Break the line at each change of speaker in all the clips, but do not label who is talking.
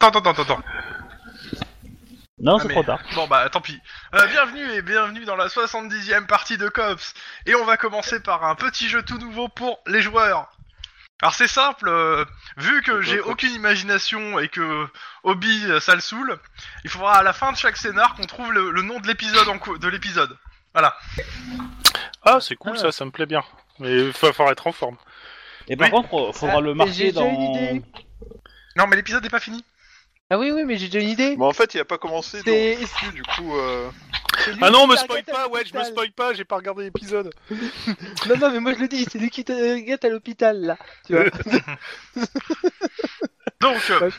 attends, attends, attends, attends.
Non,
Ah,
c'est
mais-
trop tard.
Bon bah tant pis. Euh, bienvenue et bienvenue dans la 70e partie de Cops. Et on va commencer par un petit jeu tout nouveau pour les joueurs. Alors c'est simple, euh, vu que j'ai aucune imagination et que Hobby euh, ça le saoule, il faudra à la fin de chaque scénar qu'on trouve le, le nom de l'épisode en cou- de l'épisode.
Ah, c'est cool
Ah.
ça, ça me plaît bien. Mais faut, faut être en forme.
Et par
Oui.
contre, euh, faudra
Ah,
le
mais
marquer
j'ai déjà
dans.
une idée.
Non mais l'épisode n'est pas fini.
Ah oui, oui, mais j'ai déjà une idée.
Bon, en fait, il a pas commencé, donc
C'est-
excuse, du coup. Euh...
C'est lui
Ah non,
qui
me
target
spoil
à
pas, ouais, je me
l'hôpital.
spoil pas, j'ai pas regardé l'épisode.
Non, non, mais moi je le dis, c'est lui qui target à l'hôpital là. Tu vois.
Donc, euh,
Ouais.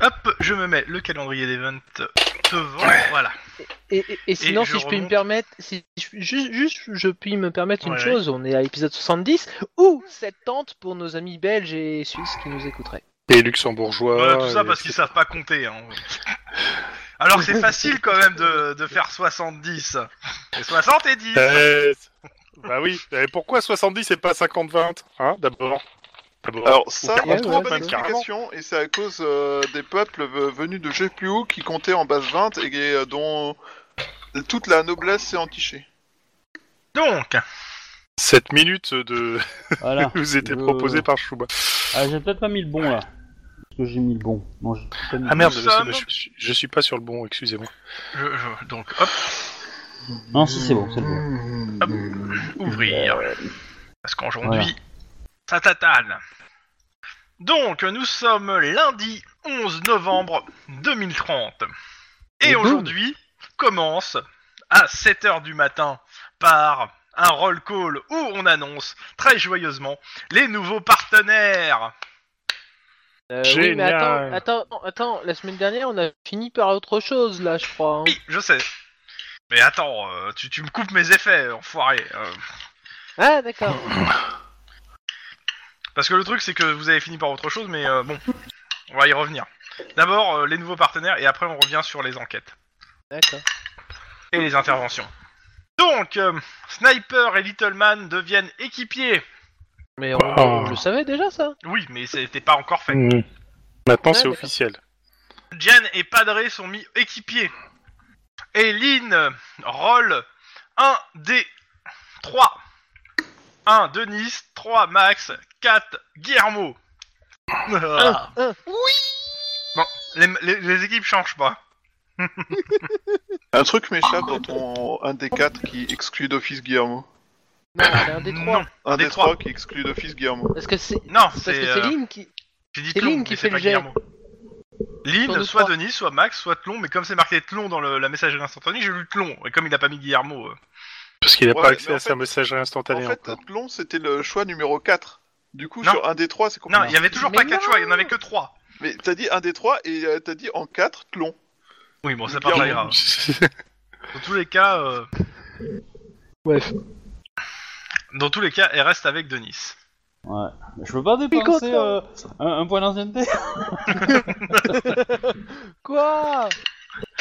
hop, je me mets le calendrier d'event devant. Voilà.
Et, et- et sinon,
Et
si
je
je puis me
remonte.
permettre, si je- juste, juste je puis me permettre une
Ouais,
chose, on est à l'épisode 70 ou 70 pour nos amis belges et suisses qui nous écouteraient.
Et luxembourgeois.
Euh, tout ça
et-
parce qu'ils savent pas compter. hein. Alors que c'est facile quand même de, de faire 70. Et 60 et 10.
Euh, bah oui, et pourquoi 70 et pas 50-20 Hein, d'abord D'abord.
Alors, ça,
Ou
il y a
ouais,
trois
ouais,
bonnes
ouais,
explications, et c'est à cause euh, des peuples euh, venus de je sais plus où qui comptaient en base 20 et euh, dont euh, toute la noblesse s'est entichée.
Donc,
7 minutes de
Voilà.
vous étaient
Euh.
proposées par Chouba.
Ah, j'ai peut-être pas mis le bon là. Parce que j'ai mis le bon. Non, j'ai pas mis le
Ah merde,
Nous
parce que
sommes-
je, je- je suis pas sur le bon, excusez-moi.
je- je- donc hop,
bon. Non, si c'est bon, c'est le bon.
ouvrir. Parce qu'aujourd'hui, ça tatane. Donc, nous sommes lundi 11 novembre 2030. Et
Et boum.
aujourd'hui commence à 7h du matin par un roll call où on annonce très joyeusement les nouveaux partenaires.
Euh, oui, mais
Génial.
attends, attends, attends, la semaine dernière on a fini par autre chose là, je crois. hein.
Oui, je sais. Mais attends, euh, tu, tu me coupes mes effets, enfoiré. euh.
Ah d'accord.
Parce que le truc, c'est que vous avez fini par autre chose, mais euh, bon, on va y revenir. D'abord, euh, les nouveaux partenaires, et après, on revient sur les enquêtes
D'accord.
et les interventions. Donc, euh, Sniper et Little Man deviennent équipiers.
Mais on,
Wow.
je le savais déjà ça.
Oui, mais c'était pas encore fait.
Mm. Maintenant, c'est
d'accord.
officiel.
Jan et Padre sont mis équipiers. Et Lynn euh, roll 1 d 3. 1 Denis, 3 Max, 4 Guillermo. Ah.
un.
Bon, les, les- les équipes changent pas.
Un truc
Ah.
m'échappe dans ton un des quatre qui exclut d'office Guillermo.
Non, c'est un des trois.
Non,
Un des,
des
trois
trois.
qui exclut d'office Guillermo.
Parce que c'est
non,
parce que
c'est.
c'est
euh,
Lynn qui.
J'ai dit
c'est
Tlon,
Lynn
mais
qui
c'est
fait
pas
le jet.
Guillermo.
Sur
Lynn,
deux,
soit
trois.
Denis, soit Max, soit Tlon, mais comme c'est marqué Tlon dans le- la messagerie instantanée, j'ai lu Tlon. Et comme il a pas mis Guillermo. euh,
Parce qu'il a
Ouais,
pas
mais
accès
en
à sa
fait-
messagerie
En
instantanée hein.
fait,
encore.
Tlon, c'était le choix numéro 4. Du coup,
Non.
sur un des trois, c'est
Non,
compliqué.
il y avait toujours
Mais
pas 4
non.
choix, il y en avait que 3.
Mais t'as dit un des trois et euh, t'as dit en 4, Tlon.
Oui, bon, c'est
Mais
pas très
Guillermo,
grave. Dans tous les cas. euh,
Bref.
Dans tous les cas, elle reste avec Denis.
Ouais. Je veux pas dépenser euh, un, un point d'ancienneté.
Quoi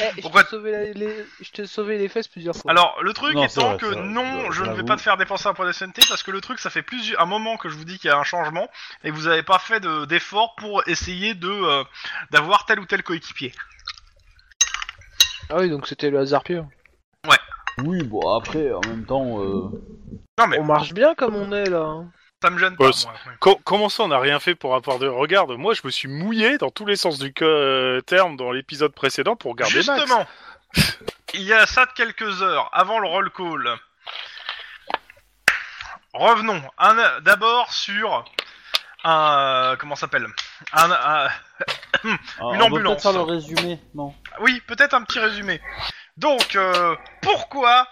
Eh,
Pourquoi-
je t'ai sauvé la- les... je t'ai sauvé les fesses plusieurs fois.
Alors, le truc
Non, c'est
étant
vrai,
que
c'est vrai,
non,
je-
je, ne vais
j'avoue.
pas te faire dépenser un point d'ancienneté parce que le truc, ça fait plusieurs un moment que je vous dis qu'il y a un changement et que vous n'avez pas fait de- d'effort pour essayer de euh, d'avoir tel ou tel coéquipier.
Ah oui, donc c'était le hasard pur.
Oui, bon, après, en même temps. Euh...
Non mais
On marche bien comme on est là. hein.
ça me gêne pas.
Ouais, c'est-
moi, oui.
Co- comment ça, on n'a rien fait pour avoir de regarde Moi, je me suis mouillé dans tous les sens du co- euh, terme dans l'épisode précédent pour garder Max.
Justement, il y a ça de quelques heures avant le roll call. Revenons un- d'abord sur un euh, comment ça s'appelle un, un-
ah,
Une
on peut
ambulance.
peut-être faire le résumé, non
Oui, peut-être un petit résumé. Donc, euh, pourquoi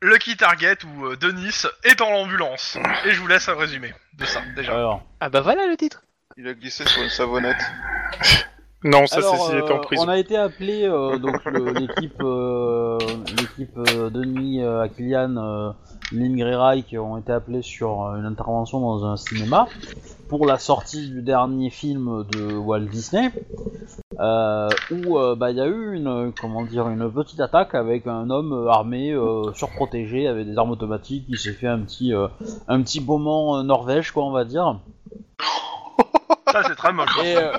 Lucky Target ou euh, Denis est dans l'ambulance Et je vous laisse un résumé de ça, déjà.
Alors,
Ah bah voilà le titre.
Il a glissé sur une savonnette.
Non, ça, c'est
Alors,
s'il était en
euh,
prison.
on a été appelé euh, donc le- l'équipe euh, l'équipe euh, Denis euh, Akilian, euh, Lynn Grey qui ont été appelés sur euh, une intervention dans un cinéma pour la sortie du dernier film de Walt Disney euh, où euh, bah il y a eu une euh, comment dire une petite attaque avec un homme armé euh, surprotégé avec des armes euh, automatiques qui s'est fait un petit euh, un petit moment Norvège quoi on va dire
Ça, c'est très moche.
Et, euh,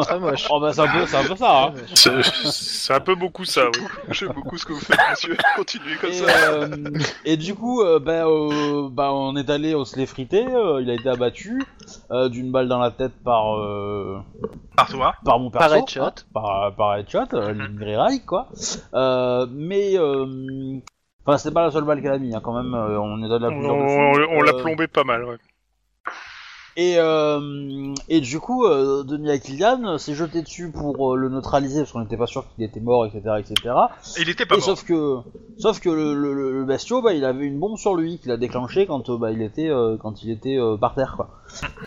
Très moche.
oh bah c'est un peu, c'est un peu
Ah.
ça. Hein.
C'est c'est un peu beaucoup ça, oui.
J'aime beaucoup ce que vous faites, monsieur. Continuez comme
Et,
ça.
euh, et du coup, euh, ben, euh, ben, on est allé, on se l'est frité. euh, il a été abattu euh, d'une balle dans la tête par euh,
Par toi.
par mon perso.
Par headshot.
hein, par, par headshot, euh,
Mhm.
Lingry Reich, quoi. Euh, mais euh, enfin, c'est pas la seule balle qu'elle a mis. hein, quand même, euh, on est allé à
On,
plusieurs
on-
dessus.
on l'a
Euh,
plombé pas mal, ouais.
Et, euh, et du coup, euh, Denis Akilian s'est jeté dessus pour euh, le neutraliser parce qu'on n'était pas sûr qu'il était mort, etc. etc.
Il était pas
Et
mort.
sauf que, sauf que le, le, le bestiau, bah, il avait une bombe sur lui qu'il a déclenchée quand euh, bah, il était, euh, quand il était euh, par terre, quoi.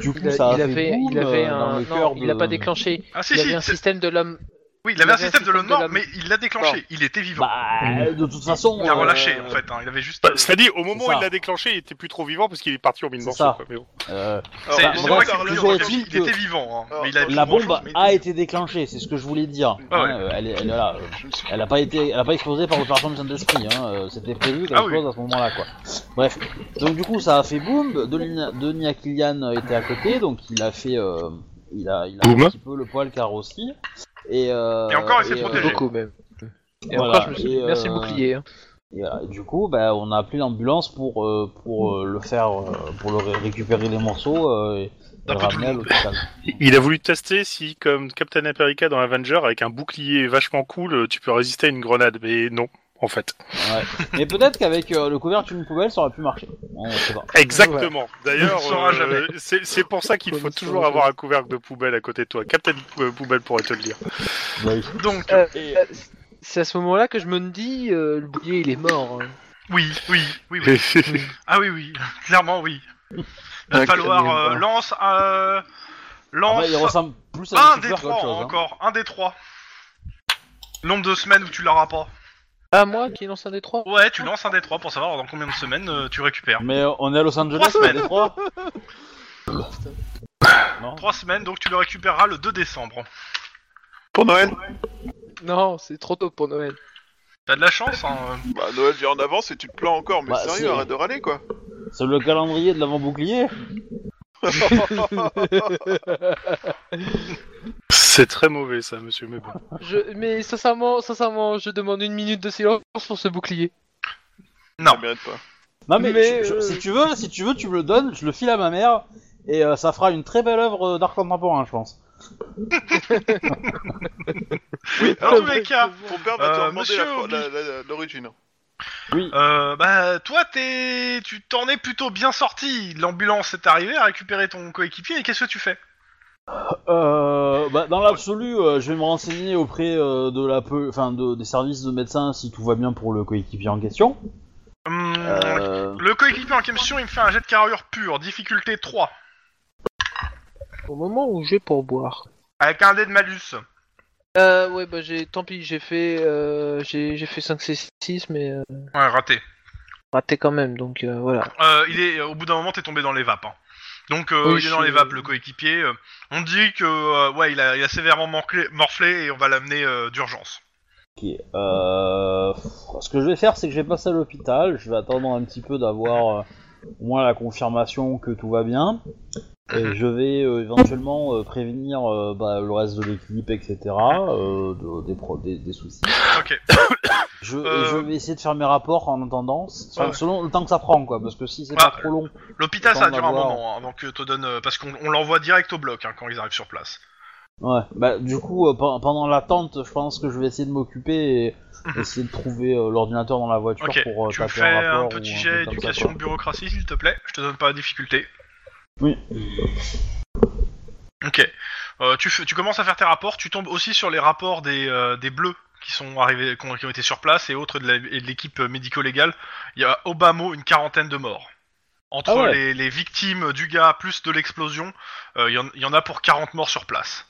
Du coup,
Il, a-
ça a
il
fait
avait,
boum,
il avait
euh, dans
un.
le
Non,
cœur
il l'a
de-
pas déclenché.
Ah si,
Il
si,
avait un
c'est-
système de l'homme.
oui, il avait un système de l'homme
de la-
mort, mais il l'a déclenché. Il était vivant.
Bah, de toute façon.
il l'a
euh,
relâché, en fait. hein. Il avait juste...
Bah, C'est-à-dire, au moment où
ça.
il l'a déclenché, il était plus trop vivant parce qu'il est parti en mille
C'est
morceaux.
ça.
quoi, mais bon.
euh,
C'est
bah,
c'est
bref,
moi qui ai compris,
toujours
en
est-il
fait, il
que-
était vivant. hein,
Alors,
mais il a
attends,
vu
la
grand-chose,
bombe
mais il
a
était
été déclenchée, c'est ce que je voulais dire.
Ah ouais.
Hein, euh, elle, est, elle est là. euh,
Je me suis-
Elle a pas été, elle a pas explosé par l'opération de Saint-Esprit, hein. euh, c'était prévu qu'elle
Ah oui.
explose à ce moment-là, quoi. Bref. Donc du coup, ça a fait boum, Denis Denis Akilian était à côté, donc il a fait, euh, il a, il a
Boum.
un petit peu le poil carrossier. Et, euh,
Et encore, il s'est protégé.
Beaucoup même. Et
Voilà,
encore, je me suis
et,
dit, merci
euh,
bouclier. hein.
et, euh, du coup, bah, on a appelé l'ambulance pour, euh, pour euh, le faire, euh, pour le ré- récupérer les morceaux euh, et, et
Un
le
peu
ramener à l'hôpital.
Il a voulu tester si, comme Captain America dans Avenger, avec un bouclier vachement cool, euh, tu peux résister à une grenade. Mais non, en fait.
Ouais. Mais peut-être qu'avec euh, le couvercle d'une poubelle, ça aurait pu marcher. On sait pas.
Exactement. D'ailleurs,
On ne saura
euh,
jamais.
c'est c'est pour ça qu'il
On
faut
ne
toujours
saura
avoir un couvercle de poubelle à côté de toi. Captain Pou- Poubelle pourrait te le dire.
Donc,
Et-
Euh, C'est à ce moment-là que je me dis, euh, le bouclier il est mort. hein.
oui, oui, oui, oui. Ah oui, oui. Clairement, oui. Il va
Ouais,
falloir...
clairement.
euh, lance... euh,
Ah bah,
Lance...
il ressemble plus à
Un
un
des
shooter
trois
qu'autre chose. hein.
encore, un des trois. Nombre de semaines où tu l'auras pas.
Ah, moi qui lance un des trois
Ouais, tu lances un des trois pour savoir dans combien de semaines euh, tu récupères.
Mais euh, on est à Los Angeles,
Trois
on est
semaines.
trois. non.
Trois semaines, donc tu le récupéreras le 2 décembre.
Pour Noël
Non, c'est trop tôt pour Noël.
T'as de la chance, hein. euh.
Bah, Noël vient en avance et tu te plains encore, mais
Bah,
sérieux,
c'est-
arrête de râler quoi.
C'est le calendrier de l'avant-bouclier.
C'est très mauvais ça, monsieur. Mais bon.
Je, mais sincèrement, sincèrement, je demande une minute de silence pour ce bouclier.
Non.
Ça mérite pas.
Non mais,
Mais,
je- je-
euh,
si tu veux, si tu veux, tu me le donnes, je le file à ma mère et euh, ça fera une très belle œuvre euh, d'art contemporain, je pense.
Dans tous les cas,
Ton père va
Euh,
te demander
monsieur
la-
Obi.
la- la- la- l'origine.
euh, bah, toi, t'es, tu t'en es plutôt bien sorti. L'ambulance est arrivée à récupérer ton coéquipier et qu'est-ce que tu fais
Euh, bah, dans l'absolu, euh, je vais me renseigner auprès euh, de la peu, enfin de, des services de médecins si tout va bien pour le coéquipier en question.
Hum,
Euh,
Le coéquipier en question, il me fait un jet de carrure pure, difficulté 3,
Au moment où j'ai pour boire.
avec un dé de malus.
Euh, ouais, bah j'ai, tant pis, j'ai fait, euh, j'ai, j'ai fait 5, 6, 6, mais euh,
Ouais, raté.
raté quand même, donc euh, voilà.
Euh, il est, au bout d'un moment, t'es tombé dans les vapes. hein. Donc, euh,
Oui,
il est dans
je-
les vapes, le coéquipier. Euh, on dit que, euh, ouais, il a, il a sévèrement morclé- morflé et on va l'amener euh, d'urgence.
ok. Euh, pff, ce que je vais faire, c'est que je vais passer à l'hôpital. Je vais attendre un petit peu d'avoir euh, au moins la confirmation que tout va bien.
Mhm.
Et je vais euh, éventuellement euh, prévenir euh, bah, le reste de l'équipe, etc. euh, de- des, pro- des- des soucis.
Ok.
Je,
Euh.
je vais essayer de faire mes rapports en attendant, enfin,
Ouais.
selon le temps que ça prend, quoi, parce que si c'est
Bah,
pas trop long.
L'hôpital, ça
Attends,
dure
on va
un
voir.
moment hein, avant que te donne. euh, parce qu'on on l'envoie direct au bloc hein, quand ils arrivent sur place.
Ouais, bah du coup, euh, pen- pendant l'attente, je pense que je vais essayer de m'occuper et
Mhm.
essayer de trouver euh, l'ordinateur dans la voiture
Ok,
pour euh,
tu me
taper
fais
un rapport.
un
ou
petit
truc
jet
comme ça,
éducation
quoi.
bureaucratie, s'il te plaît. Je te donne pas la difficulté.
Oui.
Ok. Euh, tu, fais- tu commences à faire tes rapports. Tu tombes aussi sur les rapports des, euh, des bleus qui sont arrivés, qui ont, qui ont été sur place et autres de la- et de l'équipe euh, médico-légale. Il y a au bas mot une quarantaine de morts. Entre
Ah ouais.
les, les victimes du gars plus de l'explosion, euh, il y en- il y, en a pour 40 morts sur place.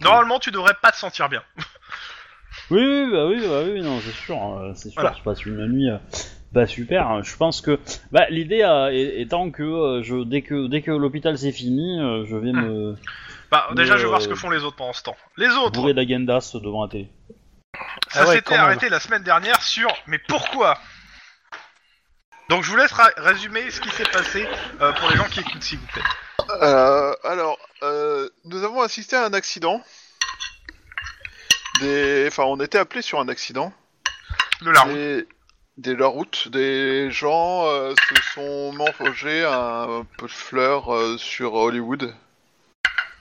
Normalement, tu devrais pas te sentir bien.
Oui, oui, bah oui, bah oui, non, c'est sûr, hein, c'est sûr,
Voilà.
je passe une nuit euh, pas super. hein. Je pense que bah, l'idée euh, est- étant que euh, je dès que dès que l'hôpital c'est fini, euh, je vais me
Bah, déjà, je vais voir ce
Euh,
que font les autres pendant ce temps. Les autres,
bourrer d'agendas devant la télé.
Ça
Ah ouais, quand
s'était
même.
arrêté la semaine dernière sur mais pourquoi Donc je vous laisse ra- résumer ce qui s'est passé euh, pour les gens qui écoutent s'il vous plaît.
Euh, alors, euh, nous avons assisté à un accident. Des... Enfin, on était appelé sur un accident.
De la route.
Des... des la route. Des gens euh, se sont mangés un, un peu de fleurs euh, sur Hollywood.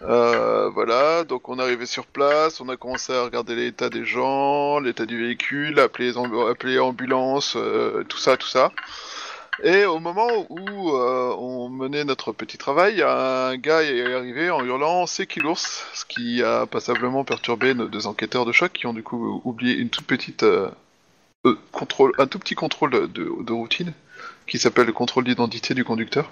Euh, voilà, donc on est arrivé sur place, on a commencé à regarder l'état des gens, l'état du véhicule, appeler, les ambu- appeler ambulance, euh, tout ça, tout ça. Et au moment où euh, on menait notre petit travail, un gars est arrivé en hurlant C'est qui l'ours Ce qui a passablement perturbé nos deux enquêteurs de choc qui ont du coup oublié une toute petite euh, euh, contrôle, un tout petit contrôle de, de routine qui s'appelle le contrôle d'identité du conducteur.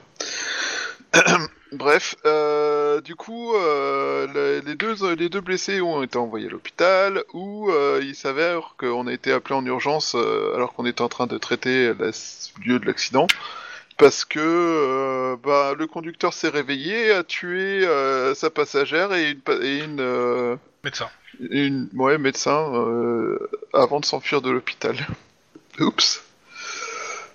Bref, euh, du coup, euh, le- les, deux, les deux blessés ont été envoyés à l'hôpital où euh, il s'avère qu'on a été appelé en urgence euh, alors qu'on était en train de traiter la- le lieu de l'accident parce que euh, bah, le conducteur s'est réveillé, a tué euh, sa passagère et une, pa- et une, euh,
Médecin.
une ouais, médecin euh, avant de s'enfuir de l'hôpital. Oups.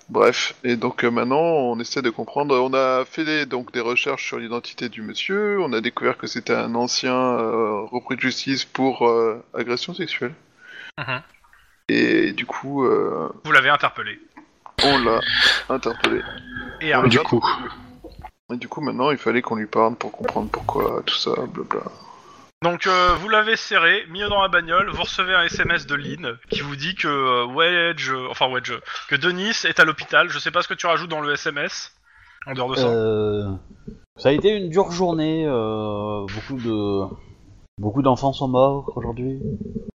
Bref, et donc euh, maintenant on essaie de comprendre. On a fait des, donc des recherches sur l'identité du monsieur. On a découvert que c'était un ancien euh, repris de justice pour euh, agression sexuelle.
Mhm.
Et du coup, euh,
Vous l'avez interpellé.
on l'a interpellé.
Et
On
un-
l'a
Du
pas-
coup.
Et du coup, maintenant il fallait qu'on lui parle pour comprendre pourquoi tout ça, blabla.
Donc euh, vous l'avez serré, mis dans la bagnole, vous recevez un SMS de Lynn qui vous dit que euh, Wedge, euh, enfin Wedge, euh, que Denis est à l'hôpital. Je sais pas ce que tu rajoutes dans le SMS en dehors de ça.
Euh, ça a été une dure journée. euh, beaucoup de beaucoup d'enfants sont morts aujourd'hui.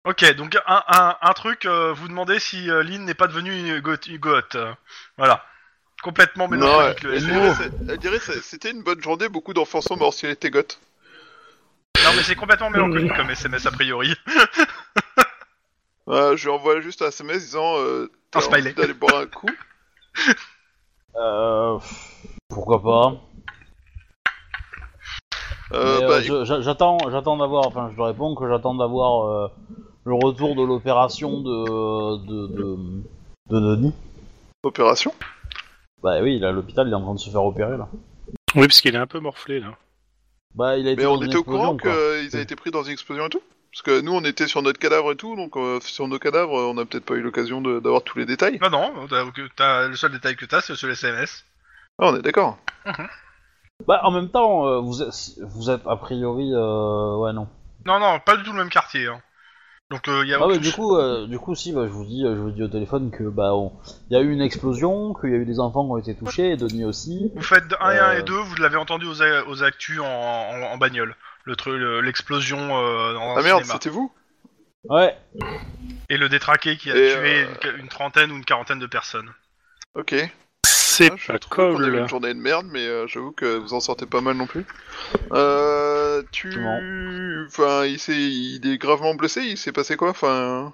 Ok, donc un, un, un truc, euh, vous demandez si euh, Lynn n'est pas devenue une goth. une goth, euh, voilà, complètement mélancolique le
elle,
SMS.
dirait, c'est- elle dirait c'est- c'était une bonne journée. Beaucoup d'enfants sont morts si elle était goth.
Non mais c'est complètement mélancolique comme SMS a priori.
Euh, je lui envoie juste un SMS disant
Un
euh, t'as
smiley.
envie d'aller boire un coup.
Euh, pourquoi pas
Euh,
Mais, euh,
bah,
je- j'a- J'attends, j'attends d'avoir. Enfin, je te réponds que j'attends d'avoir euh, le retour de l'opération de de, de de Denis.
opération.
Bah oui, il est à l'hôpital, il est en train de se faire opérer là.
Oui, parce qu'il est un peu morflé là.
Bah, il a été
Mais
dans
on
une
était au courant
explosion, quoi.
qu'ils avaient été pris dans une explosion et tout Parce que nous, on était sur notre cadavre et tout, donc euh, sur nos cadavres, on n'a peut-être pas eu l'occasion de- d'avoir tous les détails.
Bah non, t'as- t'as- le seul détail que t'as c'est le seul SMS.
Ah, on est d'accord.
Bah, en même temps, euh, vous êtes, vous êtes a priori, euh, ouais non.
Non non, pas du tout le même quartier. hein. Donc il y a
Ah ouais,
aucune-
du coup, euh, du coup, si, bah, je vous dis, je vous dis au téléphone que bah, on- il y a eu une explosion, qu'il y a eu des enfants qui ont été touchés, et Denis aussi.
Vous faites 1 et 1
Euh.
et 2, vous l'avez entendu aux, a- aux actus en, en- en bagnole. Le truc, le- l'explosion euh, dans un
ah merde,
cinéma.
c'était vous
Ouais.
Et le détraqué qui a
Et,
tué
euh,
une, ca- une trentaine ou une quarantaine de personnes.
Ok.
C'est
Ah, je
pas
Oh
trouve qu'on a eu
cool.
une journée de merde, mais euh, j'avoue que vous en sortez pas mal non plus. Euh, tu... Enfin, il, s'est- il est gravement blessé, il s'est passé quoi Enfin...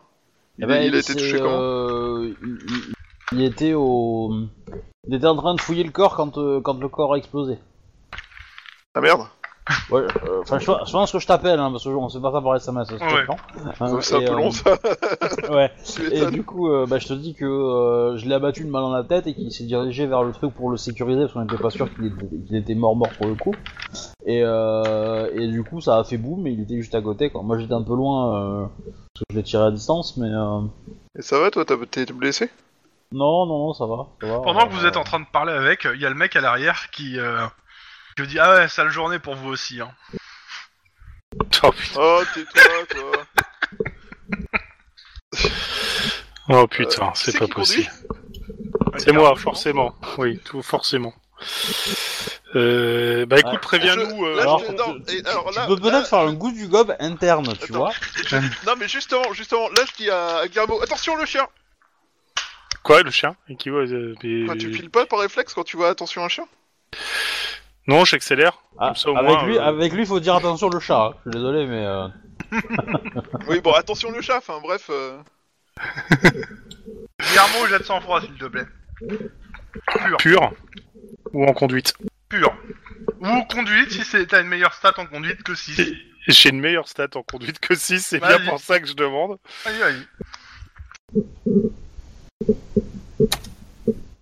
Il,
Eh ben,
est- il a été
s'est,
touché comment
euh, il, il- il était au, il était en train de fouiller le corps quand, euh, quand le corps a explosé. euh,
Ah merde
Ouais. euh, Enfin, je, je pense que je t'appelle, hein, parce qu'on se fait pas ça par SMS. C'est
Ouais.
temps. Hein,
C'est un
et,
peu
euh,
long ça,
ouais.
tu
Et
m'étonnes.
du coup, euh, bah, je te dis que euh, je l'ai abattu de mal dans la tête et qu'il s'est dirigé vers le truc pour le sécuriser parce qu'on n'était pas sûr qu'il était, qu'il était mort mort pour le coup. Et, euh, et du coup, ça a fait boum, mais il était juste à côté. Quoi. Moi, j'étais un peu loin euh, parce que je l'ai tiré à distance, mais euh,
Et ça va toi, t'as- t'es blessé
non, non, non, ça va. ça va.
Pendant que
Euh,
vous êtes en train de parler avec, il y a le mec à l'arrière qui, euh, qui vous dit Ah ouais, sale journée pour vous aussi. Hein.
Oh putain.
Oh, tais-toi, toi
Oh
Euh,
putain,
c'est
c'est pas
qui conduit
possible.
Ah,
C'est moi, forcément. Oui, tout forcément. Euh, bah écoute,
Ouais.
préviens-nous.
Je-
euh,
là,
alors,
je te-
tu-
non, et alors
tu
là-
peux
là-
peut-être faire un goût du gob interne, tu
Attends.
vois.
Non mais justement, justement, là je dis à à Guillermo, attention le chien
Quoi, le chien Et qui, ouais, euh, mais-
Quoi, Tu files pas par réflexe quand tu vois attention un chien
Non, j'accélère.
Ah,
Comme ça, au
avec
moins,
lui,
euh,
avec lui, faut dire attention le chat. hein. Je suis désolé, mais euh,
Oui bon, attention le chat, enfin bref... euh,
Guillermo, jette sans froid s'il te plaît. Pur,
Pur ou en conduite
pur. Ou conduite si c'est- t'as une meilleure stat en conduite que 6.
J'ai une meilleure stat en conduite que 6, c'est bien
Vas-y.
pour ça que je demande.
Allez, allez.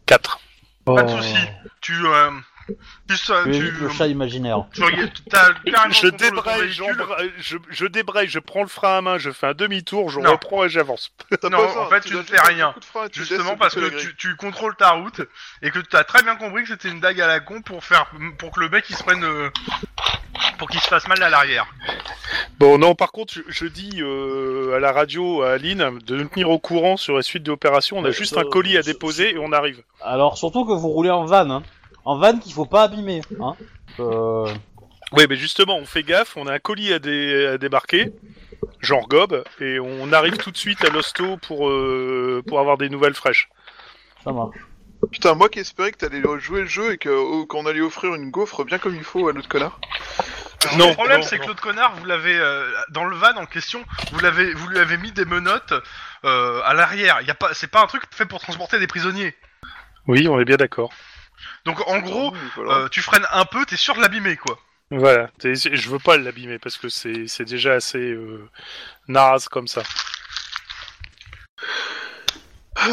4.
Pas de soucis. Tu, euh, Tu, sais,
Tu
tu,
évites Oh. le chat imaginaire.
tu regardes- t'as carrément
Je
le contrôle de ton
débraye,
véhicule.
j'embre- euh, je, je débraye, je prends le frein à main, je fais un demi-tour, je
Non.
reprends et j'avance.
T'as
Non,
pas besoin,
en fait, tu
dois
ne
juste
fais
un
rien.
coup de frein et tu laisses
Justement
couper
parce
la
que
grille.
tu, tu contrôles ta route et que t'as très bien compris que c'était une dague à la con pour faire pour que le mec il se prenne euh, pour qu'il se fasse mal à l'arrière.
Bon, non, par contre, je, je dis euh, à la radio, à Aline, de nous tenir au courant sur la suite de l'opération. On a
Ouais,
juste
ça,
un colis à
ça,
déposer et on arrive.
Alors surtout que vous roulez en van, hein. en van qu'il faut pas abîmer. Hein. Euh,
Oui, mais justement, on fait gaffe, on a un colis à, dé- à débarquer, genre gobe, et on arrive tout de suite à l'hosto pour, euh, pour avoir des nouvelles fraîches.
ça marche.
Putain, moi qui espérais que t'allais jouer le jeu et que- euh, qu'on allait offrir une gaufre bien comme il faut à l'autre connard.
le problème, c'est que l'autre connard, vous l'avez euh, dans le van en question, vous l'avez, vous lui avez mis des menottes euh, à l'arrière. Il y a pas, c'est pas un truc fait pour transporter des prisonniers.
Oui, on est bien d'accord.
Donc en gros,
Ah Oui, voilà.
euh, tu freines un peu, t'es sûr de l'abîmer quoi.
Voilà, T'es- je veux pas l'abîmer parce que c'est c'est déjà assez euh, naze comme ça.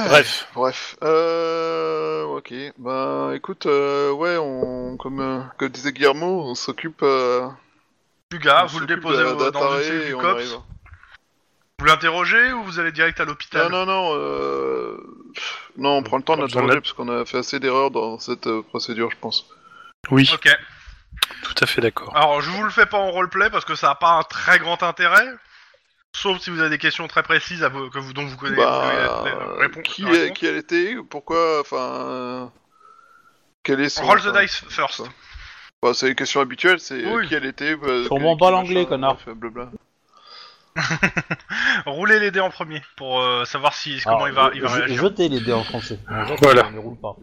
Bref,
Bref, euh, ok. Ben, écoute, euh, ouais, on, comme, euh, comme disait Guillermo, on s'occupe. euh,
Du gars,
on
vous le
s'occupe
déposez
d'un-
au-
d'un
dans une
taré
cellule
et
du
on
cops.
arrive.
Vous l'interrogez ou vous allez direct à l'hôpital
Non, non, non. Euh... Non, on prend le temps de
Pas besoin
l'interroger
de-
parce qu'on a fait assez d'erreurs dans cette euh, procédure, je pense.
oui,
Ok.
tout à fait d'accord.
Alors je vous le fais pas en roleplay parce que ça a pas un très grand intérêt. Sauf si vous avez des questions très précises à vous- que vous dont vous connaissez.
Bah,
vous connaissez la réponse-
qui,
la
est-
réponse.
qui elle était Pourquoi Enfin, quel est son
Roll the
enfin,
dice first.
bah, c'est une question habituelle. C'est euh,
Oui.
qui elle était euh,
Sûrement
qui-
pas
qui
l'anglais,
machin,
connard.
bref, blabla.
Roulez les dés en premier pour euh, savoir si comment
Alors,
il va, il va
Ah, je-
réagir.
Jetez les dés en français. En fait,
Voilà.
ça ne roule pas.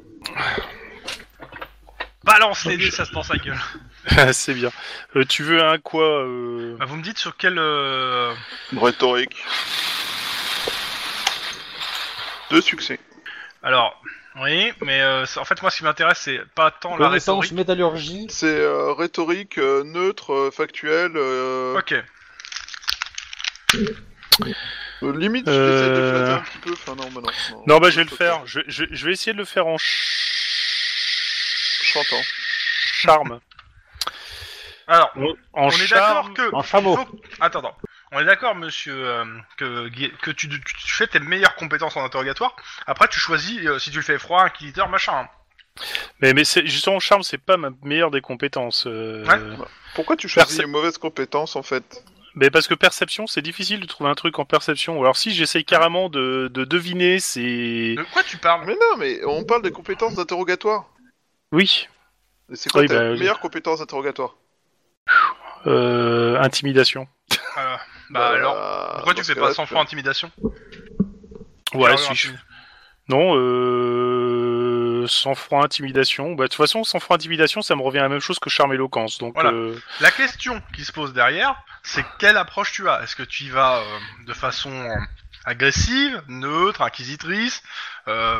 Balance les dés, ça se pense à gueule.
c'est bien. Euh, tu veux un quoi euh,
Bah, vous me dites sur quel. euh,
Rhétorique. Deux succès.
Alors, oui, mais euh, c'est- en fait, moi, ce qui m'intéresse, c'est pas tant la
Connaissance,
rhétorique.
métallurgie.
C'est euh, rhétorique, euh, neutre, euh, factuel. euh,
Ok.
euh, limite, je
Euh.
j'essaie de flatter un petit peu. Enfin, non, bah non.
Non, bah je vais le
Ok.
faire. Je, je- je vais essayer de le faire en ch-
Chantant.
charme.
Alors,
En
on est d'accord
charme.
que.
En chameau.
il faut- Attends, attends. On est d'accord, monsieur, euh, que, Guy- que tu, tu- tu fais tes meilleures compétences en interrogatoire. Après, tu choisis euh, si tu le fais froid, inquisiteur, machin. hein.
Mais, mais c'est- justement, charme, c'est pas ma meilleure des compétences. euh,
Ouais.
Pourquoi tu choisis
Perce-
les mauvaises compétences en fait
Mais parce que perception, c'est difficile de trouver un truc en perception. Ou Alors si j'essaye carrément de, de deviner, c'est...
De quoi tu parles
Mais non, mais on parle des compétences d'interrogatoire.
Oui.
Et C'est quoi
Oui,
ta
bah, oui.
meilleure compétence d'interrogatoire
Euh, intimidation.
Euh, Bah alors. Pourquoi tu
dans ce
fais
cas-là,
pas sans
tu
froid intimidation
Ouais,
Alors,
si je-
intimidation.
Non, euh... Sang-froid, intimidation. Bah, de toute façon, sang-froid, intimidation, ça me revient à la même chose que charme, éloquence. Donc,
Voilà.
euh,
La question qui se pose derrière, c'est quelle approche tu as Est-ce que tu y vas euh, de façon euh, agressive, neutre, inquisitrice euh,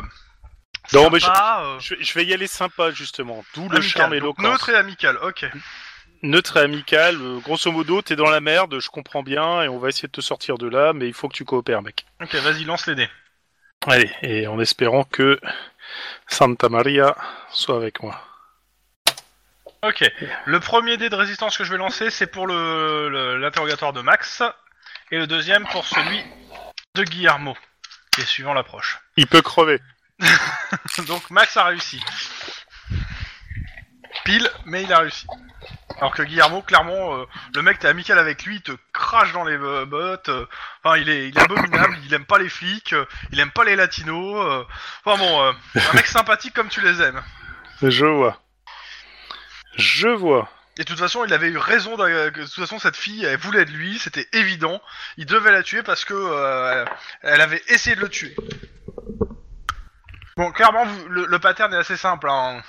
Non, mais
sympa, euh,
je, je vais y aller sympa, justement. D'où le
amical.
charme,
Donc,
éloquence.
Neutre et amical, ok.
neutre et amical. euh, grosso modo, t'es dans la merde, je comprends bien, et on va essayer de te sortir de là, mais il faut que tu coopères, mec.
Ok, vas-y, lance les dés.
Allez, et en espérant que Santa Maria soit avec moi.
Ok. Le premier dé de résistance que je vais lancer, c'est pour le- le- l'interrogatoire de Max. Et le deuxième pour celui de Guillermo, qui est suivant l'approche.
Il peut crever.
Donc Max a réussi. Pile, mais il a réussi. Alors que Guillermo, clairement, euh, le mec, t'es amical avec lui, il te crache dans les euh, bottes. euh, Enfin, il est, il est abominable, il aime pas les flics, euh, il aime pas les latinos. euh, Enfin bon, euh, un mec sympathique comme tu les aimes.
Je vois. Je vois.
Et de toute façon, il avait eu raison. d'a- que De toute façon, cette fille, elle voulait de lui, c'était évident. Il devait la tuer parce que euh, elle avait essayé de le tuer. Bon, clairement, vous- le, le pattern est assez simple. hein.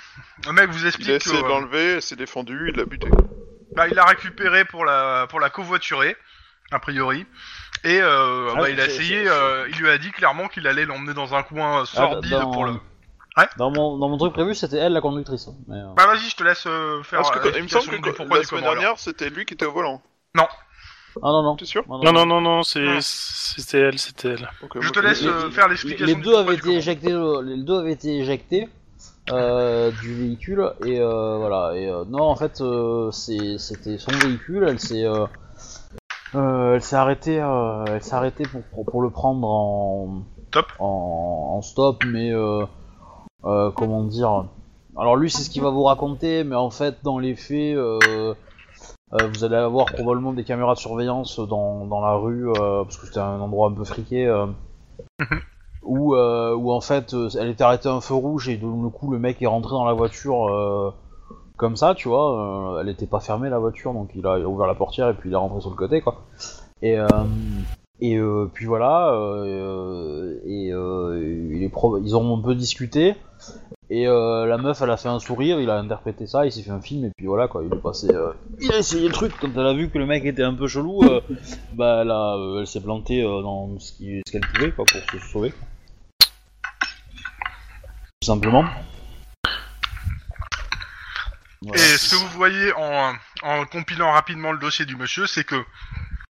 Le mec vous explique
Il a
que,
essayé de
euh,
l'enlever, elle s'est défendue, il l'a buté.
bah, il l'a récupéré pour la pour la covoiturer, a priori. Et euh,
Ah,
bah, il a
c'est-
essayé.
c'est-
euh, il lui a dit clairement qu'il allait l'emmener dans un coin euh,
Ah,
sordide
dans-
pour le.
Dans mon, dans mon truc prévu, c'était elle la conductrice. hein, Mais, euh,
Bah vas-y, je te laisse euh, faire.
Parce que,
euh,
il me semble
l'explication
que
du pourquoi
la
du
semaine
comment, alors.
dernière, c'était lui qui était au volant.
Ah non, non.
T'es sûr
Non,
Non, non, non, non, c'est-
Ah.
c'était elle, c'était elle.
Ok,
Je
moi,
te laisse
Les-
euh,
les-
faire
Les-
l'explication.
Les
du
deux
pourquoi
avaient
du
été
comment.
éjectés, euh, les deux avaient été éjectés. euh, du véhicule et euh, voilà. Et euh, non, en fait, euh, c'est- c'était son véhicule. Elle s'est, euh, euh, elle s'est arrêtée, euh, elle s'est arrêtée pour, pour, pour le prendre en
Top.
en, en stop, mais euh, euh, comment dire. Alors lui, c'est ce qu'il va vous raconter, mais en fait, dans les faits. Euh, euh, vous allez avoir probablement des caméras de surveillance dans, dans la rue, euh, parce que c'était un endroit un peu friqué, euh, où, euh, où en fait euh, elle était arrêtée à un feu rouge et donc, le coup le mec est rentré dans la voiture euh, comme ça, tu vois. euh, elle était pas fermée la voiture, donc il a, il a ouvert la portière et puis il est rentré sur le côté, quoi. Et, euh, et euh, puis voilà, euh, et euh, il est pro- ils ont un peu discuté. Et euh, la meuf, elle a fait un sourire, il a interprété ça, il s'est fait un film, et puis voilà quoi, il est passé. euh, il a essayé le truc, quand elle a vu que le mec était un peu chelou, euh, bah elle, a- euh, elle s'est plantée euh, dans ce qui- ce qu'elle pouvait quoi, pour se sauver. Tout simplement. Voilà.
Et ce que vous voyez en, en compilant rapidement le dossier du monsieur, c'est que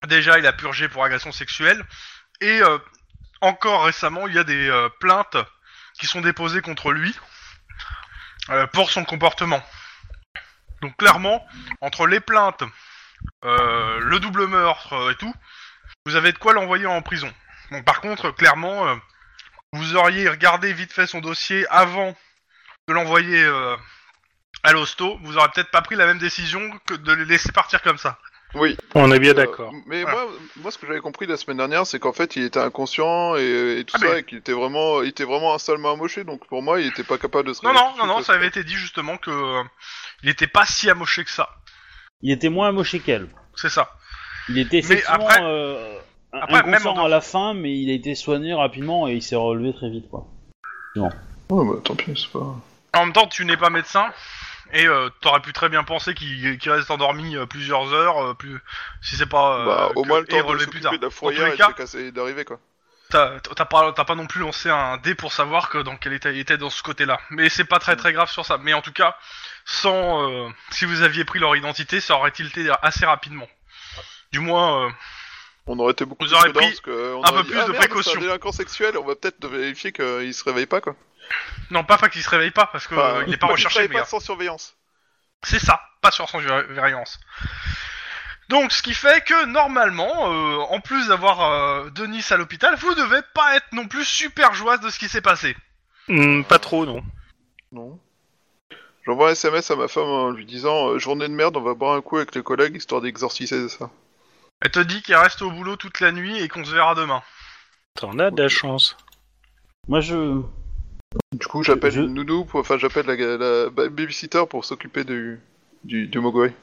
déjà il a purgé pour agression sexuelle et euh, encore récemment il y a des euh, plaintes qui sont déposées contre lui euh, pour son comportement. Donc clairement, entre les plaintes, euh, le double meurtre euh, et tout, vous avez de quoi l'envoyer en prison. Bon, par contre, clairement, euh, vous auriez regardé vite fait son dossier avant de l'envoyer euh, à l'hosto, vous aurez peut-être pas pris la même décision que de les laisser partir comme ça.
Oui.
On est bien
Euh,
ah, d'accord.
Mais
Voilà.
moi, moi, ce que j'avais compris la semaine dernière, c'est qu'en fait, il était inconscient et, et tout
Ah,
ça,
mais-
et qu'il était vraiment, il était vraiment un sale amoché. Donc pour moi, il était pas capable de se.
Non,
réveiller
non,
tout
non,
de
non,
suite.
ça avait été dit justement que euh, il était pas si amoché que ça.
Il était moins amoché qu'elle.
C'est ça.
Il était effectivement
après-
euh, un-
après, même
inconscient
en-
à la fin, mais il a été soigné rapidement et il s'est relevé très vite quoi.
Ouais, bah, tant pis, c'est pas.
En même temps, tu n'es pas médecin et euh, t'aurais pu très bien penser qu'il qu'il reste endormi euh, plusieurs heures, euh, plus si c'est pas euh,
bah, au
que-
moins le
et
temps de
relever plus tard.
s'occuper de la
Dans tous
fourrière
les
et
cas-
de casser d'arriver quoi.
T'as t'as pas, t'as pas non plus lancé un dé pour savoir que dans quel état il était dans ce côté-là. Mais c'est pas très très grave sur ça. Mais en tout cas, sans euh, si vous aviez pris leur identité, ça aurait tilté assez rapidement. Du moins. euh,
On aurait été beaucoup
Vous
plus
aurez
prudents,
pris
parce que on
un
aurait
peu
dit,
plus
ah,
de
merde,
précautions.
C'est un délinquant sexuel. On va peut-être vérifier qu'il se réveille pas quoi.
Non, pas pas qu'il se réveille pas, parce que
Enfin,
euh, il est pas
se
recherché,
réveille
mais
pas sans surveillance.
c'est ça, pas sur son vir- variance. Donc, ce qui fait que normalement, euh, en plus d'avoir euh, Denis à l'hôpital, vous devez pas être non plus super joyeuse de ce qui s'est passé.
Hmm, pas trop, non.
Non. J'envoie un SMS à ma femme en lui disant euh, Journée de merde, on va boire un coup avec les collègues histoire d'exorciser ça.
Elle te dit qu'elle reste au boulot toute la nuit et qu'on se verra demain.
T'en as de la chance.
Moi je
Du coup, j'appelle
Je-
une Nounou, pour- enfin, j'appelle la, la ba- babysitter pour s'occuper du, du, du Mogwai.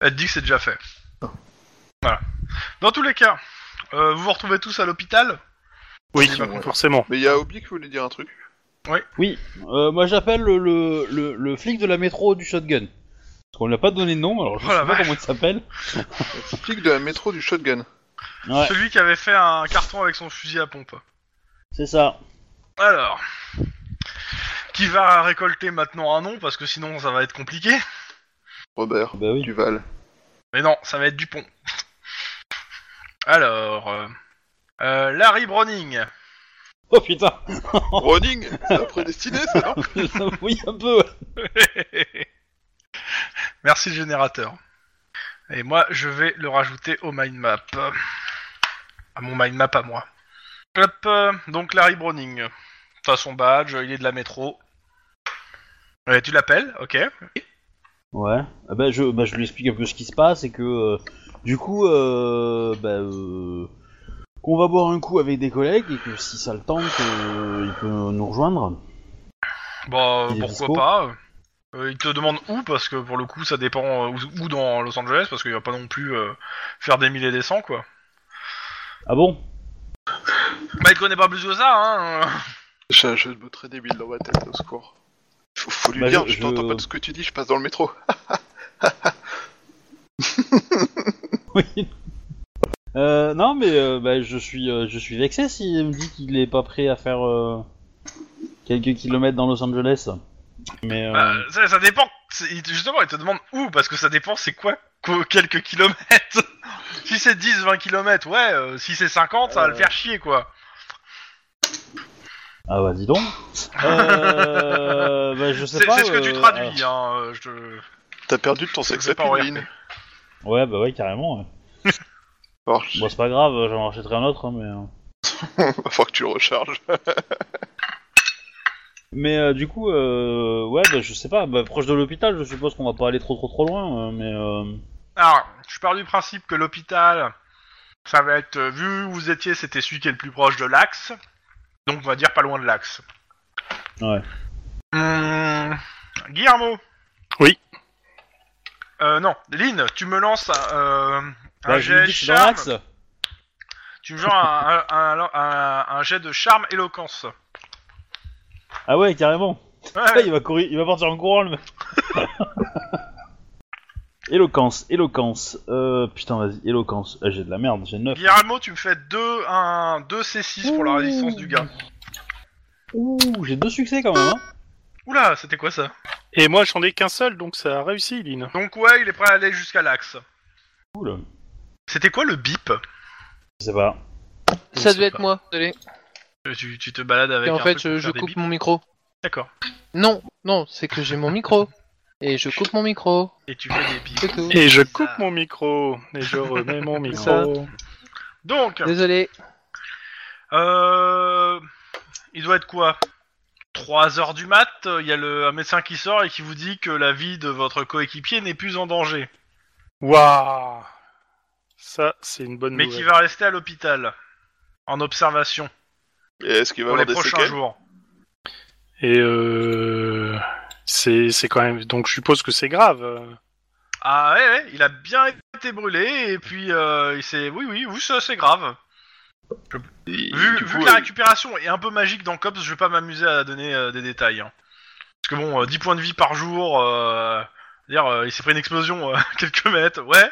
Elle te dit que c'est déjà fait. Voilà. Dans tous les cas, euh, vous vous retrouvez tous à l'hôpital.
Oui,
C'est bon, ouais.
forcément.
Mais il y a Obi qui voulait dire un truc.
Oui, euh, moi j'appelle le, le, le- le flic de la métro du shotgun. Parce qu'on lui a pas donné de nom, alors je
Oh la
sais pas
vache.
comment il s'appelle.
Flic de la métro du shotgun.
Ouais,
Celui qui avait fait un carton avec son fusil à pompe.
c'est ça.
Alors, qui va récolter maintenant un nom parce que sinon ça va être compliqué.
Robert
Bah oui.
Duval.
Mais non, ça va être Dupont. Alors, euh, euh, Larry Browning.
Oh putain
Running C'est un prédestiné, ça, non
Oui, un peu, ouais.
Merci le générateur. Et moi, je vais le rajouter au mind map. À mon mind map à moi. Hop, euh, donc Larry Browning. T'as son badge, il est de la métro. Euh, tu l'appelles, ok.
Ouais, Ah bah, je, bah, je lui explique un peu ce qui se passe et que euh, du coup, euh, bah, euh, qu'on va boire un coup avec des collègues et que si ça le tente, euh, il peut nous rejoindre.
Bah,
Il est
pourquoi
dispo
pas. Euh, il te demande où, parce que pour le coup, ça dépend euh, où, où dans Los Angeles, parce qu'il va pas non plus euh, faire des mille et des cents, quoi.
Ah bon
Bah, il connaît pas plus que ça, hein.
J'ai un jeu de mots très débile dans ma tête, au secours. Faut, faut lui
Bah,
dire,
je-
je, t'entends
je-
pas de ce que tu dis, je passe dans le métro.
Oui. Euh, non, mais euh, bah, je suis euh, je suis vexé s'il me dit qu'il est pas prêt à faire euh, quelques kilomètres dans Los Angeles. Mais euh,
Bah, ça, ça dépend. C'est- il- Justement, il te demande où, parce que ça dépend, c'est quoi quoi, Quelques kilomètres Si c'est
Euh,
10, 20 kilomètres, ouais. euh, si c'est 50, ça va le faire chier, quoi.
Ah bah dis donc. Euh, bah, je sais
C'est
pas.
c'est ce que tu
euh,
traduis, hein. euh, Je... te-
T'as perdu de ton sexe
vais pas en
appeal, Lynn.
euh, Ouais, bah ouais, carrément. ouais.
Alors,
Bon, c'est pas grave, j'en rachèterai un autre, hein, mais. euh.
va falloir que tu le recharges.
Mais euh, du coup, euh, ouais, bah, je sais pas. Bah, proche de l'hôpital, je suppose qu'on va pas aller trop trop trop loin, euh, mais. euh,
Alors, je pars du principe que l'hôpital, ça va être euh, vu où vous étiez, c'était celui qui est le plus proche de l'axe. Donc on va dire pas loin de l'axe.
Ouais.
Hum, Guillermo.
Oui.
Euh, non, Lynn, tu me lances un, euh, un
bah, je lui
jet
dis que c'est dans
charme.
l'axe.
Tu me lances un, un, un- un- un jet de charme éloquence.
Ah ouais, carrément.
Ouais,
Ah,
Ouais, il va courir, il va partir en courant le mec. éloquence, éloquence. Euh, putain, vas-y, éloquence. Ah, j'ai de la merde, j'ai 9.
Guillermo, tu me fais 2 un 2 C6 pour la
Ouh.
résistance du gars.
Ouh, j'ai deux succès quand même. Hein.
Oula, c'était quoi ça
Et moi, j'en ai qu'un seul, donc ça a réussi, Lynn.
Donc ouais, il est prêt à aller jusqu'à l'axe.
Cool.
C'était quoi le bip
Je sais pas.
Je
Ça
sais
devait être
pas.
moi, désolé.
Euh, tu, tu te balades avec
Et en
un
fait,
truc pour
je, je
faire des
coupe
bips
mon micro.
D'accord.
Non, non, c'est que j'ai mon micro. Et je coupe mon micro,
Et tu fais des bips.
c'est tout.
Et je
Ça.
coupe mon micro. Et je remets mon
Ça.
Oh.
micro.
Donc,
Désolé.
euh, il doit être quoi 3 heures du mat, euh, il y a le, un médecin qui sort et qui vous dit que la vie de votre coéquipier n'est plus en danger,
Waouh Ça, c'est une bonne
mais qui
nouvelle.
va rester à l'hôpital en observation
Et est-ce qu'il va
pour les
avoir des
prochains
séquelles
jours.
Et euh... C'est c'est quand même... Donc je suppose que c'est grave.
Ah ouais, ouais, il a bien été brûlé et puis euh, il s'est... Oui, oui, oui, ça c'est grave.
Il-
Vu,
du
vu
coup,
que la
euh,
récupération est un peu magique dans Cops, je vais pas m'amuser à donner euh, des détails. hein. Parce que bon, euh, 10 points de vie par jour, euh, dire euh, il s'est pris une explosion euh, quelques mètres, ouais.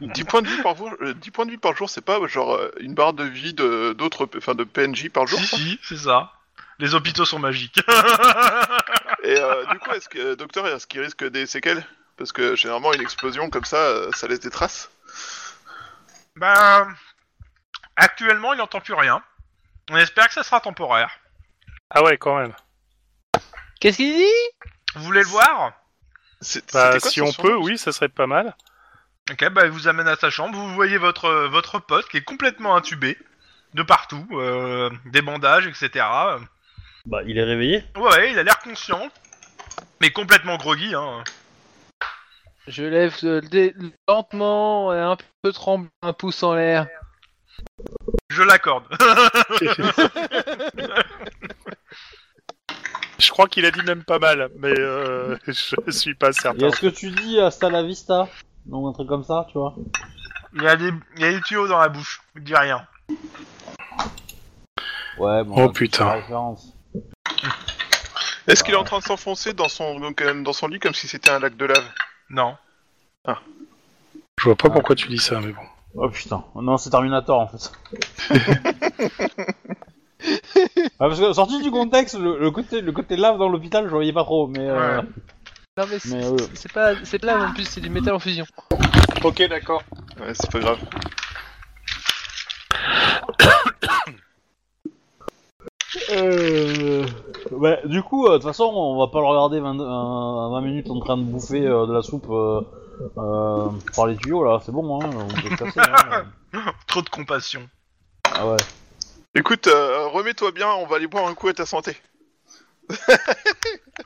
10 euh, points de vie par jour, euh, 10 points de vie par jour, c'est pas euh, genre euh, une barre de vie de d'autres, enfin de PNJ par jour.
si,
ça
si, c'est ça. Les hôpitaux sont magiques.
Et euh, du coup, est-ce que euh, docteur, est-ce qu'il risque des séquelles Parce que généralement, une explosion comme ça, euh, ça laisse des traces.
ben, actuellement, il n'entend plus rien. On espère que ça sera temporaire.
Ah ouais, quand même.
Qu'est-ce qu'il dit
Vous voulez le voir
C'est-
Bah,
c'était quoi
si
son
on
surnom
peut, oui, ça serait pas mal.
Ok, bah il vous amène à sa chambre, vous voyez votre, euh, votre pote qui est complètement intubé, de partout, euh, des bandages, etc.
Bah, il est réveillé.
Ouais, ouais, il a l'air conscient, mais complètement groggy, hein.
Je lève euh, dé- lentement, euh, un peu tremble, un pouce en l'air.
Je l'accorde.
Je crois qu'il a dit même pas mal, mais euh, je suis pas
Et
certain.
est-ce que tu dis hasta la vista Donc un truc comme ça, tu vois.
il, y a des, il y a des tuyaux dans la bouche, il dit rien.
Ouais, bon.
Oh,
on a tous
putain.
la référence.
Est-ce qu'il est en train de s'enfoncer dans son donc, euh, dans son lit comme si c'était un lac de lave
Non.
Je vois pas pourquoi tu dis ça, mais bon.
Oh putain. Non, c'est Terminator en fait. Ah, parce que sorti du contexte, le, le côté le côté lave dans l'hôpital, je voyais pas trop, mais. euh,
Non mais c'est
Mais, euh,
c'est pas, c'est de là en plus, c'est du métal en fusion.
Ok, d'accord.
Ouais, c'est pas grave.
Euh... Ouais, du coup, euh, de toute façon, on va pas le regarder 20, euh, 20 minutes en train de bouffer euh, de la soupe euh, euh, par les tuyaux là, c'est bon, hein, on peut se casser. hein.
Trop de compassion.
Ah ouais.
Écoute, euh, remets-toi bien, on va aller boire un coup à ta santé.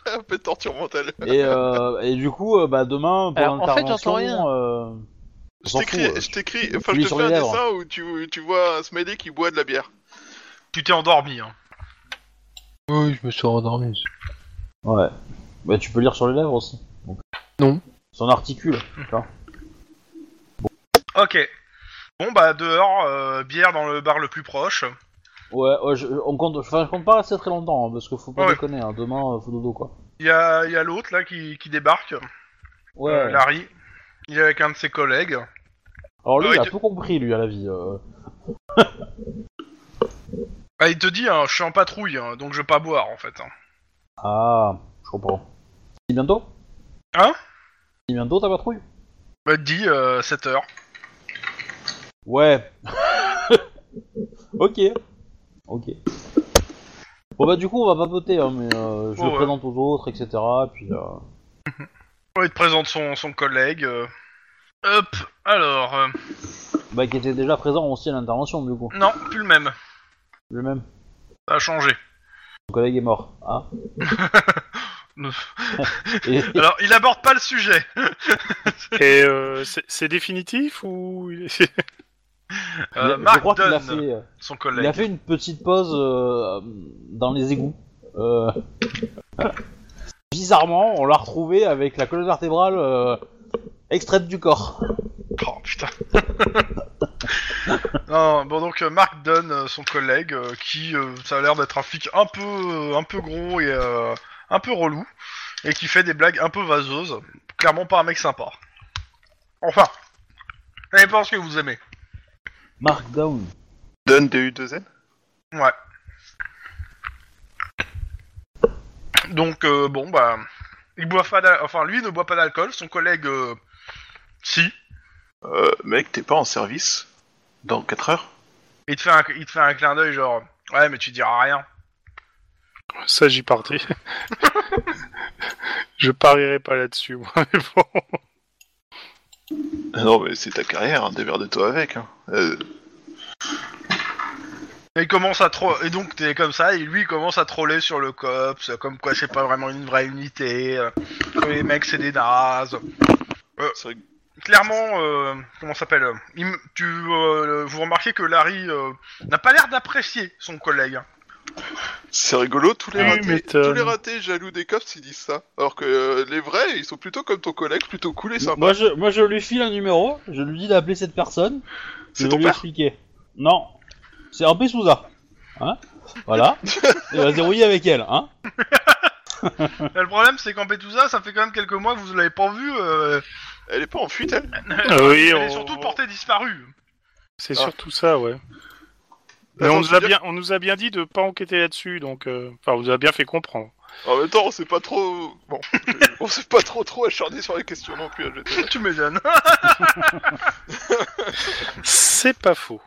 un peu de torture mentale.
Et, euh, et du coup, euh, bah, demain, pour
Alors, en fait,
l'intervention.
j'entends rien.
euh, on
Je
s'en fout,
t'écris,
euh,
je t'écris, enfin
lui
je te
sur
fais
les
un
lèvres.
dessin où tu, tu vois un Smiley qui boit de la bière.
Tu t'es endormi, hein.
Oui, je me suis rendormi.
Ouais. Bah, tu peux lire sur les lèvres aussi. donc.
Non.
Son articule. tu vois.
Ok. Bon, bah dehors, euh, bière dans le bar le plus proche.
Ouais, ouais, je, on compte, enfin, je compte pas rester très longtemps, hein, parce que faut pas
Ouais.
déconner, hein, demain, euh, faut dodo quoi.
Il y a, il y a l'autre là qui, qui débarque,
Ouais.
euh, Larry. Il est avec un de ses collègues.
Alors lui,
Ouais,
il a
il-
tout compris, lui, à la vie. euh.
Ah, il te dit, hein, je suis en patrouille, hein, donc je vais pas boire en fait. hein.
Ah, je comprends. Et bientôt
Hein
Et bientôt ta patrouille
Bah, il te dit, euh, 7 heures.
Ouais. ok. Ok. Bon bah du coup on va papoter, hein, mais euh, je
Oh,
le
ouais.
présente aux autres, etc. Et puis, euh,
Ouais, il te présente son, son collègue. euh. Hop, alors... euh,
bah qui était déjà présent aussi à l'intervention du coup.
Non, plus le même.
Le même.
Ça a changé.
Mon collègue est mort. Ah. Et-
Alors, il aborde pas le sujet.
Et euh, c'est- c'est définitif ou
Euh,
je
Mark
crois qu'il a,
Dunn,
fait, euh,
son
il a
collègue.
fait une petite pause euh, dans les égouts. Euh, Bizarrement, on l'a retrouvé avec la colonne vertébrale euh, extraite du corps.
Oh putain. non, bon donc euh, Mark Dunn, euh, son collègue, euh, qui euh, ça a l'air d'être un flic un peu, euh, un peu gros et euh, un peu relou, et qui fait des blagues un peu vaseuses. Clairement pas un mec sympa. Enfin, ça dépend ce que vous aimez.
Mark Down.
Donne des U2N
Ouais. Donc euh, bon bah, il boit pas, d'al- enfin lui ne boit pas d'alcool, son collègue euh, si.
euh, Mec, t'es pas en service dans 4 heures
Il te fait un, il te fait un clin d'œil genre ouais mais tu diras rien.
ça j'y partais Je parierais pas là-dessus. moi, mais bon.
Ah Non, mais c'est ta carrière, hein, démerde-toi avec. Hein. Euh,
Et il commence à trop et donc t'es comme ça et lui il commence à troller sur le cops comme quoi c'est pas vraiment une vraie unité euh, que les mecs c'est des nazes
c'est vrai que-
clairement euh, comment ça s'appelle euh, il m- tu euh, vous remarquez que Larry euh, n'a pas l'air d'apprécier son collègue hein.
c'est rigolo, tous les,
Tu
ratés,
m'étonnes.
tous les ratés jaloux des cops, ils disent ça. Alors que euh, les vrais, ils sont plutôt comme ton collègue, plutôt cool et sympa.
Bah, Moi je, moi je lui file un numéro, je lui dis d'appeler cette personne. Je
c'est
vais
ton
lui
père
expliquer. Non, c'est un Souza. Hein Voilà. Il va se dérouiller avec elle, hein
Euh, le problème c'est qu'en Pétouza ça fait quand même quelques mois que vous l'avez pas vu euh,
Elle est pas en fuite, elle
Euh, oui,
elle
on-
est surtout portée disparue
C'est
Ah.
surtout ça, ouais. Mais
Attends,
on
tu
nous,
veux
a
dire-
bien, on nous a bien dit de pas enquêter là-dessus, donc euh, enfin, on nous a bien fait comprendre.
En même temps, on s'est pas trop... Bon, je- on s'est pas trop trop acharné sur les questions non plus. hein, je vais te dire.
tu m'étonnes
C'est pas faux.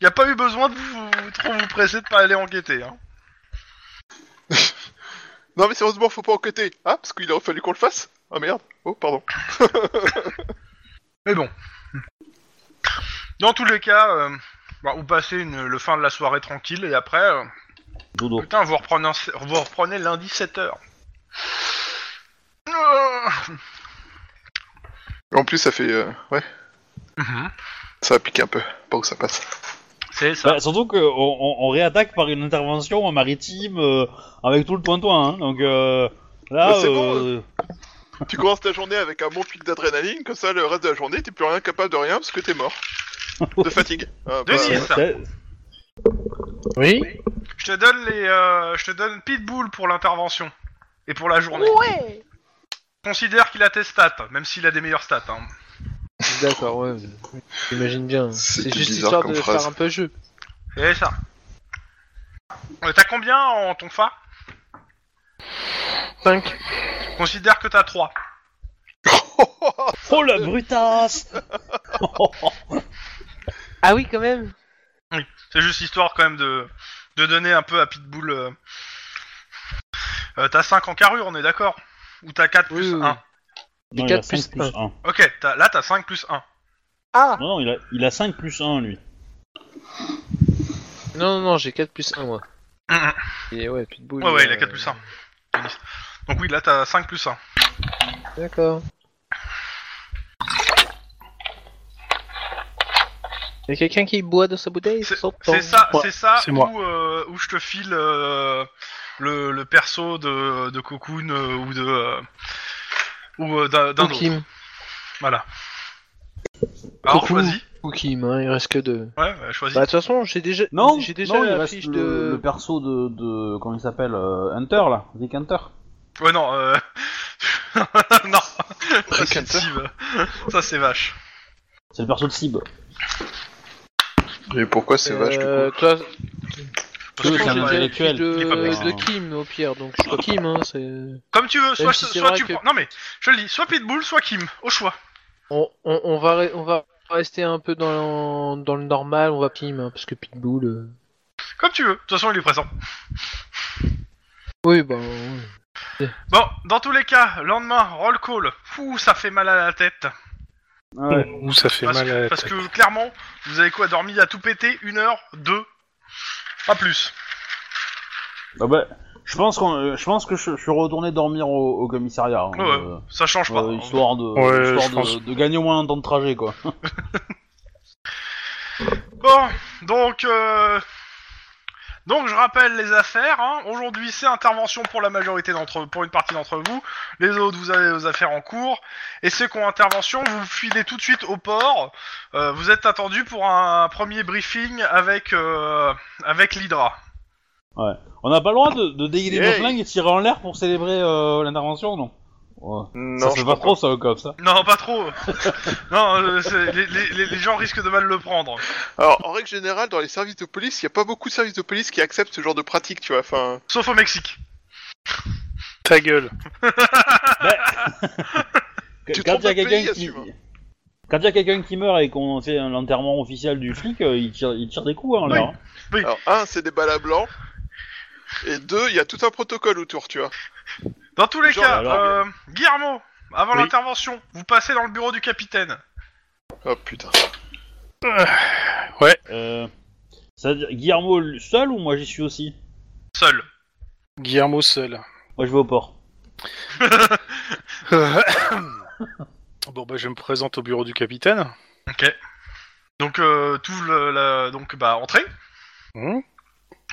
y a pas eu besoin de vous, vous- trop vous presser de pas aller enquêter hein.
Non mais sérieusement, faut pas enquêter. Ah, parce qu'il aurait fallu qu'on le fasse Ah merde. Oh, pardon.
Mais bon. Dans tous les cas, euh, bah, vous passez une- le fin de la soirée tranquille et après, euh,
Dodo.
putain, vous reprenez, en- vous reprenez lundi 7h. Ah.
En plus, ça fait... euh, Ouais, ça pique un peu, pas où ça passe.
C'est ça.
Bah, surtout qu'on on, on réattaque par une intervention en maritime euh, avec tout le pointoin, hein. Donc euh, là,
Bah, c'est bon,
euh,
Tu commences ta journée avec un bon pic d'adrénaline, comme ça le reste de la journée t'es plus rien capable de rien parce que t'es mort. De fatigue. Ah, bah,
Denis
c'est-
Oui
Je te donne les, euh, je te donne Pitbull pour l'intervention et pour la journée.
Ouais
Considère qu'il a tes stats, même s'il a des meilleures stats. hein.
D'accord, ouais. J'imagine bien.
C'est
C'est
C'était
juste
juste bizarre histoire
histoire
comme
de
de phrase.
faire
faire
un peu jeu.
Et ça. Euh, T'as combien en ton fa
5.
Considère que t'as 3.
Oh la brutasse
Ah oui, quand même
C'est juste histoire quand même de, de donner un peu à Pitbull. euh, euh, t'as 5 en carrure, on est d'accord Ou t'as 4 plus
Oui,
1
oui.
Non, il a
quatre
5
plus
plus 1.
Ok, t'as- là t'as 5 plus 1.
Ah
Non, non, il a, il a 5 plus 1, lui.
Non, non, non, j'ai 4 plus 1, moi.
Mhm.
Et ouais, Pitbull.
Ouais, ouais, il a
euh,
4 plus 1. Donc oui, là t'as 5 plus 1.
D'accord. Y'a quelqu'un qui boit de sa bouteille
C'est
sans
c'est
temps.
ça,
Ouais,
c'est ça
c'est moi.
où, euh, où je te file euh, le, le perso de, de Cocoon euh, ou de. euh, ou euh, d'un d'un
Ou
autre.
Kim.
Voilà. Alors
Cocoon.
choisis.
Ou Kim, hein, il reste que deux.
Ouais, ouais, choisis.
Bah, de toute façon, j'ai déjà,
Non,
j'ai déjà
non, il
la
reste
fiche
le, le
de.
perso de, de- Comment il s'appelle euh, Hunter, là. Rick Hunter.
Ouais, non, euh... non. Ça, c'est
Hunter.
Steve. Ça, c'est vache.
C'est le perso de Sib.
Et pourquoi c'est vache
Euh, toi,
Parce que
Oui,
j'ai-
c'est un
j'ai déjà la
intellectuel.
fiche de,
Il est pas hein.
médecin.
de Kim, au pire, donc je crois Kim, hein, c'est.
Comme tu veux, soit,
si c'est
soit
vrai
tu
que-
prends... Non mais, je le dis, soit Pitbull, soit Kim, au choix.
On, on, on va, re- on va rester un peu dans, dans le normal, on va Kim, hein, parce que Pitbull. euh,
Comme tu veux. De toute façon, il est présent.
Oui, bah. oui.
Bon, dans tous les cas, lendemain, roll call. Fou, ça fait mal à la tête.
Ah Ouais.
Ouh, ça fait
Parce,
mal à la
parce
tête.
que clairement, vous avez quoi dormi à tout péter Une heure, deux, pas plus.
Bah, bah, je pense qu'on, euh, je pense que je, je suis retourné dormir au, au commissariat. hein,
Ouais, ouais. Ça change
euh,
Bah,
pas.
euh, histoire de,
Ouais,
histoire
je
de-
pense.
de gagner au moins un temps de trajet quoi.
Bon, donc, euh, donc je rappelle les affaires. hein. Aujourd'hui, c'est intervention pour la majorité d'entre, pour une partie d'entre vous. Les autres, vous avez vos affaires en cours. Et ceux qui ont intervention, vous filez tout de suite au port. Euh, vous êtes attendus pour un premier briefing avec euh, avec l'Hydra.
On n'a pas le droit de, de dégainer
Yeah.
nos flingues et tirer en l'air pour célébrer euh, l'intervention, non Ouais.
Non,
Ça
je
c'est pas
pense
trop ça au cop ça.
Non, pas trop. non, euh, c'est- les, les- les- les gens risquent de mal le prendre.
Alors, en règle générale, dans les services de police, il n'y a pas beaucoup de services de police qui acceptent ce genre de pratique, tu vois. Enfin,
Sauf au Mexique.
Ta gueule.
Tu te
Quand
trompes
il y a
de pays,
quelqu'un qui
assume.
quand il y a quelqu'un qui meurt et qu'on fait un- l'enterrement officiel du flic, euh, il tire, il tire des coups hein,
Oui.
là. hein.
alors, un, c'est des balles à blanc. Et deux, il y a tout un protocole autour, tu vois.
Dans tous les
Genre,
cas,
alors,
euh, Guillermo, avant
Oui.
l'intervention, vous passez dans le bureau du capitaine.
Oh putain.
Euh, c'est-à-dire Guillermo seul ou moi j'y suis aussi
Seul.
Guillermo seul.
Moi je vais au port.
bon, bah, je me présente au bureau du capitaine.
Donc euh, tout le, la- donc bah entrée.
Hmm.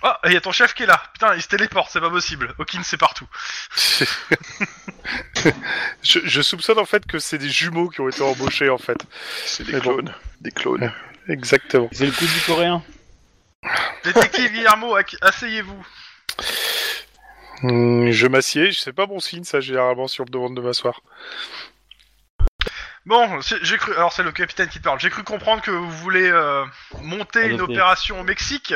Ah, il y a ton chef qui est là. Putain, il se téléporte, c'est pas possible. Hawkins c'est partout.
je, je soupçonne en fait que c'est des jumeaux qui ont été embauchés en fait.
C'est des
Mais bon.
clones. Des clones.
Exactement.
C'est le coup du coréen.
Détective Guillermo, ac- asseyez-vous.
Hmm, je m'assieds, c'est pas bon signe ça généralement si on me demande de m'asseoir.
Bon, c'est- j'ai cru. Alors c'est le capitaine qui parle. J'ai cru comprendre que vous voulez euh, monter une
Adopter.
opération au Mexique.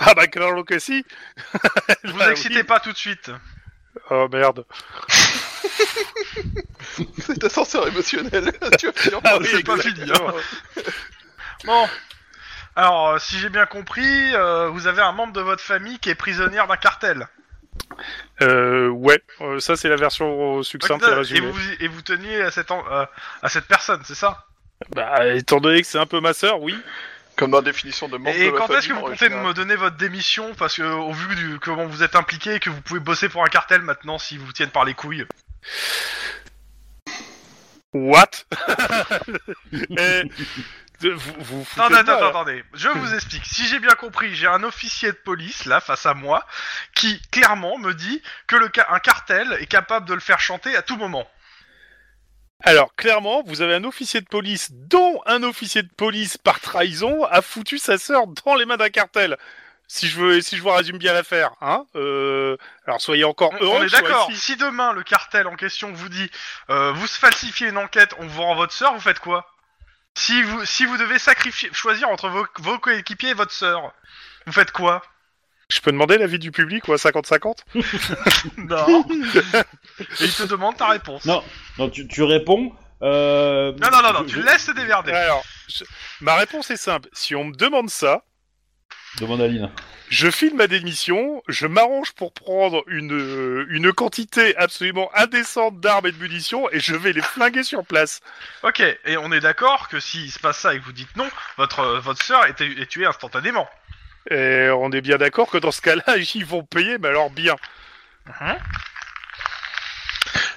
Ah bah clairement que si
Je vous
Bah oui.
excitez pas tout de suite.
Oh merde.
C'est ascenseur émotionnel. tu vas finir
Ah
par
oui,
les-
c'est pas fini. hein. Bon. Alors, euh, si j'ai bien compris, euh, vous avez un membre de votre famille qui est prisonnière d'un cartel.
Euh, ouais, Euh, ça c'est la version euh, succincte et
et,
résumée.
vous, et vous teniez à cette, en- euh, à cette personne, c'est ça
Bah étant donné que c'est un peu ma sœur, oui.
Comme dans la définition de membre de
Et
ma
quand est-ce
famille,
que vous
en
comptez
général.
me donner votre démission Parce que au vu du comment vous êtes impliqué et que vous pouvez bosser pour un cartel maintenant si vous tiennent par les couilles.
What Eh, de- vous, vous foutez
Attendez,
de moi, hein.
attendez,
là.
attendez. Je vous explique. Si j'ai bien compris, j'ai un officier de police là face à moi qui clairement me dit que le ca- un cartel est capable de le faire chanter à tout moment.
Alors, clairement, vous avez un officier de police dont un officier de police par trahison a foutu sa sœur dans les mains d'un cartel. Si je veux, si je vous résume bien l'affaire, hein. euh, alors soyez encore
On, on est
heureux. que je sois
d'accord.
ici.
Si demain le cartel en question vous dit euh, vous falsifiez une enquête, on vous rend votre sœur, vous faites quoi Si vous si vous devez sacrifier choisir entre vos, vos coéquipiers et votre sœur, vous faites quoi
Je peux demander l'avis du public ou à 50-50
Non. Et il te demande ta réponse.
Non. Non tu, tu réponds. Euh...
non, non, non, non,
je-
tu
je-
le laisses se déverder.
Alors, je- ma réponse est simple. Si on me demande ça,
Demande à Lina.
je file ma démission, je m'arrange pour prendre une euh, une quantité absolument indécente d'armes et de munitions et je vais les flinguer sur place.
Ok, et on est d'accord que s'il se passe ça et que vous dites non, votre, euh, votre sœur est, est tuée instantanément.
Et on est bien d'accord que dans ce cas-là, ils vont payer, mais alors bien.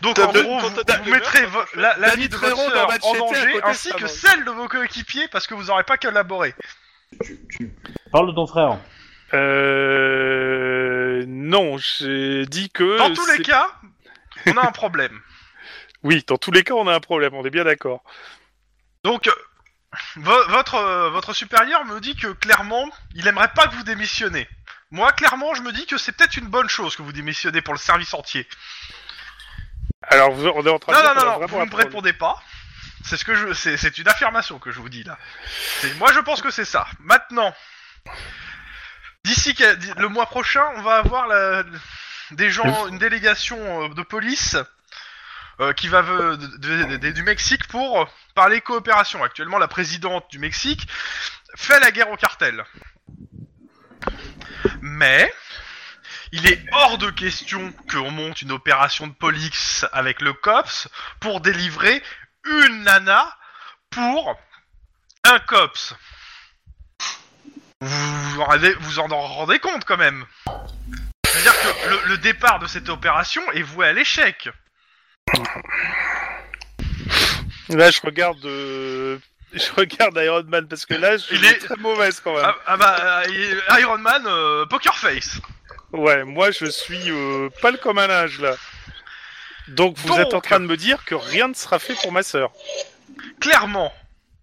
Donc
T'as
en
deux-
gros,
quand
vous,
t'as-
vous mettrez vo- la, la
t'as
vie
mis
de
Trero
votre
dans
sœur
Machete
en
à
danger
côté,
ainsi
ça
que
va.
celle de vos coéquipiers parce que vous n'aurez pas collaboré.
Parle de ton frère.
Euh... Non, j'ai dit que...
Dans tous les
Euh, c'est-
cas, on a un problème.
Oui, dans tous les cas, on a un problème, on est bien d'accord.
Donc, euh, vo- votre, euh, votre supérieur me dit que clairement, il aimerait pas que vous démissionnez. Moi, clairement, je me dis que c'est peut-être une bonne chose que vous démissionnez pour le service entier.
Alors, vous- on est en train
Non,
de...
non,
dire qu'on a
non, non,
vraiment
vous
un
ne me
problème.
répondez pas. C'est ce que je, c'est, c'est une affirmation que je vous dis là. C'est- moi, je pense que c'est ça. Maintenant, d'ici qu'à- d'i- le mois prochain, on va avoir la- des gens, une délégation euh, de police euh, qui va ve- de- de- de- du Mexique pour euh, parler coopération. Actuellement, la présidente du Mexique fait la guerre au cartel. Mais il est hors de question qu'on monte une opération de police avec le COPS pour délivrer une nana pour un COPS. Vous vous en rendez, vous en rendez compte quand même. C'est-à-dire que le, le départ de cette opération est voué à l'échec.
Là, je regarde. euh, Je regarde Iron Man parce que là, je
Il
suis
est-
très mauvaise quand même.
Ah, ah bah, euh, Iron Man, euh, Poker Face.
Ouais, moi je suis euh, pâle comme un linge là. Donc vous
Donc.
êtes en train de me dire que rien ne sera fait pour ma sœur.
clairement,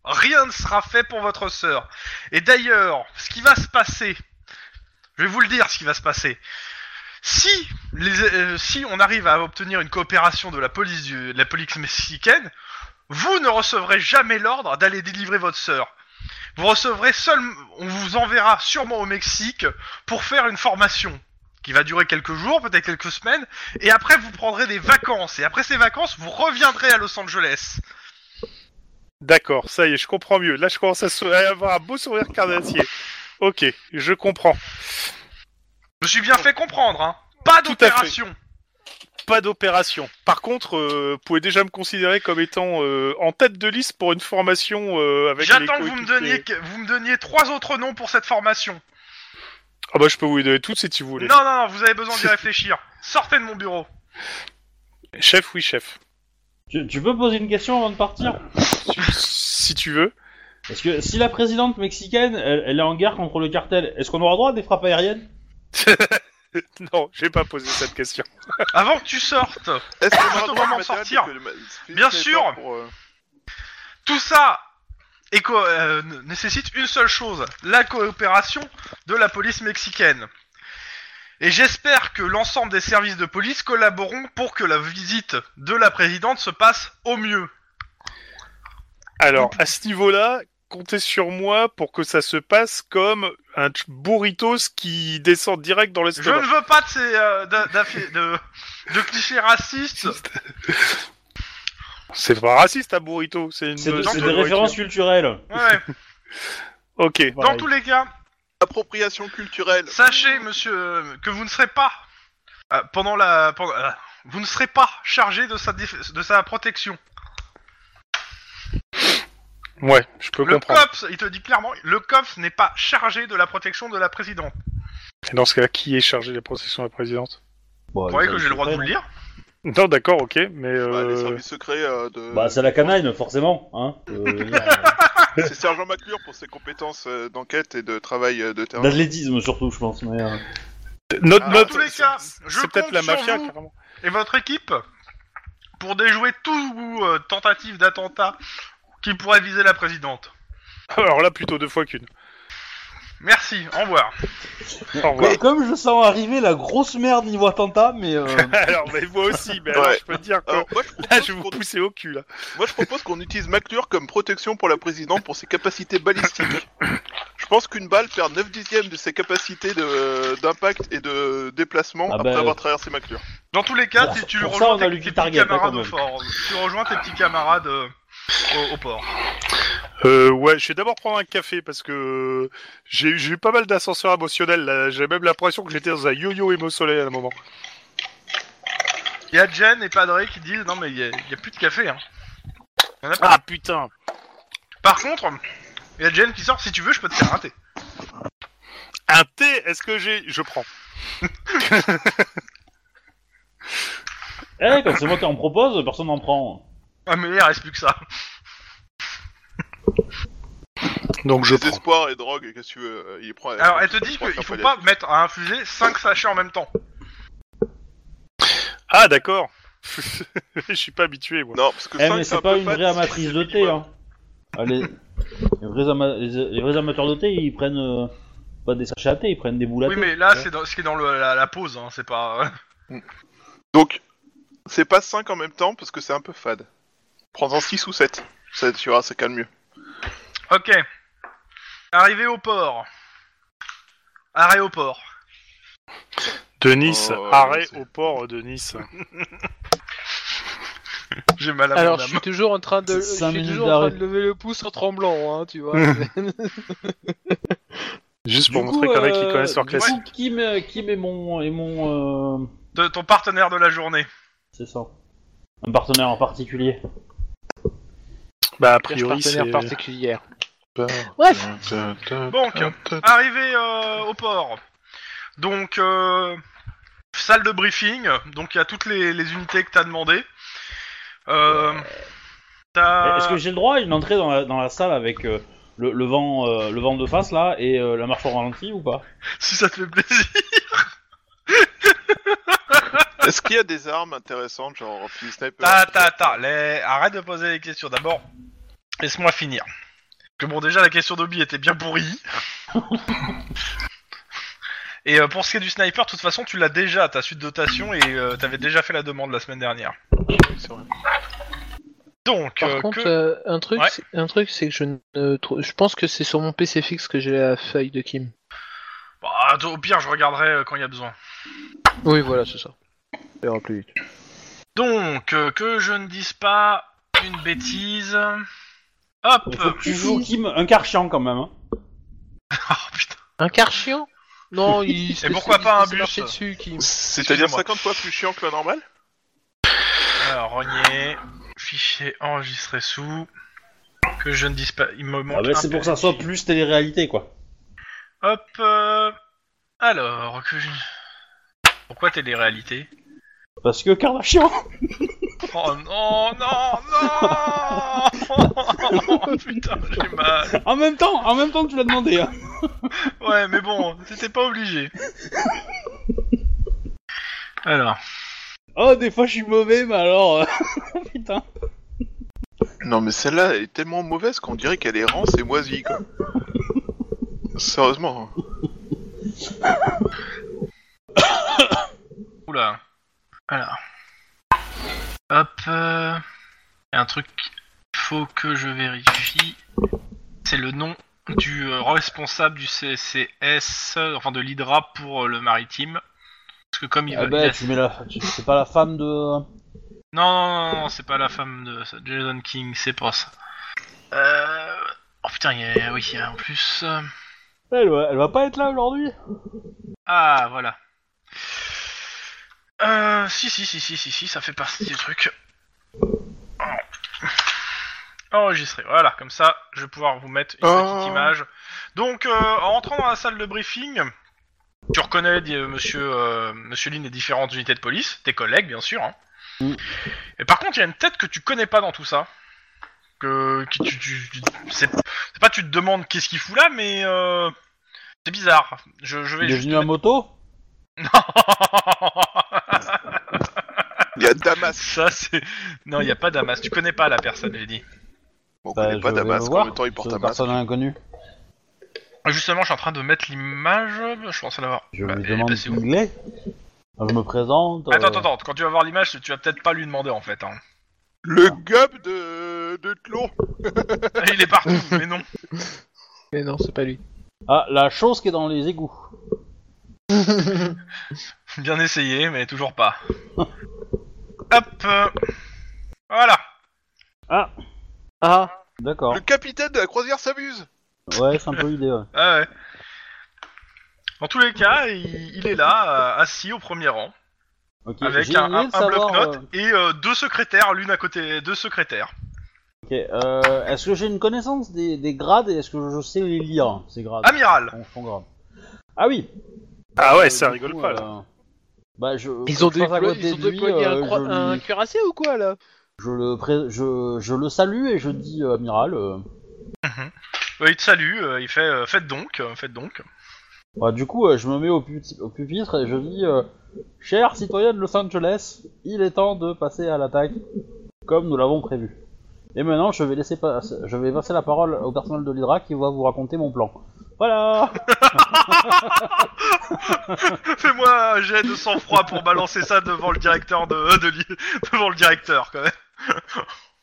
rien ne sera fait pour votre sœur. Et d'ailleurs, ce qui va se passer, je vais vous le dire, ce qui va se passer. Si, les- euh, si on arrive à obtenir une coopération de la police, du- de la police mexicaine, vous ne recevrez jamais l'ordre d'aller délivrer votre sœur. Vous recevrez seulement, on vous enverra sûrement au Mexique pour faire une formation qui va durer quelques jours, peut-être quelques semaines, et après vous prendrez des vacances. Et après ces vacances, vous reviendrez à Los Angeles.
D'accord, ça y est, je comprends mieux. Là, je commence à, sou- à avoir un beau sourire carnassier. Ok, je comprends.
Je me suis bien fait comprendre, hein. Pas
Tout à fait.
d'opération.
Pas d'opération. Par contre, euh, vous pouvez déjà me considérer comme étant euh, en tête de liste pour une formation euh, avec. les
J'attends que vous me
coéquipiers.
donniez que vous me donniez trois autres noms pour cette formation.
Ah bah je peux vous les donner toutes si tu voulez.
Non, non, non, vous avez besoin d'y réfléchir. Sortez de mon bureau.
Chef, oui chef.
Tu, tu peux poser une question avant de partir
si tu veux.
Parce que si la présidente mexicaine, elle, elle est en guerre contre le cartel, est-ce qu'on aura droit à des frappes aériennes
Non, j'ai pas posé cette question.
Avant que tu sortes,
Est-ce
Juste
qu'on
au
aura droit au
moment de
matériel
sortir.
que le ma- le
Bien
sniper
sûr.
pour, euh,
tout ça est co- euh, n- nécessite une seule chose la coopération de la police mexicaine. Et j'espère que l'ensemble des services de police collaboreront pour que la visite de la présidente se passe au mieux.
Alors, à ce niveau-là, comptez sur moi pour que ça se passe comme un ch- burritos qui descend direct dans
Je
l'estomac.
ne veux pas de ces euh, d'a- d'affi- de, de clichés racistes.
C'est pas raciste, un burrito. C'est une.
C'est de-
Euh, dans
c'est
tous
des
les
références culturelles.
Ouais.
Ok.
Dans
Pareil.
tous les cas,
Appropriation culturelle.
sachez, monsieur, euh, que vous ne serez pas euh, pendant la, pendant- euh, vous ne serez pas chargé de sa déf- de sa protection.
Ouais, je peux
Le
comprendre.
cops, il te dit clairement, le cops n'est pas chargé de la protection de la présidente.
Et dans ce cas-là, qui est chargé de la protection de la présidente
Bah,
Vous croyez que j'ai le droit de vous le dire
Non, d'accord, ok, mais.
Bah, les
euh,
services secrets euh, de.
Bah, c'est la canine, forcément, hein. Euh,
c'est Sergent McClure pour ses compétences euh, d'enquête et de travail euh, de terrain.
D'athlétisme, surtout, je pense, mais... euh,
Notre
Ah,
Dans
notre-
tous les cas, je
c'est peut-être
compte
la
sur
mafia,
vous.
carrément.
Et votre équipe pour déjouer tout euh, tentative d'attentat qui pourrait viser la présidente.
Alors là, plutôt deux fois qu'une.
Merci, au revoir.
Au revoir.
Comme je sens arriver la grosse merde niveau attentat, mais... euh,
alors, mais moi aussi, mais alors,
Ouais.
je peux te dire que.
Alors, moi, je
Là,
propose
je vais vous
qu'on-
pousser au cul, là.
moi, je propose qu'on utilise McClure comme protection pour la présidente pour ses capacités balistiques. Je pense qu'une balle perd 9 dixièmes de ses capacités de- d'impact et de déplacement
Ah
après
bah,
avoir traversé McClure.
Dans tous les cas,
Pour-
tu, tu
pour ça,
rejoins
on a
tes,
lui
tes
qui
petits
target, hein,
camarades
quand
au
même.
fort. Tu rejoins tes petits camarades euh, au, au port.
Euh, ouais, je vais d'abord prendre un café parce que j'ai eu j'ai eu pas mal d'ascenseurs émotionnels. là. J'ai même l'impression que j'étais dans un yo-yo émotionnel à un moment.
Il y a Jen et Padre qui disent non mais il y, a- il y a plus de café. Hein. Il y en a pas.
Ah putain
Par contre, il y a Jen qui sort. Si tu veux, je peux te faire un thé.
Un thé, est-ce que j'ai... Je prends.
Eh, quand c'est moi qui en propose, personne n'en prend.
Ah mais il reste plus que ça.
Donc je prends.
Désespoir et drogue, qu'est-ce que tu veux euh, Il prend.
Alors elle te dit
prend
qu'il
un
faut
peu
pas mettre à infuser 5 sachets en même temps.
Ah d'accord Je suis pas habitué, moi.
Non, parce que
Eh,
cinq,
mais c'est
un
pas
peu
une
fat,
vraie amatrice de thé, hein. Ah, les... les vrais ama- les- les vrais amateurs de thé, ils prennent euh, pas des sachets à thé, ils prennent des boules à
Oui
thé.
mais là c'est dans- ce qui est dans le- la, la pause. Hein, c'est pas. euh.
Donc, c'est pas 5 en même temps parce que c'est un peu fade. Prends-en 6 ou 7. Ça, tu verras, ça calme mieux.
Ok. Arrivé au port. Arrêt au port.
De Nice,
Oh,
arrêt
c'est-
au port de Nice.
J'ai mal à mon
Alors, je
âme.
suis toujours en train de, je
Cinq
suis
minutes
toujours en train
d'arrêt.
de lever le pouce en tremblant, hein, tu vois.
Juste pour
Du
montrer
coup,
qu'il y en a qui
euh,
connaissent leur
du
classique.
coup, Kim, euh, Kim est mon. Est mon euh,
De ton partenaire de la journée.
C'est ça. Un partenaire en particulier.
Bah, a
Recherche
priori, c'est.
partenaire particulière. Bref,
Donc, arrivé euh, au port. Donc, euh, salle de briefing. Donc, il y a toutes les, les unités que t'as demandées. Euh, t'as-
Est-ce que j'ai le droit à une entrée dans la, dans la salle avec euh, le, le vent, euh, le vent de face là et euh, la marche au ralenti ou pas
Si ça te fait plaisir.
Est-ce qu'il y a des armes intéressantes, genre euh, fusil sniper
Ta ta ta. Les... Arrête de poser les questions. D'abord, laisse-moi finir. Que bon, déjà la question d'Obi était bien pourrie. et euh, pour ce qui est du sniper, de toute façon, tu l'as déjà ta suite de dotation et euh, t'avais déjà fait la demande la semaine dernière.
C'est vrai.
Donc,
par
euh,
contre,
que-
euh, un truc,
Ouais.
c'est- un truc, c'est que je ne trou- je pense que c'est sur mon PC fixe que j'ai la feuille de Kim.
Bah, au pire, je regarderai euh, quand il y a besoin.
Oui, voilà, c'est ça. Ça ira plus vite.
Donc, euh, que je ne dise pas une bêtise. Hop
Il faut que tu joues Kim un quart chiant quand même. hein.
Oh, putain.
Un car chiant Non, il. s'est-
pourquoi
il
pas un
s'est
bus
marché dessus, Kim.
C'est-à-dire
Excusez-moi.
50 fois plus chiant que la normale
Alors, Rogné, fichier enregistré sous. Que je ne dise pas. Il me manque.
Ah bah,
un
c'est pour que ça
petit.
soit plus télé-réalité quoi.
Hop. euh, Alors, que je. Pourquoi télé-réalité
Parce que Kardashian
Oh non, non, non Putain, j'ai mal.
En même temps, en même temps que tu l'as demandé. hein.
Ouais, mais bon, c'était pas obligé. Alors.
Oh, des fois je suis mauvais, mais alors. euh, Putain.
Non, mais celle-là, elle est tellement mauvaise qu'on dirait qu'elle est rance et moisie, quoi. Sérieusement. hein.
Oula. Alors. Hop. euh, y a un truc qu'il faut que je vérifie. C'est le nom du euh, responsable du CCS, euh, enfin de l'IDRA pour euh, le maritime. Parce que comme il va.
Ah
il
bah,
a-
tu mets la. tu- C'est pas la femme de.
Non, non, non, non, c'est pas la femme de ça, Jason King, c'est pas ça. Euh... Oh putain, il y a... oui, il y a en plus. euh,
Elle va, elle va pas être là aujourd'hui
Ah, voilà. Euh, si, si, si, si, si, si, ça fait partie du truc. Enregistré, voilà, comme ça, je vais pouvoir vous mettre une
Oh.
petite image. Donc, euh, en rentrant dans la salle de briefing, tu reconnais des- euh, monsieur, euh, monsieur Lynn et différentes unités de police, tes collègues, bien sûr. hein.
Mm.
Et par contre, il y a une tête que tu connais pas dans tout ça. Que, qui- tu, tu- tu- c'est c'est pas tu te demandes qu'est-ce qu'il fout là, mais euh, c'est bizarre. Je, je vais
Il est
juste
venu
te
à moto
Il y a Damas.
Ça, c'est. Non, il n'y a pas Damas. Tu connais pas la personne, j'ai dit.
Bon, on
Bah,
connaît pas
je vais
Damas,
le
en
voir,
même temps, il porte
ce
un masque.
Personne inconnue.
Justement, je suis en train de mettre l'image. Je pensais l'avoir.
Je
Bah,
lui
elle est
demande
passée où
qu'il est. Je me présente. euh,
Attends, attends, attends. Quand tu vas voir l'image, tu vas peut-être pas lui demander en fait. hein.
Le gob de... de Tlon
il est partout, mais non.
Mais non, c'est pas lui.
Ah, la chose qui est dans les égouts.
Bien essayé, mais toujours pas. Hop. euh, Voilà.
Ah,
D'accord.
Le capitaine de la croisière s'amuse
Ouais, c'est un peu l'idée. ouais.
Ah ouais. Dans tous les cas, il, il est là, euh, assis au premier rang,
Ok,
avec
j'ai
un,
une
un-
idée de
un
savoir,
bloc-notes
euh,
et euh, deux secrétaires, l'une à côté, deux secrétaires.
ok, euh, est-ce que j'ai une connaissance des, des grades et est-ce que je sais les lire, hein, ces grades
Amiral.
Son- son grade. Ah oui
Ah ouais,
Euh,
ça
du
rigole
coup,
pas,
euh,
là.
Bah, je,
ils ont,
je passe à
déplo-
côté
ils ont
de lui,
déployé un,
euh,
cro-
je lui-
un cuirassé ou quoi là
je, le pré- je, je le salue et je dis, euh, amiral, euh,
Euh, il te salue, euh, il fait euh, faites donc, euh, faites donc.
Bah, du coup, euh, je me mets au, pu- au pupitre et je dis euh, Chers citoyens de Los Angeles, il est temps de passer à l'attaque, comme nous l'avons prévu. Et maintenant, je vais, laisser pas- je vais passer la parole au personnel de l'Hydra qui va vous raconter mon plan. Voilà
Fais-moi un jet de sang-froid pour balancer ça devant le directeur de, euh, de l'i- devant le directeur quand même.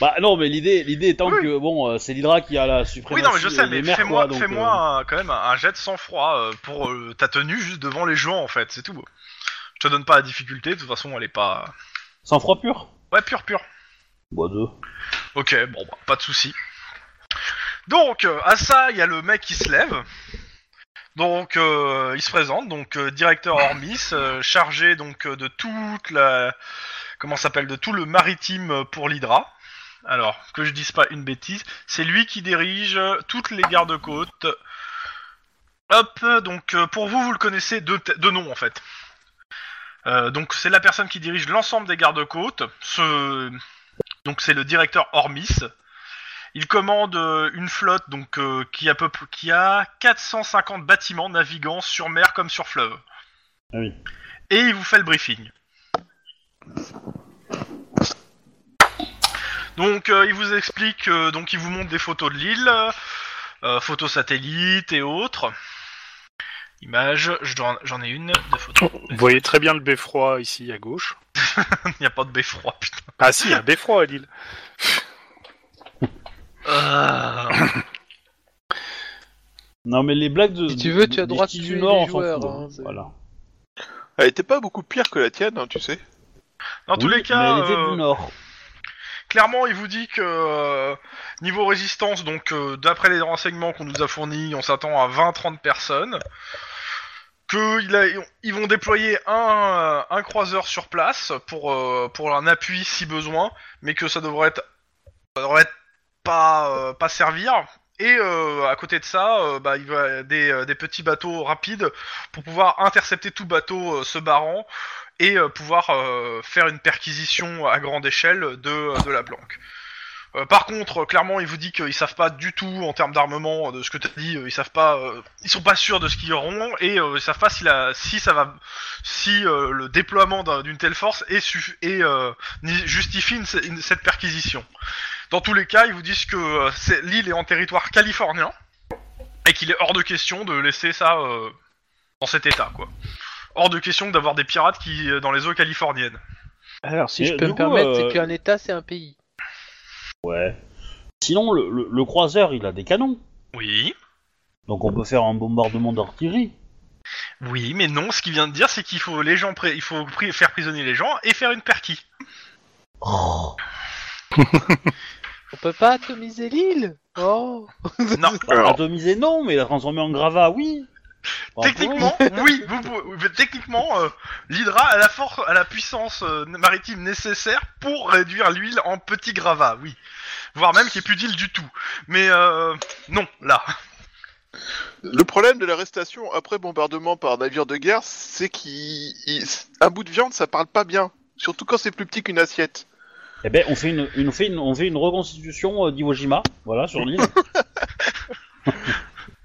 Bah non, mais l'idée l'idée étant
Oui.
que, bon, euh, c'est l'Hydra qui a la
Oui
suprématie.
non mais je sais
et euh, les
mais
mères,
fais-moi
quoi, donc, euh,
fais-moi un- quand même un un jet de sang-froid euh, pour euh, ta tenue juste devant les gens en fait, c'est tout. Je te donne pas la difficulté, de toute façon elle est pas
euh, Sans froid pur
ouais pure pure.
Bah deux.
Ok bon bah, pas de souci. Donc, euh, à ça, il y a le mec qui se lève. Donc, euh, il se présente, donc euh, directeur Hormis, euh, chargé donc euh, de toute la, comment ça s'appelle, de tout le maritime euh, pour l'Hydra. Alors que je dise pas une bêtise, c'est lui qui dirige euh, toutes les gardes-côtes. Hop, donc euh, pour vous, vous le connaissez de, t- de nom en fait. Euh, donc c'est la personne qui dirige l'ensemble des gardes-côtes. Ce... Donc c'est le directeur Hormis. Il commande euh, une flotte donc euh, qui, a peu, qui a 450 bâtiments naviguant sur mer comme sur fleuve.
Ah oui.
Et il vous fait le briefing. Donc euh, il vous explique, euh, donc il vous montre des photos de l'île, euh, photos satellites et autres. Images, je dois- j'en ai une de photos.
Vous voyez très bien le beffroi ici à gauche.
Il n'y a pas de beffroi, putain.
Ah si, il y a un beffroi à Lille.
Non, mais les blagues de.
Si tu veux, tu as
des
droit de
skis
tuer
du Nord,
les
on s'en
joueurs,
fout,
hein,
hein,
c'est-
Voilà.
Elle était pas beaucoup pire que la tienne, hein, tu sais.
Dans tous
Oui,
les cas,
Mais elle était
euh,
du Nord.
clairement, il vous dit que euh, niveau résistance, donc euh, d'après les renseignements qu'on nous a fournis, on s'attend à 20-30 personnes. Que il a- ils vont déployer un, euh, un croiseur sur place pour, euh, pour un appui si besoin, mais que ça devrait être, ça devrait être pas, euh, pas servir. Et euh, à côté de ça, euh, bah, il va des, euh, des petits bateaux rapides pour pouvoir intercepter tout bateau euh, se barrant et euh, pouvoir euh, faire une perquisition à grande échelle de, de la planque. Euh, par contre, euh, clairement, il vous dit qu'ils savent pas du tout en termes d'armement de ce que tu as dit. euh, Ils savent pas, euh, ils sont pas sûrs de ce qu'ils auront et euh, ils savent pas si, la, si ça va, si euh, le déploiement d'un- d'une telle force est, suff- est, euh, ni- justifie une- une- cette perquisition. Dans tous les cas, ils vous disent que euh, c'est- l'île est en territoire californien et qu'il est hors de question de laisser ça euh, dans cet état, quoi hors de question d'avoir des pirates qui euh, dans les eaux californiennes.
Alors, si
Mais
je
du
peux me
coup,
permettre,
euh,
c'est qu'un État, c'est un pays.
Ouais. Sinon, le, le- le croiseur, il a des canons.
Oui.
Donc on peut faire un bombardement d'artillerie.
Oui, mais non, ce qu'il vient de dire, c'est qu'il faut les gens, pri- il faut pri- faire prisonnier les gens et faire une perquis.
Oh.
On peut pas atomiser l'île Oh
Non,
Alors.
Atomiser, non, mais la transformer en gravat, oui. Par
techniquement, oui, vous pouvez- vous pouvez- techniquement, euh, l'hydra a la force, a la puissance euh, maritime nécessaire pour réduire l'huile en petits gravats, oui. Voire même qui est plus d'huile du tout. Mais euh, non, là.
Le problème de l'arrestation après bombardement par navire de guerre, c'est qu'un bout de viande, ça parle pas bien. Surtout quand c'est plus petit qu'une assiette.
contre, Eh ben, on fait une, une- on fait une, on fait une reconstitution euh, d'Iwo Jima, voilà, sur l'île.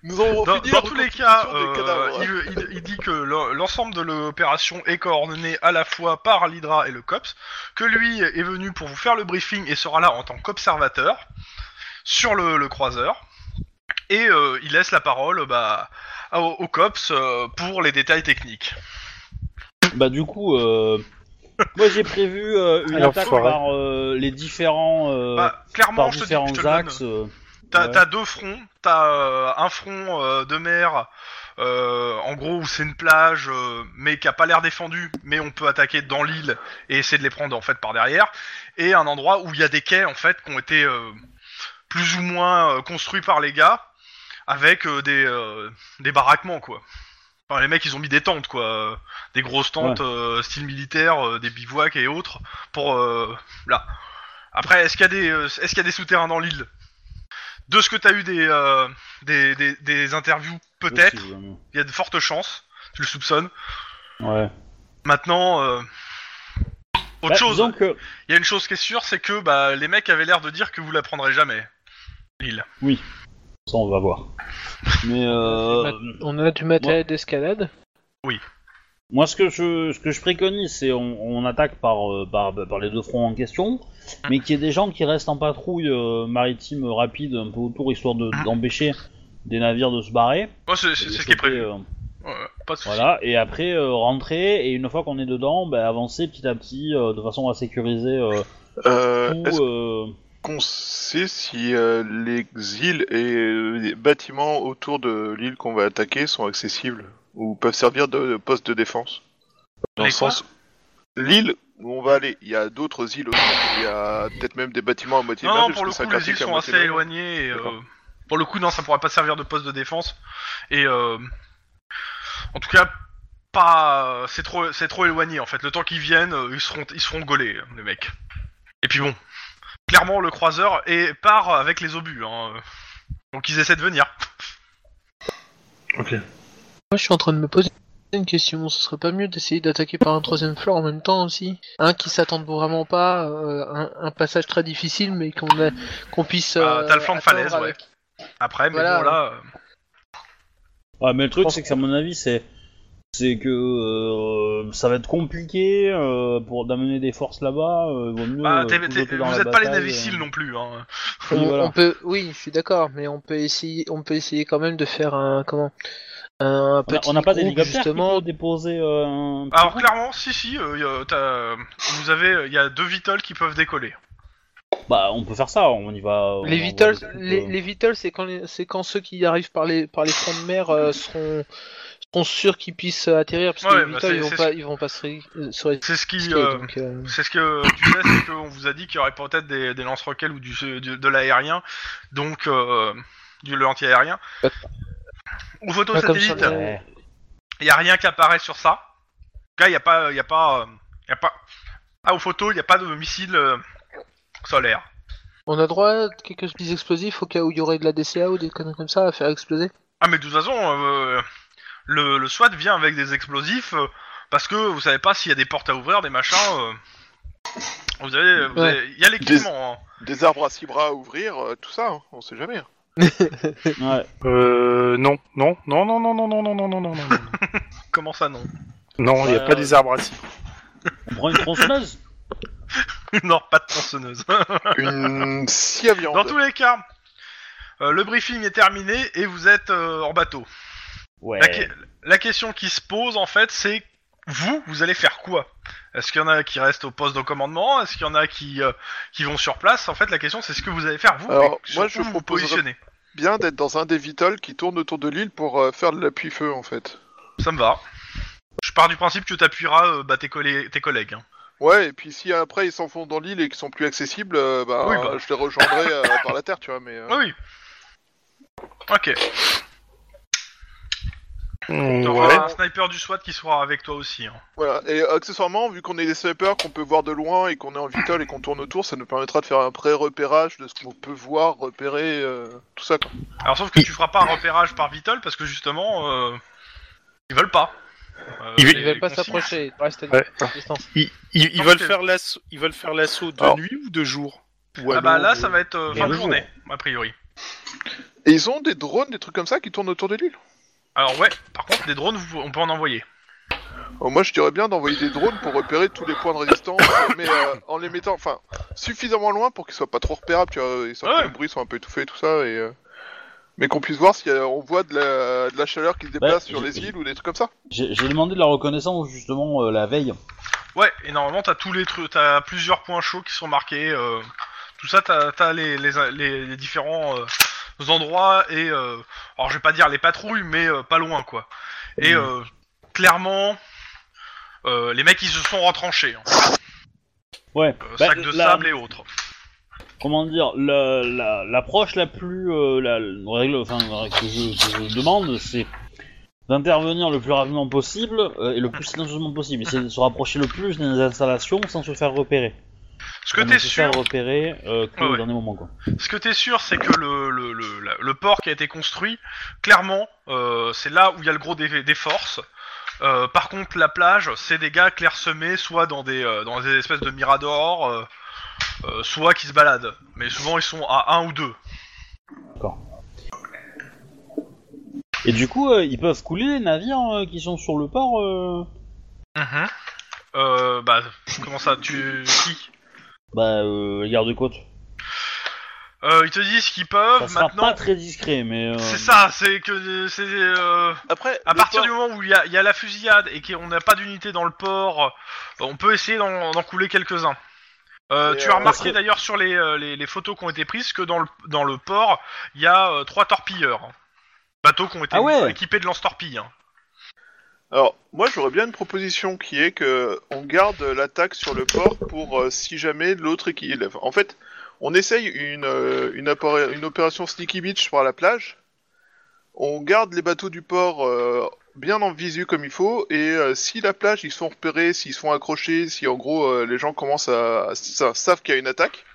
Nous avons
Dans,
fini
dans
la
tous les cas,
reconstitution des
euh,
cadavres. hein.
il, il- il dit que le- l'ensemble de l'opération est coordonné à la fois par l'Hydra et le COPS, que lui est venu pour vous faire le briefing et sera là en tant qu'observateur sur le, le croiseur, et euh, il laisse la parole bah, au, au COPS euh, pour les détails techniques.
bah du coup, euh, moi j'ai prévu euh, une
Alors,
attaque
foiré.
par euh, les différents, euh,
Bah,
par
clairement, je te, dis-
différents
je te le donne.
axes. euh,
T'as
ouais.
t'as deux fronts. T'as euh, un front euh, de mer, euh, en gros, où c'est une plage, euh, mais qui a pas l'air défendu, mais on peut attaquer dans l'île et essayer de les prendre en fait par derrière. Et un endroit où il y a des quais en fait qui ont été euh, plus ou moins euh, construits par les gars, avec euh, des, euh, des baraquements quoi. Enfin, les mecs, ils ont mis des tentes quoi, euh, des grosses tentes euh, style militaire, euh, des bivouacs et autres pour euh, là. Après, est-ce qu'il y a des, euh, est-ce qu'il y a des souterrains dans l'île de ce que t'as eu des, euh, des, des, des interviews, peut-être,
aussi, euh,
il y a de fortes chances, tu le soupçonnes.
Ouais.
Maintenant, euh, autre
Bah,
chose,
disons que-
il y a une chose qui est sûre, c'est que bah, les mecs avaient l'air de dire que vous la prendrez jamais. L'île.
ça on va voir. Mais euh,
On a du matériel d'escalade
Moi, ce que je, ce que je préconise, c'est on, on attaque par, euh, par, par les deux fronts en question, mais qu'il y ait des gens qui restent en patrouille euh, maritime euh, rapide un peu autour, histoire de- d'empêcher des navires de se barrer.
Moi, c'est c'est-
Et
c'est ce
de
qui est
choper,
prévu.
euh,
Ouais, pas de soucis.
voilà, et après euh, rentrer, et une fois qu'on est dedans, bah, avancer petit à petit euh, de façon à sécuriser euh,
Euh,
tout.
Est-ce
euh,
qu'on sait si euh, les îles et euh, les bâtiments autour de l'île qu'on va attaquer sont accessibles ou peuvent servir de, de poste de défense
Les
le sens- l'île où on va aller, il y a d'autres îles, autour. il y a peut-être même des bâtiments à moitié
Non,
mergés,
non, pour le
parce que
coup,
ça
les îles
critique à
sont
moitié
assez
mergés.
éloignées. et, euh,
D'accord.
Pour le coup, non, ça pourra pas servir de poste de défense. Et euh, en tout cas, pas. C'est trop, c'est trop éloigné en fait. Le temps qu'ils viennent, euh, ils seront, ils seront gaulés, les mecs. Et puis bon, clairement, le croiseur est part avec les obus. Hein. Donc ils essaient de venir.
Ok.
Moi, je suis en train de me poser une question. Ce serait pas mieux d'essayer d'attaquer par un troisième flanc en même temps aussi Un qui s'attende vraiment pas, euh, un, un passage très difficile, mais qu'on a- qu'on puisse. euh,
Bah, t'as le flanc de
attendre
falaise,
avec-
Après, mais
Voilà.
bon là. euh,
Ouais, mais le truc, c'est que, à mon avis, c'est c'est que euh, ça va être compliqué euh, pour d'amener des forces là-bas. euh, vaut mieux,
bah,
euh,
t'es-
tout
t'es-
jeter dans
vous
la
êtes pas les
bataille,
naviciles
euh.
non plus. Hein.
Oui,
on,
voilà.
on peut, oui, je suis d'accord, mais on peut essayer, on peut essayer quand même de faire un comment un
On a-
petit
On n'a pas
groupe,
d'hélicoptère qui
justement.
peut déposer euh, un petit
Alors
groupe
clairement, si si, euh, y a- t'as- vous avez, il y a deux vitoles qui peuvent décoller.
Bah, on peut faire ça, on y va. on
Les
envoie
vitals,
des trucs,
les,
euh,
les vitals, c'est quand les- c'est quand ceux qui arrivent par les par les fronts de mer euh, seront seront sûrs qu'ils puissent atterrir parce que
Ouais,
les
bah,
vitals
c'est-
ils vont
c'est-
pas ils vont pas se ri- euh, se
C'est ce qui,
risquer,
euh,
donc, euh,
c'est ce que tu sais, c'est qu'on vous a dit qu'il y aurait peut-être des, des lance-roquettes ou du, du- de l'aérien, donc euh, du l'anti-aérien.
Bah,
Ou
pas comme
photosatellite,
sur
il
le-
ouais.
y a rien qui apparaît sur ça. En tout cas, il y a pas, il y a pas, euh, y a pas. Ah, aux photos, il y a pas de missile euh, solaire.
On a droit à quelques petits explosifs au cas où il y aurait de la DCA ou des conneries comme ça à faire exploser.
Ah mais de toute façon, euh, le, le SWAT vient avec des explosifs euh, parce que vous savez pas s'il y a des portes à ouvrir, des machins. euh, vous avez, vous
Ouais.
avez- il y a l'équipement. hein.
Des arbres à six bras à ouvrir, euh, tout ça, hein, on sait jamais. hein.
Ouais.
Euh, non, non, non, non, non, non, non, non, non, non, non, non.
Comment ça non
Non, il n'y a
Ouais,
pas
ouais.
des arbres assis.
On prend une tronçonneuse
Non, pas de tronçonneuse.
Une scie à viande.
Dans tous les cas, euh, le briefing est terminé et vous êtes euh, en bateau.
Ouais.
La, que- la question qui se pose en fait, c'est vous, vous allez faire quoi Est-ce qu'il y en a qui restent au poste de commandement Est-ce qu'il y en a qui euh, qui vont sur place En fait, la question c'est ce que vous allez faire vous.
Alors,
et sur
moi, je
où vous vous
proposerais-
positionnez.
Bien d'être dans un des vitoles qui tourne autour de l'île pour euh, faire de l'appui-feu, en fait.
Ça me va. Je pars du principe que tu appuieras euh, bah, tes, collè- tes collègues. hein.
Ouais, et puis si après ils s'enfoncent dans l'île et qu'ils sont plus accessibles, euh, bah,
Oui, bah.
je les rejoindrai euh, par la terre, tu vois, mais... euh,
Oui, oui. Ok.
Mm,
T'auras
ouais.
un sniper du SWAT qui sera avec toi aussi. hein.
Voilà, et accessoirement, vu qu'on est des snipers, qu'on peut voir de loin et qu'on est en vitol et qu'on tourne autour, ça nous permettra de faire un pré-repérage de ce qu'on peut voir, repérer, euh, tout ça. Quoi.
Alors, sauf que tu feras pas un repérage par Vitol parce que justement, euh, ils veulent pas. Euh,
Ils-
les-
Ils veulent pas
les consignes-
s'approcher, reste à
Ouais.
distance.
Ils, ils- ils
Non,
veulent
c'est-
faire l'assaut. Ils veulent faire l'assaut de
Alors.
nuit ou de jour.
Ou
Ah
alors,
bah là,
euh,
ça va être euh,
Mais
fin de
le jour.
journée, a priori.
Et ils ont des drones, des trucs comme ça qui tournent autour de l'île.
Alors, ouais, par contre, des drones, vous- on peut en envoyer.
Alors, Oh, moi, je dirais bien d'envoyer des drones pour repérer tous les points de résistance, euh, mais euh, en les mettant, enfin, suffisamment loin pour qu'ils soient pas trop repérables, tu vois, ils
Ouais.
que le bruit soit un peu étouffé, tout ça, et... euh, Mais qu'on puisse voir si euh, on voit de la, de la chaleur qui se déplace sur
j'ai-
les îles ou des trucs comme ça.
J'ai j'ai demandé de la reconnaissance justement euh, la veille.
Ouais, et normalement, t'as tous les trucs, t'as plusieurs points chauds qui sont marqués. euh, tout ça, t'as as les, les, les- les différents euh, endroits et. euh, alors, je vais pas dire les patrouilles, mais euh, pas loin, quoi. Et euh, clairement, euh, les mecs, ils se sont retranchés. hein.
Ouais.
Euh,
Bah,
sac de
la-
sable et autres.
comment dire, la- la- l'approche la, plus euh, la, la règle, enfin que je, que je demande, c'est d'intervenir le plus rapidement possible euh, et le plus silencieusement possible. Essayer de se rapprocher le plus des installations sans se faire repérer.
Ce que
Pour ne
t'es
se
sûr,
faire repérer euh, que
Ouais,
au
ouais.
dernier moment quoi.
Ce que t'es sûr, c'est que le, le, le, la- le port qui a été construit, clairement, euh, c'est là où il y a le gros des, des forces. Euh, par contre, la plage, c'est des gars clairsemés, soit dans des, euh, dans des espèces de miradors, euh, euh, soit qui se baladent. Mais souvent, ils sont à un ou deux.
Et du coup, euh, ils peuvent couler les navires euh, qui sont sur le port. euh,
Euh, bah, comment ça, tu... Qui
bah, euh, les gardes-côtes.
euh, Ils te disent qu'ils
Ça
peuvent,
sera pas
maintenant...
très discret, mais. euh,
C'est ça, c'est que... c'est euh,
Après,
À partir du moment où il y, a- il y a la fusillade et qu'on n'a pas d'unité dans le port, euh, on peut essayer d'en d'en couler quelques-uns. Euh,
Et,
tu
euh,
as remarqué
parce que-
d'ailleurs sur les, euh, les, les photos qui ont été prises que dans le, dans le port, il y a euh, trois torpilleurs. Bateaux qui ont été
Ah ouais
équipés de lance-torpilles. hein.
Alors, moi j'aurais bien une proposition qui est que on garde l'attaque sur le port pour euh, si jamais l'autre équipe. En fait, On essaye une, euh, une, appara- une opération Sneaky Beach par la plage. On garde les bateaux du port euh, bien en visu comme il faut. Et euh, si la plage, ils sont repérés, s'ils sont accrochés, si en gros euh, les gens commencent à, à- sa- savent qu'il y a une attaque,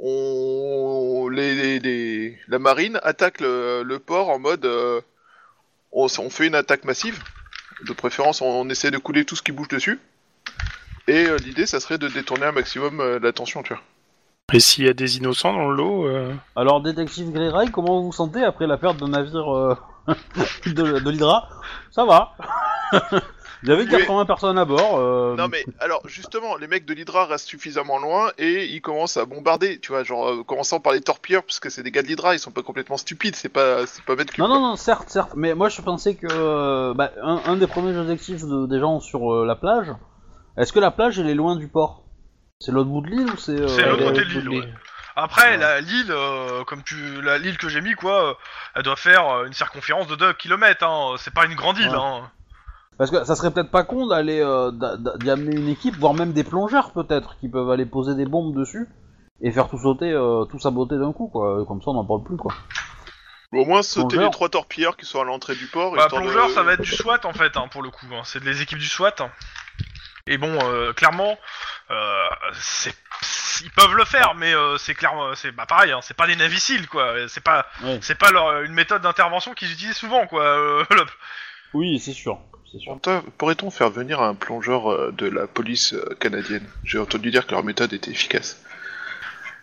on, les, les- les- la marine attaque le, le port en mode euh, on, s- on fait une attaque massive. De préférence, on, on essaie de couler tout ce qui bouge dessus. Et euh, l'idée, ça serait de détourner un maximum euh, l'attention, tu vois.
Et s'il y a des innocents dans le lot euh,
Alors, détective Greyrail, comment vous vous sentez après la perte d'un navire euh, de, de l'Hydra Ça va. Il y avait
Oui.
80 personnes à bord. euh,
Non mais alors justement, les mecs de l'Hydra restent suffisamment loin et ils commencent à bombarder, tu vois, genre euh, commençant par les torpilleurs parce que c'est des gars de l'Hydra, ils sont pas complètement stupides, c'est pas c'est pas bête que
Non, non, non, certes, certes, mais moi je pensais que euh, bah, un, un des premiers objectifs de- des gens sur euh, la plage, est-ce que la plage elle est loin du port C'est l'autre bout de l'île ou c'est. euh,
C'est l'autre
euh,
côté de l'île, ouais. Après, la l'île, euh, comme tu, la l'île que j'ai mis, quoi, euh, elle doit faire euh, une circonférence de 2 km. Hein. C'est pas une grande île.
Ouais.
Hein.
Parce que ça serait peut-être pas con d'aller euh, d'a- d'a- d'y amener une équipe, voire même des plongeurs peut-être, qui peuvent aller poser des bombes dessus et faire tout sauter, euh, tout saboter d'un coup, quoi. Comme ça on n'en parle plus, quoi.
au moins sauter
Plongeur.
les trois torpilleurs qui sont à l'entrée du port.
Bah,
histoire de-
plongeur, ça va être du SWAT en fait, hein, pour le coup. hein. C'est des équipes du SWAT. hein. Et bon, euh, clairement, euh, c'est- ils peuvent le faire, mais euh, c'est clairement, c'est bah pareil, hein, c'est pas des naviciles, quoi. C'est pas,
Ouais.
c'est pas leur, une méthode d'intervention qu'ils utilisent souvent, quoi. euh, le-
Oui, c'est sûr, c'est sûr.
Pourrait- Pourrait-on faire venir un plongeur euh, de la police euh, canadienne J'ai entendu dire que leur méthode était efficace.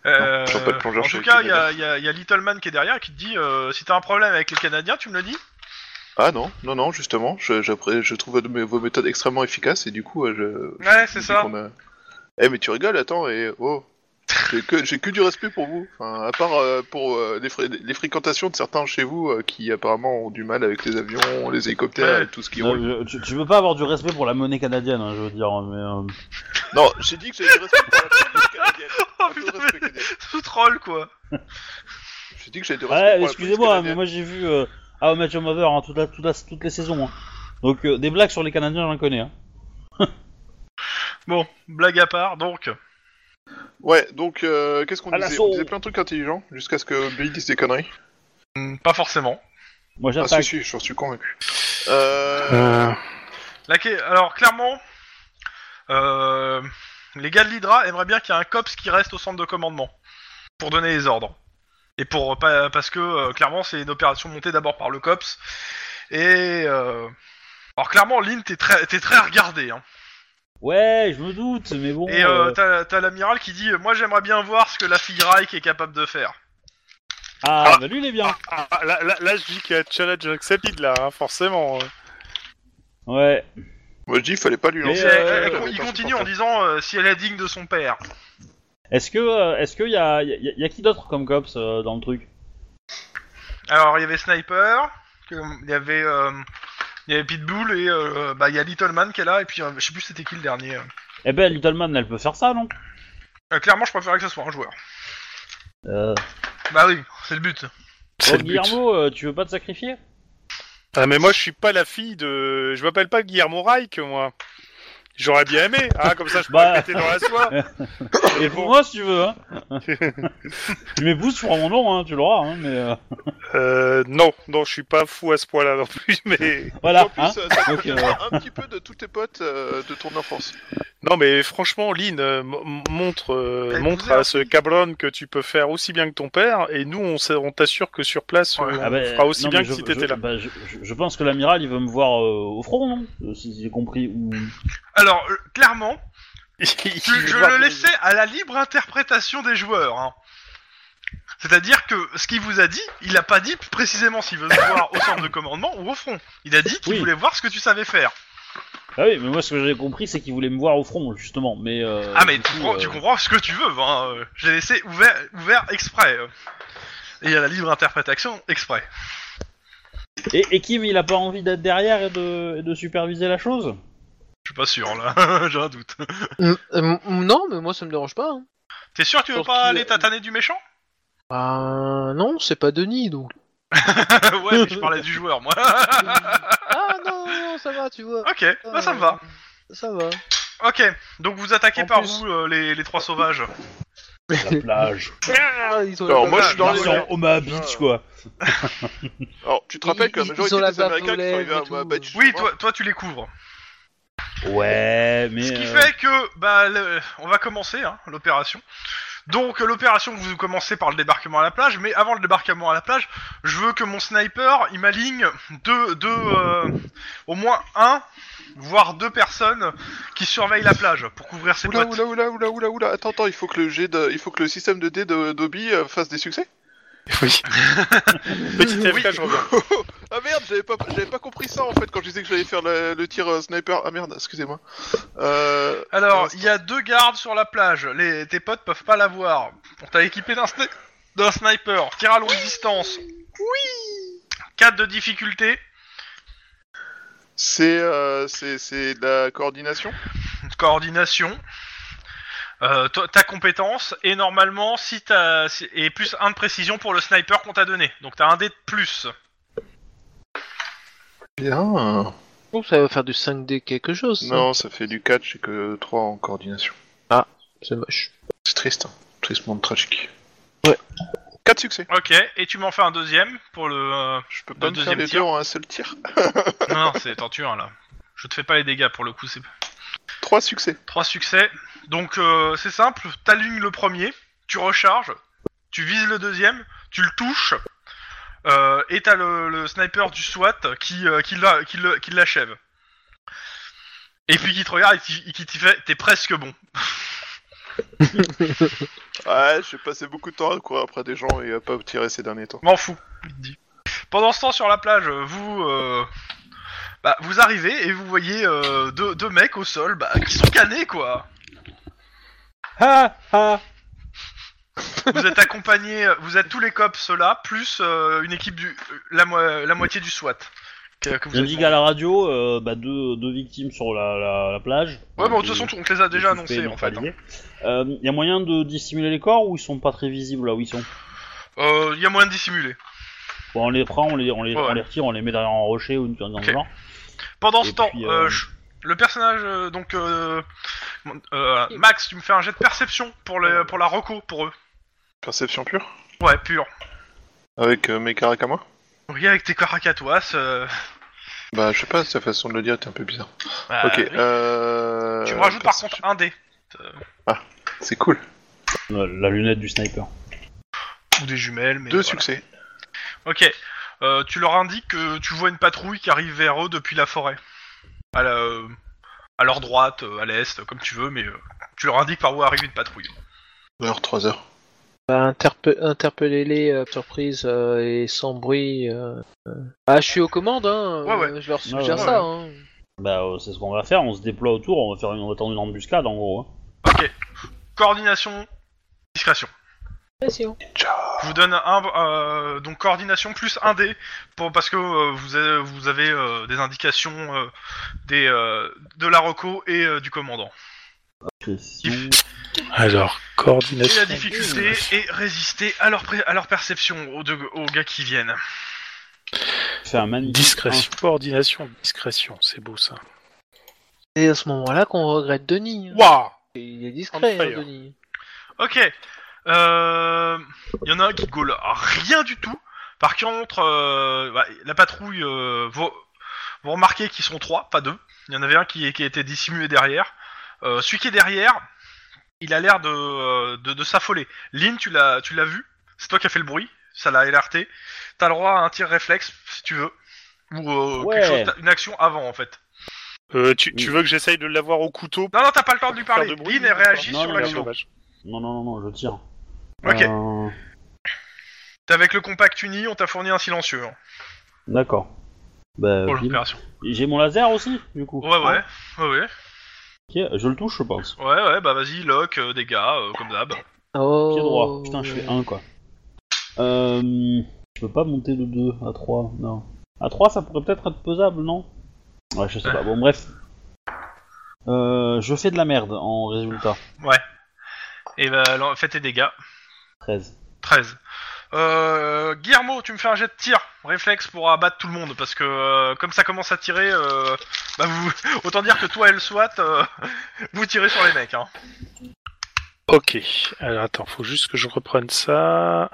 Euh,
toujours pas de plongeur
en
chez
tout
les
cas, il y a, y a- y a Little Man qui est derrière qui te dit euh, si t'as un problème avec les Canadiens, tu me le dis.
Ah non, non, non, justement, je, j'appré- je trouve vos- vos méthodes extrêmement efficaces et du coup, euh, je. je
Ouais,
me
c'est
dis
ça.
qu'on a- Eh mais tu rigoles, attends, et oh. J'ai que, j'ai que du respect pour vous, Enfin, à part euh, pour euh, les, fré- les fréquentations de certains chez vous euh, qui apparemment ont du mal avec les avions, les hélicoptères
Ouais.
et tout ce qui
Non,
roule.
Euh, je- tu, tu peux pas avoir du respect pour la monnaie canadienne, hein, je veux dire, mais. euh,
Non, j'ai dit que j'ai du respect pour la police canadienne.
Oh
Un peu de
putain,
respect canadien.
ce troll quoi.
J'ai dit que j'ai du respect
Ouais,
pour la police
excusez-moi,
canadienne.
mais moi j'ai vu euh, How I Met Your Mother hein, toute la- toute la- toutes les saisons. hein. Donc euh, des blagues sur les Canadiens, j'en connais. Hein.
Bon, blague à part, donc.
Ouais, donc euh, qu'est-ce qu'on
À
disait
l'assaut.
On disait plein de trucs intelligents jusqu'à ce que Billy dise des conneries.
Hmm, Pas forcément.
Moi
Ah si,
j'attaque.
si, j'en suis convaincu. Euh...
euh,
La que- Alors clairement, euh, les gars de l'Hydra aimeraient bien qu'il y ait un cops qui reste au centre de commandement pour donner les ordres. Et pour euh, pas- parce que euh, clairement c'est une opération montée d'abord par le cops. Et euh, alors clairement Lynn t'es très t'es très regardé. Hein.
ouais, je me doute, mais bon.
Et euh,
euh,
t'as t'as l'amiral qui dit moi j'aimerais bien voir ce que la fille Reich est capable de faire.
Ah, bah lui il est bien.
ah, ah, là, là, là, je dis qu'il y a challenge accepted, là, hein, forcément.
Ouais.
Moi je dis, il fallait pas lui
Mais,
lancer.
Et,
euh,
euh,
euh,
il
euh,
continue en disant euh, si elle est digne de son père.
Est-ce que euh, est-ce qu'il y a, y, a- y a qui d'autre comme cops euh, dans le truc
Alors il y avait Sniper, que- il y avait euh, il y avait Pitbull et euh, bah il y a Little Man qui est là et puis euh, je sais plus c'était qui le dernier.
Eh ben Little Man, elle peut faire ça, non
Euh, clairement je préférais que ce soit un joueur.
euh...
Bah oui, c'est le but.
C'est
oh,
le but.
Guillermo, euh, tu veux pas te sacrifier
Ah, mais moi, je suis pas la fille de. Je m'appelle pas Guillermo Reich, moi. J'aurais bien aimé, hein, comme ça je pourrais
Bah.
péter dans la soie.
Et pour moi, si tu veux. Hein. tu m'épouses, tu prends mon nom, hein, tu l'auras. Hein, mais euh,
Euh, non, non, je suis pas fou à ce point-là non plus, mais.
voilà.
En plus,
Hein
euh, ça
Donc, euh,
reviendra un petit peu de tous tes potes euh, de ton enfance.
Non, mais franchement, Lynn, euh, m- m- montre, euh,
Elle
montre
vous a-
à ce cabron que tu peux faire aussi bien que ton père, et nous, on, s'a- on t'assure que sur place,
Ouais.
on
Ah bah,
fera aussi
non,
bien
mais
que
je-
si
je-
t'étais là.
bah, je, je- je pense que l'amiral, il veut me voir euh, au front, non Euh, Si j'ai compris. Ou...
Alors euh, clairement, je,
Il
je
va-
le laissais à la libre interprétation des joueurs. hein. C'est-à-dire que ce qu'il vous a dit, il a pas dit précisément s'il veut se voir au centre de commandement ou au front. Il a dit qu'il
Oui.
voulait voir ce que tu savais faire.
Ah oui, mais moi, ce que j'avais compris, c'est qu'il voulait me voir au front, justement. Mais euh,
Ah mais
du
tu,
coup,
comprends,
euh,
tu comprends ce que tu veux, hein. euh, J'ai laissé ouvert, ouvert exprès. euh. Et à la libre interprétation exprès.
Et, et Kim, il a pas envie d'être derrière et de, et de superviser la chose
Je suis pas sûr là, j'ai un doute.
Mm, euh, mm, non, mais moi ça me dérange pas. hein.
T'es sûr que tu veux
Sauf
pas
qu'il-
aller tataner du méchant
Bah non, c'est pas Denis donc.
Ouais, mais je parlais du joueur moi.
ah non, non, ça va, tu vois. Euh,
ok, bah ça me va.
Ça va.
Ok, donc vous attaquez
En
par euh,
plus-
vous les, les trois sauvages.
La plage.
Ah, ils ont
Alors,
la
moi, je suis dans
bagarre.
les-
Genre Omaha Beach, quoi.
Alors, tu te rappelles que la
Ils- ils
majorité
ont la
des
baffe aux
Américains qui sont arrivés
lèvres
à bah,
et
ma
tout.
badge,
Oui, toi, toi tu les couvres.
Ouais, mais.
Ce qui
euh,
fait que, bah, le- on va commencer hein, l'opération. Donc, euh, l'opération, vous commencez par le débarquement à la plage, mais avant le débarquement à la plage, je veux que mon sniper, il m'aligne deux, deux euh, au moins un, voire deux personnes qui surveillent la plage pour couvrir ses
Oula,
potes.
oula, oula, oula, oula, oula, attends, attends, il faut que le, jet de- il faut que le système de dés de Dobby euh, fasse des succès
Oui. Petit FK, je reviens.
Ah merde, j'avais pas, j'avais pas compris ça en fait quand je disais que j'allais faire le, le tir euh, sniper. Ah merde, excusez-moi. Euh,
Alors, il y a deux gardes sur la plage, les, tes potes peuvent pas la voir. On t'a équipé d'un sni- d'un sniper, tir à longue distance. Oui 4 de difficulté,
c'est, euh, c'est, c'est de la coordination
coordination, euh, to- ta compétence, et normalement, si t'as. si- et plus un de précision pour le sniper qu'on t'a donné. Donc t'as un dé de plus.
Bien.
Bon, ça va faire du 5D quelque chose. ça.
Non, ça fait du 4, j'ai que 3 en coordination.
C'est moche.
C'est triste, hein. tristement tragique.
Ouais.
4 succès.
Ok, et tu m'en fais un deuxième pour le. euh,
Je peux
Le
pas me faire
deuxième
les
tir.
deux en un seul tir.
Non, non, c'est. T'en tues un là. Je te fais pas les dégâts pour le coup, c'est
3 succès.
Trois succès. Donc euh, c'est simple, t'alignes le premier, tu recharges, tu vises le deuxième, tu le touches, euh, et t'as le, le sniper du SWAT qui, euh, qui, l'a- qui le- qui l'achève. Et puis qui te regarde et qui, et qui te fait t'es presque bon.
Ouais, j'ai passé beaucoup de temps à courir après des gens et à pas tirer ces derniers temps.
M'en fous, il te dit. Pendant ce temps sur la plage, euh, vous euh, bah, vous arrivez et vous voyez euh, deux, deux mecs au sol bah, qui sont canés quoi.
Ha ha
vous êtes accompagné, vous êtes tous les cops là, plus euh, une équipe du euh, la, mo- la moitié du SWAT. Que, que vous êtes-
J'indique à la radio, euh, bah, deux, deux victimes sur la, la, la plage.
Ouais, bon, de
Des-
toute façon, on te les a déjà
des suspects
annoncés en fait. hein.
neutralisés. Euh, y a moyen de dissimuler les corps ou ils sont pas très visibles là où ils sont
Il Euh, y a moyen de dissimuler.
Bon, on les prend, on les, on les,
Ouais, ouais.
on les retire, on les met derrière un rocher ou une dans le
Ok.
genre.
Pendant
Et
ce temps,
puis,
euh,
euh,
je- le personnage, euh, donc euh, euh, Max, tu me fais un jet de perception pour, le, pour la Rocco, pour eux.
Perception pure
Ouais, pur.
Avec euh, mes caracs à moi
Oui, avec tes caracatois. Euh,
Bah, je sais pas, sa façon de le dire était un peu bizarre.
bah,
ok,
oui.
euh.
Tu me rajoutes par
perception.
contre un dé.
C'est cool.
Euh, La lunette du sniper.
Ou des jumelles, mais.
Deux
voilà.
succès.
Ok. Euh, tu leur indiques que tu vois une patrouille qui arrive vers eux depuis la forêt. À, la, euh, à leur droite, euh, à l'est, comme tu veux, mais euh, tu leur indiques par où arrive une patrouille.
2 heures, 3 heures.
Bah, interpe- interpellez-les, euh, surprise euh, et sans bruit. euh, euh. Ah, je suis aux commandes, hein.
Ouais, ouais.
euh, Je leur suggère
ouais,
ça, hein.
Bah, euh, c'est ce qu'on va faire, on se déploie autour, on va faire une, on va tendre une embuscade en gros. hein.
Ok. Coordination, discrétion. Je vous donne un euh, donc coordination plus un dé pour parce que euh, vous avez, vous avez euh, des indications euh, des euh, de la Rocco et euh, du commandant.
Christian.
Alors,
Et
coordination.
la difficulté est résister à leur pré- à leur perception aux, deux- aux gars qui viennent.
Fait un magnifique.
Discrétion. Coordination, discrétion, c'est beau ça.
C'est à ce moment-là qu'on regrette Denis. hein.
Waouh
Il est discret,
On
hein,
fire.
Denis.
Ok. Euh, Il y en a un qui gaule rien du tout. Par contre, euh, bah, la patrouille, euh, vous, vous remarquez qu'ils sont trois, pas deux. Il y en avait un qui, qui a été dissimulé derrière. Euh, celui qui est derrière, il a l'air de, euh, de, de s'affoler. Lynn, tu l'as, tu l'as vu. C'est toi qui as fait le bruit. Ça l'a alerté. T'as le droit à un tir réflexe, si tu veux. Ou euh,
Ouais.
quelque chose, t'as une action avant, en fait.
Euh, tu, tu
Oui.
veux que j'essaye de l'avoir au couteau
Non, non, t'as pas le temps de lui
Faire
parler.
de bruit,
Lynn, elle réagit
non,
sur
non,
Merde,
l'action.
dommage.
Non, non, non, non, je tire.
Ok.
Euh,
T'es avec le compact uni, on t'a fourni un silencieux hein,
D'accord. Bah,
pour
pile.
l'opération.
j'ai mon laser aussi, du coup.
Oh, Ouais, ouais, ouais, ouais,
Ah, ok, je le touche, je pense.
ouais, ouais, bah vas-y, lock, euh, dégâts, euh, comme d'hab.
Oh.
Pied droit. Putain, je fais 1 quoi. Euh, je peux pas monter de 2 à 3, non. À 3, ça pourrait peut-être être pesable, non Ouais, je sais pas. Bon, bref. Euh, je fais de la merde en résultat.
Et bah, alors, fais tes dégâts.
13.
13. Euh, Guillermo, tu me fais un jet de tir, réflexe pour abattre tout le monde, parce que euh, comme ça commence à tirer, euh, bah vous, autant dire que toi et le SWAT, euh, vous tirez sur les mecs. Hein.
Ok. Alors attends, faut juste que je reprenne ça.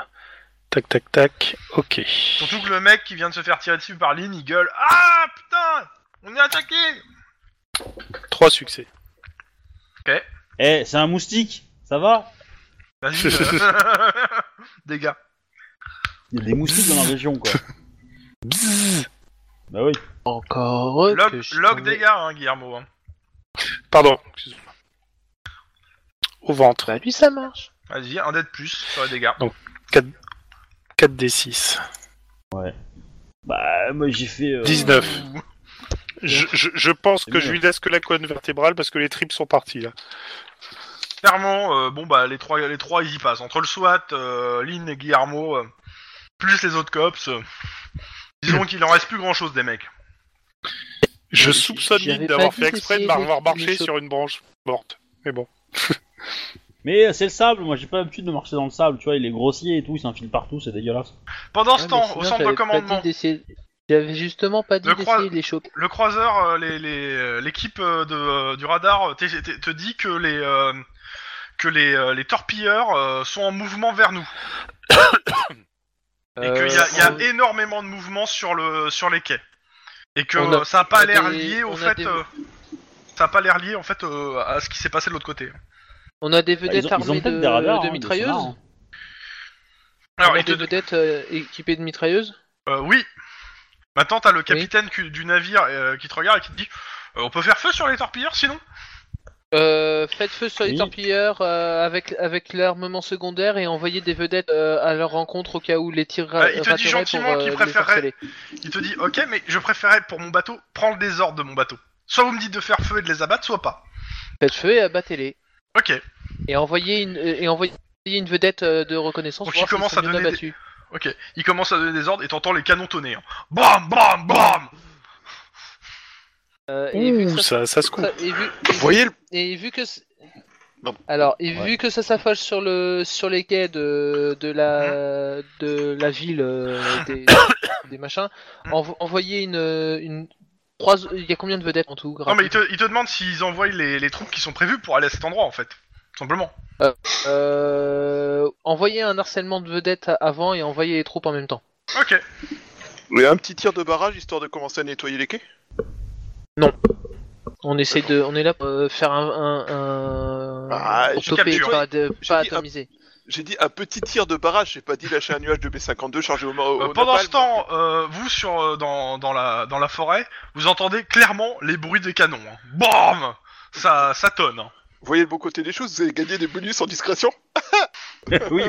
Tac, tac, tac. Ok.
Surtout que le mec qui vient de se faire tirer dessus par Lynn, il gueule Ah putain On est attaqué
Trois succès.
Eh, c'est un moustique, ça va
Vas-y, euh, dégâts.
Il y a des moustiques dans la région, quoi.
Bzzz.
bah oui.
Encore. heureux
Log,
que je
log
tombais-
dégâts, hein, Guillermo. hein.
Pardon. excuse-moi. Au ventre.
Bah, lui, ça marche.
Vas-y, un dé de plus sur les dégâts.
4d6.
Bah, moi j'ai fait. euh,
19. Je, je- je pense que
C'est
je
mieux.
lui laisse que la colonne vertébrale parce que les tripes sont partis là.
Clairement, euh, bon bah les trois, les trois ils y passent. Entre le SWAT, euh, Lynn et Guillermo, euh, plus les autres cops, euh, disons qu'il en reste plus grand chose des mecs.
Je
Mais
soupçonne
Euh, j'y avais
Lynn
pas
d'avoir
vu
fait exprès de
d'essayer
m'avoir
de- de
marché
sauter.
sur une branche morte. Mais bon.
Mais euh, c'est le sable, moi j'ai pas l'habitude de marcher dans le sable, tu vois, il est grossier et tout, il s'infile partout, c'est dégueulasse.
Pendant ce
Ouais, mais
temps,
sinon,
au centre
j'avais
de
pas
commandement,
dit d'essayer- J'avais justement pas dit
Le
d'essayer
crois-
de les choper.
le croiseur, euh, les- les- l'équipe euh, de, euh, du radar euh, t'es- t'es- te dit que les, euh, que les, euh, les torpilleurs euh, sont en mouvement vers nous. Et qu'il y a, il y a
Euh,
énormément de mouvements sur, le, sur les quais. Et que
On a-
euh, ça n'a pas
on a
l'air
des-
lié au
on a
fait.
des-
euh, ça n'a pas l'air lié en fait euh, à ce qui s'est passé de l'autre côté.
On a des
Bah, ils
vedettes
ont, ils ont
armées
peut-être
de,
des radars.
de
hein,
mitrailleuses.
sonars, hein.
Alors,
on a
il te-
des vedettes euh, équipées de mitrailleuses.
euh, oui. Maintenant, t'as le capitaine cu- du navire euh, qui te regarde et qui te dit euh, On peut faire feu sur les torpilleurs sinon
Euh, faites feu sur les
Oui.
torpilleurs euh, avec avec l'armement secondaire et envoyez des vedettes euh, à leur rencontre au cas où les tirs ra-
Bah, il te dit
rateraient
gentiment
pour, euh,
qu'il
les
préférerait-
harceler.
Il te dit Ok, mais je préférais pour mon bateau prendre les ordres de mon bateau. Soit vous me dites de faire feu et de les abattre, soit pas.
Faites feu et abattez-les.
Ok.
Et envoyez une euh, et envoyez une vedette euh, de reconnaissance.
Donc,
pour
il
voir
commence
s'ils
à
sont bien
donner des-
abattus.
Ok, il commence à donner des ordres et t'entends les canons tonner. hein. Bam, bam, bam
Euh, et vu
Ouh,
que
ça,
ça-
ça se coupe.
ça- et vu- et
Vous voyez le...
Et vu que c-
Non.
alors et
Ouais.
vu que ça s'affoche sur le sur les quais de, de la
Hein
de la ville euh, des, des machins,
Hein
envo- envoyer une euh, une trois il y a combien de vedettes en tout
Non, mais il
rapide
te, il te demande s'ils envoient les, les troupes qui sont prévues pour aller à cet endroit en fait. Tout Simplement.
Euh, envoyer un harcèlement de vedettes a- avant et envoyer les troupes en même temps.
Ok.
Mais un petit tir de barrage histoire de commencer à nettoyer les quais
On essaie de on est là pour euh, faire un, un, un-
Ah,
pour
je
toper
capture.
pas, de-
J'ai
pas
dit un-
atomiser.
J'ai dit un petit tir de barrage, j'ai pas dit lâcher un nuage de B-52 chargé au, ma- au
Euh, pendant
napalm.
ce temps, euh, vous sur euh, dans, dans la dans la forêt, vous entendez clairement les bruits des canons. hein. Bam Ça ça tonne. hein.
Vous voyez le bon côté des choses, vous avez gagné des bonus en discrétion
oui,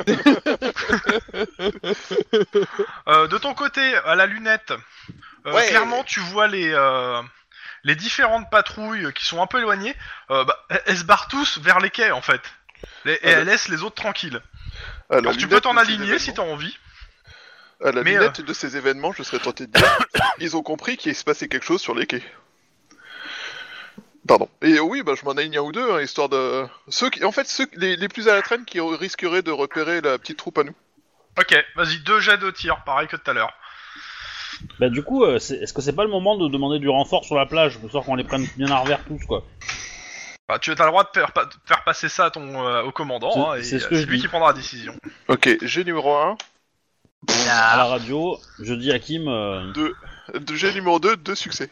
Euh, de ton côté, à la lunette, euh,
Ouais.
clairement tu vois les euh, les différentes patrouilles qui sont un peu éloignées. Euh, bah, elles se barrent tous vers les quais en fait. Les- et
Ah,
elles laissent les autres tranquilles.
Alors,
Alors tu peux t'en aligner si t'as envie.
À la
Mais,
lunette de ces événements, je serais tenté de dire, ils ont compris qu'il se passait quelque chose sur les quais. Pardon. Et oui, bah, je m'en aligne un ou deux, hein, histoire de... Ceux qui... En fait, ceux... Les, les plus à la traîne qui risqueraient de repérer la petite troupe à nous.
Ok, vas-y, deux jets de tir, pareil que tout à l'heure.
Bah du coup, euh, c'est- est-ce que c'est pas le moment de demander du renfort sur la plage, de sorte qu'on les prenne bien à revers tous quoi
Bah, tu as le droit de faire, pa- de faire passer ça à ton, euh, au commandant, hein,
C'est-
et
c'est ce
euh,
que
c'est
je
lui
dis.
qui prendra la décision.
Ok, j'ai numéro 1,
À la radio, je dis à Kim, euh,
2... J'ai numéro 2, 2 succès.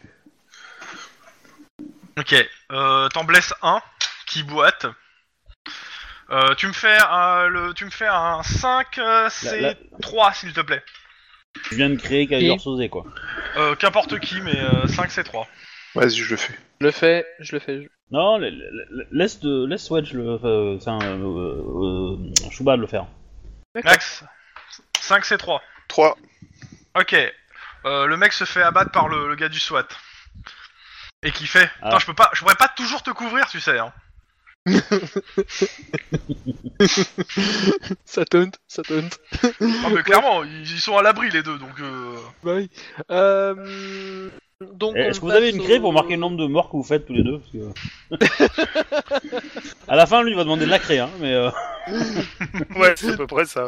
Ok, euh, t'en blesses un qui boite. Euh, tu me fais un, le, tu me fais un 5 euh,
la-
C3
la-
s'il te plaît.
je viens de créer Kyler Sosé quoi.
Euh, Qu'importe qui, mais euh, 5 C3.
Vas-y, je le fais.
Je le fais, je le fais.
Non, la- la- la- laisse, de- laisse Wedge le, euh, enfin, euh, euh, euh, Chouba le faire.
Max, 5 C3.
3.
Ok, euh, le mec se fait abattre par le, le gars du SWAT. Et qui fait,
Ah.
putain, je peux pas, je pourrais pas toujours te couvrir, tu sais. Hein.
Ça taunte, ça taunte.
Non, mais clairement, ils, ils sont à l'abri les deux, donc. Euh...
Bah oui. Euh, donc.
Eh,
on
Est-ce que vous avez
passe
une craie pour
au-
marquer le nombre de morts que vous faites tous les deux Parce que- À la fin, lui, il va demander de la craie, hein, mais... euh,
Ouais, c'est à peu près ça.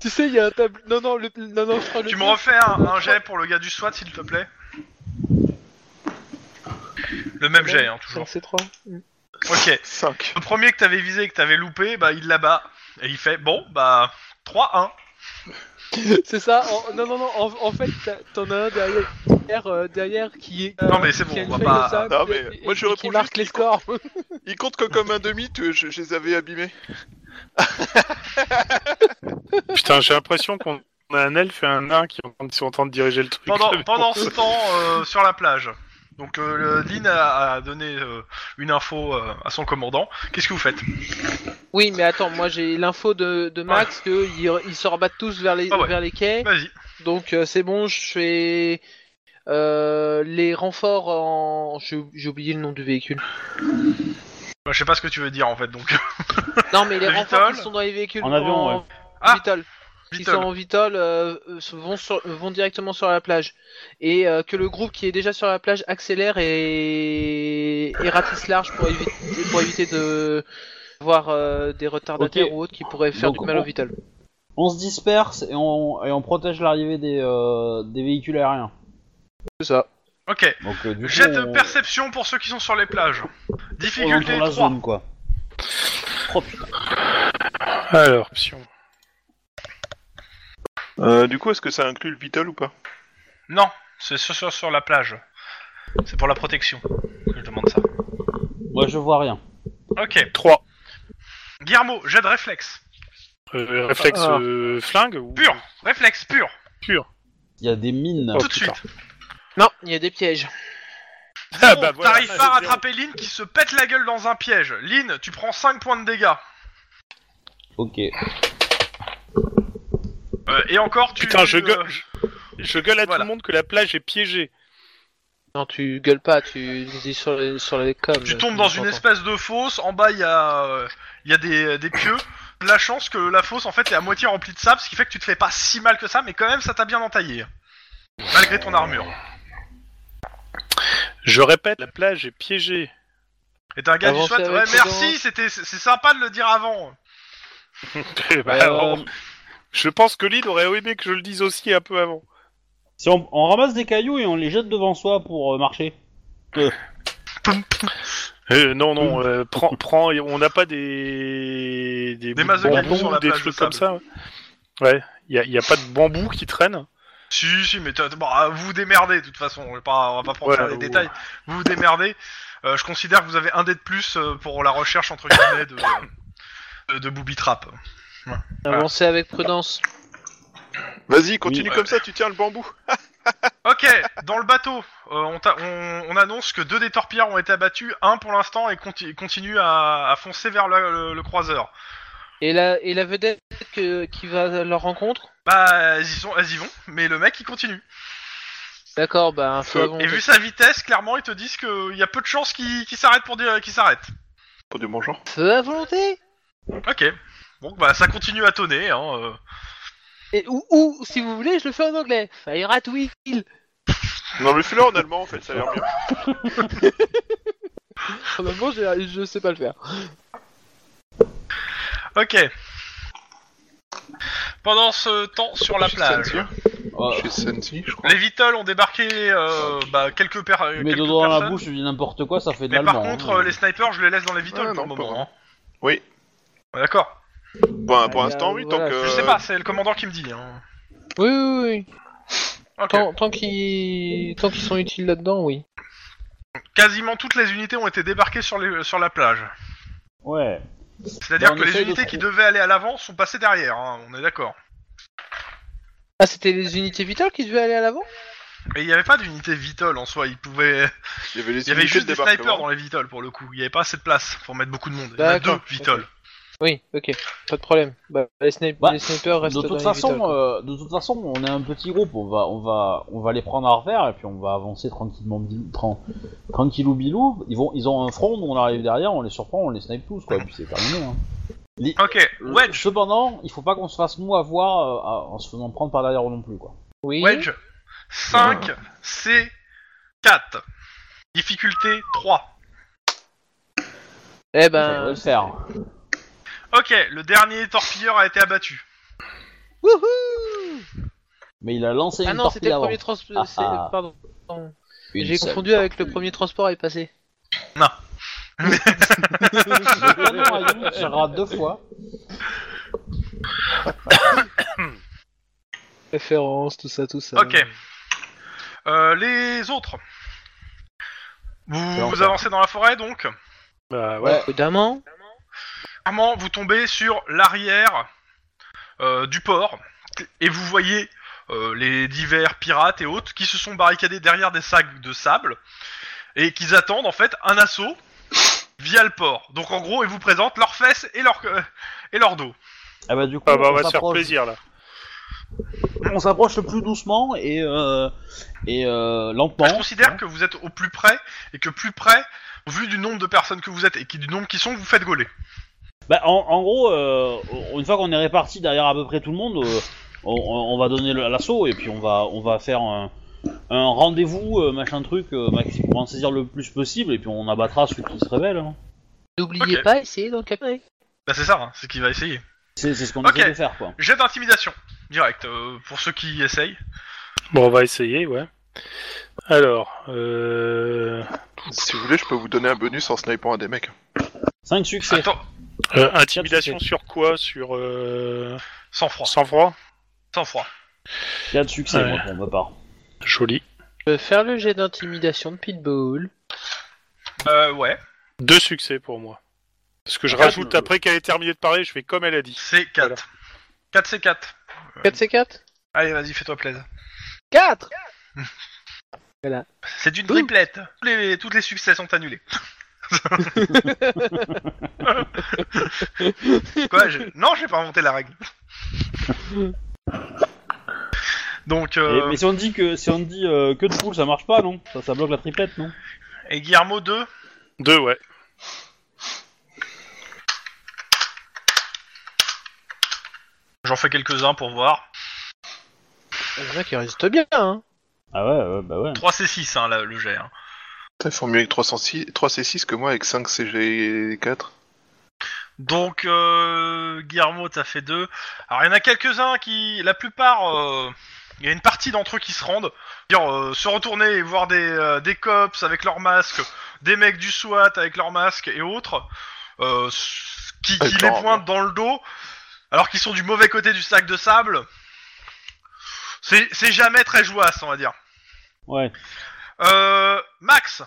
Tu sais, il y a un tableau. Non, non, le... non, non, je crois le.
Tu me refais un, un jet pour le gars du SWAT, s'il te plaît. Le même jet, hein, toujours.
C'est 3.
Ok.
5.
Le premier que t'avais visé et que t'avais loupé, bah il l'abat. Et il fait, bon, bah 3-1.
C'est ça en- Non, non, non, en, en fait, t'as- t'en as un derrière, derrière, euh, derrière qui est. euh,
Non, mais c'est
qui
bon,
a une
on va
feuille
pas-
comme
Non,
et-
mais
et-
moi, je
et
réponds
Qui marque
juste
les
qu'il
scores
Il compte que comme un demi, tu, je, je les avais abîmés.
Putain, j'ai l'impression qu'on a un elfe et un nain qui sont en train de- sont en train de diriger le truc.
Pendant, pendant ce temps, euh, sur la plage. Donc euh, le- Lynn a, a donné euh, une info euh, à son commandant. Qu'est-ce que vous faites
Oui, mais attends, moi j'ai l'info de, de Max que qu'ils se rebattent tous vers les,
Ah ouais.
vers les quais.
Vas-y.
Donc euh, c'est bon, je fais euh, les renforts en. J'ai j'ai oublié le nom du véhicule.
Bah, je sais pas ce que tu veux dire en fait, donc.
Non, mais les
Le
renforts
Vitol
qui sont dans les véhicules
En avion, ouais.
Ah,
Vitol. Qui
Beetle.
sont en Vitol euh, euh, se- vont, sur- vont directement sur la plage. Et euh, que le groupe qui est déjà sur la plage accélère et, et ratisse large pour éviter, pour éviter de voir euh, des retardataires
Ok.
ou autres qui pourraient faire
Donc,
du mal au
on-
Vitol.
On se disperse et on, et on protège l'arrivée des, euh, des véhicules aériens.
C'est ça.
Ok.
Donc, euh, du coup,
Jet de
on-
perception pour ceux qui sont sur les plages.
on
Difficulté
entoure
3.
la zone, quoi. Oh putain.
Alors, option.
Euh, du coup, est-ce que ça inclut le Beetle ou pas
Non, c'est sur, sur, sur la plage. C'est pour la protection. que Je demande ça.
Moi, je vois rien.
Ok.
3.
Guillermo, jet de réflexe.
réflexe
Ah.
euh, flingue ou...
Pur. Réflexe pur.
Pur.
Il y a des mines.
Oh,
Tout de
putain.
suite.
Non, il y a des pièges.
Ah,
Bon,
bah, voilà.
T'arrives pas à
Zéro.
rattraper Lynn qui se pète la gueule dans un piège. Lynn, tu prends 5 points de dégâts.
Ok.
Euh, et encore, tu.
Putain, je
tu, euh,
gueule, je, je gueule à
Voilà.
tout le monde que la plage est piégée.
Non, tu gueules pas, tu dis sur les, sur les coms.
Tu
euh,
tombes
tout
dans
le
une
monde
espèce de fosse, en bas il y a, euh, il y a des, des pieux. La chance que la fosse en fait est à moitié remplie de sable, ce qui fait que tu te fais pas si mal que ça, mais quand même ça t'a bien entaillé. Malgré ton armure.
Je répète, la plage est piégée.
Et t'as un gars du
Avancez
SWAT,
avec
ouais
prudence.
merci, c'était, c'est c'est sympa de le dire avant.
Eh bah,
Euh,
alors, Je pense que Lynn aurait aimé que je le dise aussi un peu avant.
Si on, on ramasse des cailloux et on les jette devant soi pour euh, marcher.
Euh, non, non, euh, prends, prends, et on n'a pas des...
Des masses de
bambous,
cailloux sur la
des
plage
trucs
de
comme ça. Ouais, il n'y a, pas de bambou qui traîne.
Si, si, mais t'as- bon, ah, vous vous démerdez de toute façon, on va pas, on va pas prendre
Ouais,
les
ou-
détails. Vous vous démerdez. Euh, je considère que vous avez un dé de plus euh, pour la recherche entre guillemets de, euh, de, de booby trap.
ensemble. Avancez avec prudence.
Vas-y, continue
Oui,
comme ça, tu tiens le bambou.
Ok, dans le bateau, euh, on, t'a- on- on annonce que deux des torpilleurs ont été abattus, un pour l'instant et conti- continue à, à foncer vers le, le- le croiseur.
Et la, et la vedette que- qui va à leur rencontre
Bah, elles y, sont, elles y vont, mais le mec il continue.
D'accord, bah,
Euh,
faut avancer.
Et vu sa vitesse, clairement ils te disent qu'il y a peu de chances qu'il qu'il s'arrête pour dire qu'il s'arrête.
Pas du bon genre.
Feu à volonté
Ok, donc bah ça continue à tonner. Hein, euh.
Et, ou, ou, si vous voulez, je le fais en anglais. Fire at will
Non, mais fais-le en allemand en fait, ça a l'air bien.
Probablement, j'ai- je sais pas le faire.
Ok. Pendant ce temps sur la plage, Ah.
Euh,
Chez Sensi, je crois.
les Vitals ont débarqué euh, bah, quelques, per-
je mets
quelques
deux doigts dans la
personnes.
bouche, je dis n'importe quoi, ça fait de
Mais par
l'allemand.
contre,
hein.
euh, les snipers, je les laisse dans les Vitals
Ouais,
pour le
non,
moment.
pas-
hein.
Oui.
Ouais, D'accord.
Bon, Bah, pour
Ah,
l'instant,
euh,
oui,
voilà,
tant que.
Je sais pas, c'est le commandant qui me dit. Hein.
Oui, oui, oui.
Ok.
Tant, tant qu'ils tant qu'ils sont utiles là-dedans, oui.
Quasiment toutes les unités ont été débarquées sur, les, sur la plage.
Ouais.
C'est-à-dire
Bon, on
que les
essaye de
unités qui
trouver-
devaient aller à l'avant sont passées derrière, hein, on est d'accord.
Ah, c'était les unités vitales qui devaient aller à l'avant
Mais il n'y avait pas d'unité Vitol en soi, ils pouvaient...
Il y avait, les
il y avait
unités
juste
de
des snipers
débarquement.
dans les Vitol pour le coup, il n'y avait pas assez de place pour mettre beaucoup de monde. Il y en a deux
D'accord.
Vitol.
Oui, ok, pas de problème. Bah, les, snipe-
Bah,
les snipers restent
De toute
dans les
façon,
vitals.
euh, de toute façon, on est un petit groupe, on va, on va, on va les prendre à revers et puis on va avancer tranquillement, bi- tran- tranquillou bilou. Ils vont, ils ont un front, nous on arrive derrière, on les surprend, on les snipe tous quoi, et puis c'est terminé. hein.
Ok, Wedge,
Cependant, il faut pas qu'on se fasse nous avoir euh, à- en se faisant prendre par derrière non plus quoi.
Oui,
Wedge, 5, C, 4. Difficulté 3.
eh
Ça va
ben...
le faire.
Ok, le dernier torpilleur a été abattu.
Wouhou
Mais il a lancé
Ah
une
non,
torpille
c'était le
avant.
premier transport...
Ah, ah.
Pardon.
Une
J'ai
seule
confondu avec le
torpille.
premier transport à y passer.
Non.
J'ai tourné en rayon, j'ai raté deux fois.
Référence, tout ça, tout ça.
Ok. Euh, les autres. Vous, vous avancez dans la forêt donc.
Bah
Ouais.
ouais.
Évidemment.
Clairement, vous tombez sur l'arrière euh, du port et vous voyez euh, les divers pirates et autres qui se sont barricadés derrière des sacs de sable et qu'ils attendent en fait un assaut via le port. Donc en gros, ils vous présentent leurs fesses et leur euh, et leur dos.
Ah bah du coup,
Ah bah on
on
va se faire
s'approche-
plaisir là.
on s'approche le plus doucement et, euh, et euh, lentement.
Bah, je considère que vous êtes au plus près et que plus près, vu du nombre de personnes que vous êtes et qui, du nombre qui sont, vous faites gauler.
Bah, en, en gros, euh, une fois qu'on est répartis derrière à peu près tout le monde, euh, on, on- on va donner le- l'assaut et puis on va, on va faire un, un rendez-vous, euh, machin truc, euh, maxi- pour en saisir le plus possible et puis on abattra celui qui se révèle. hein.
N'oubliez
Ok.
pas, essayez d'en capter.
Bah c'est ça, hein, c'est qu'il va essayer.
C'est c'est ce qu'on
Ok.
essaie de faire, quoi.
Jet d'intimidation, direct, euh, pour ceux qui essayent.
Bon, on va essayer, ouais. Alors, euh...
Si vous voulez, je peux vous donner un bonus en snipant un des mecs.
5 succès.
Attends,
euh, intimidation sur quoi Sur euh...
sans froid,
sang froid
sans froid.
4 succès,
Ouais.
moi, pour ma part.
Joli.
Je vais faire le jet d'intimidation de Pitbull.
Euh, ouais,
Deux succès pour moi. Parce que je
Quatre,
rajoute
euh,
après qu'elle ait terminé de parler, je fais comme elle a dit.
c'est 4. 4 c'est 4.
4C4
Allez, vas-y, fais-toi plaisir.
4
C'est une
Ouh.
triplette. Tous les, toutes les succès sont annulés. Quoi je- Non, j'ai pas inventé la règle. Donc,
Et-
euh,
Eh, mais si on dit que si on dit euh, que de poule, ça marche pas, non ça, ça bloque la triplette, non
et Guillermo 2
Deux, ouais.
J'en fais quelques-uns pour voir.
Il y en a qui résistent bien, hein
Ah ouais, ouais, bah ouais.
3 C6, hein, là, le jet. hein.
Putain, Ils font mieux avec 306 3C6 que moi avec 5 CG4.
Donc, euh, Guillermo, t'as fait 2. Alors, il y en a quelques-uns qui. La plupart. euh, Il y a une partie d'entre eux qui se rendent. Dire, euh, se retourner et voir des, euh, des cops avec leurs masques, des mecs du SWAT avec leurs masques et autres, euh, s- qui,
Ah,
qui les
carrément.
pointent dans le dos, alors qu'ils sont du mauvais côté du sac de sable. C'est c'est jamais très jouasse, on va dire.
Ouais.
Euh, Max,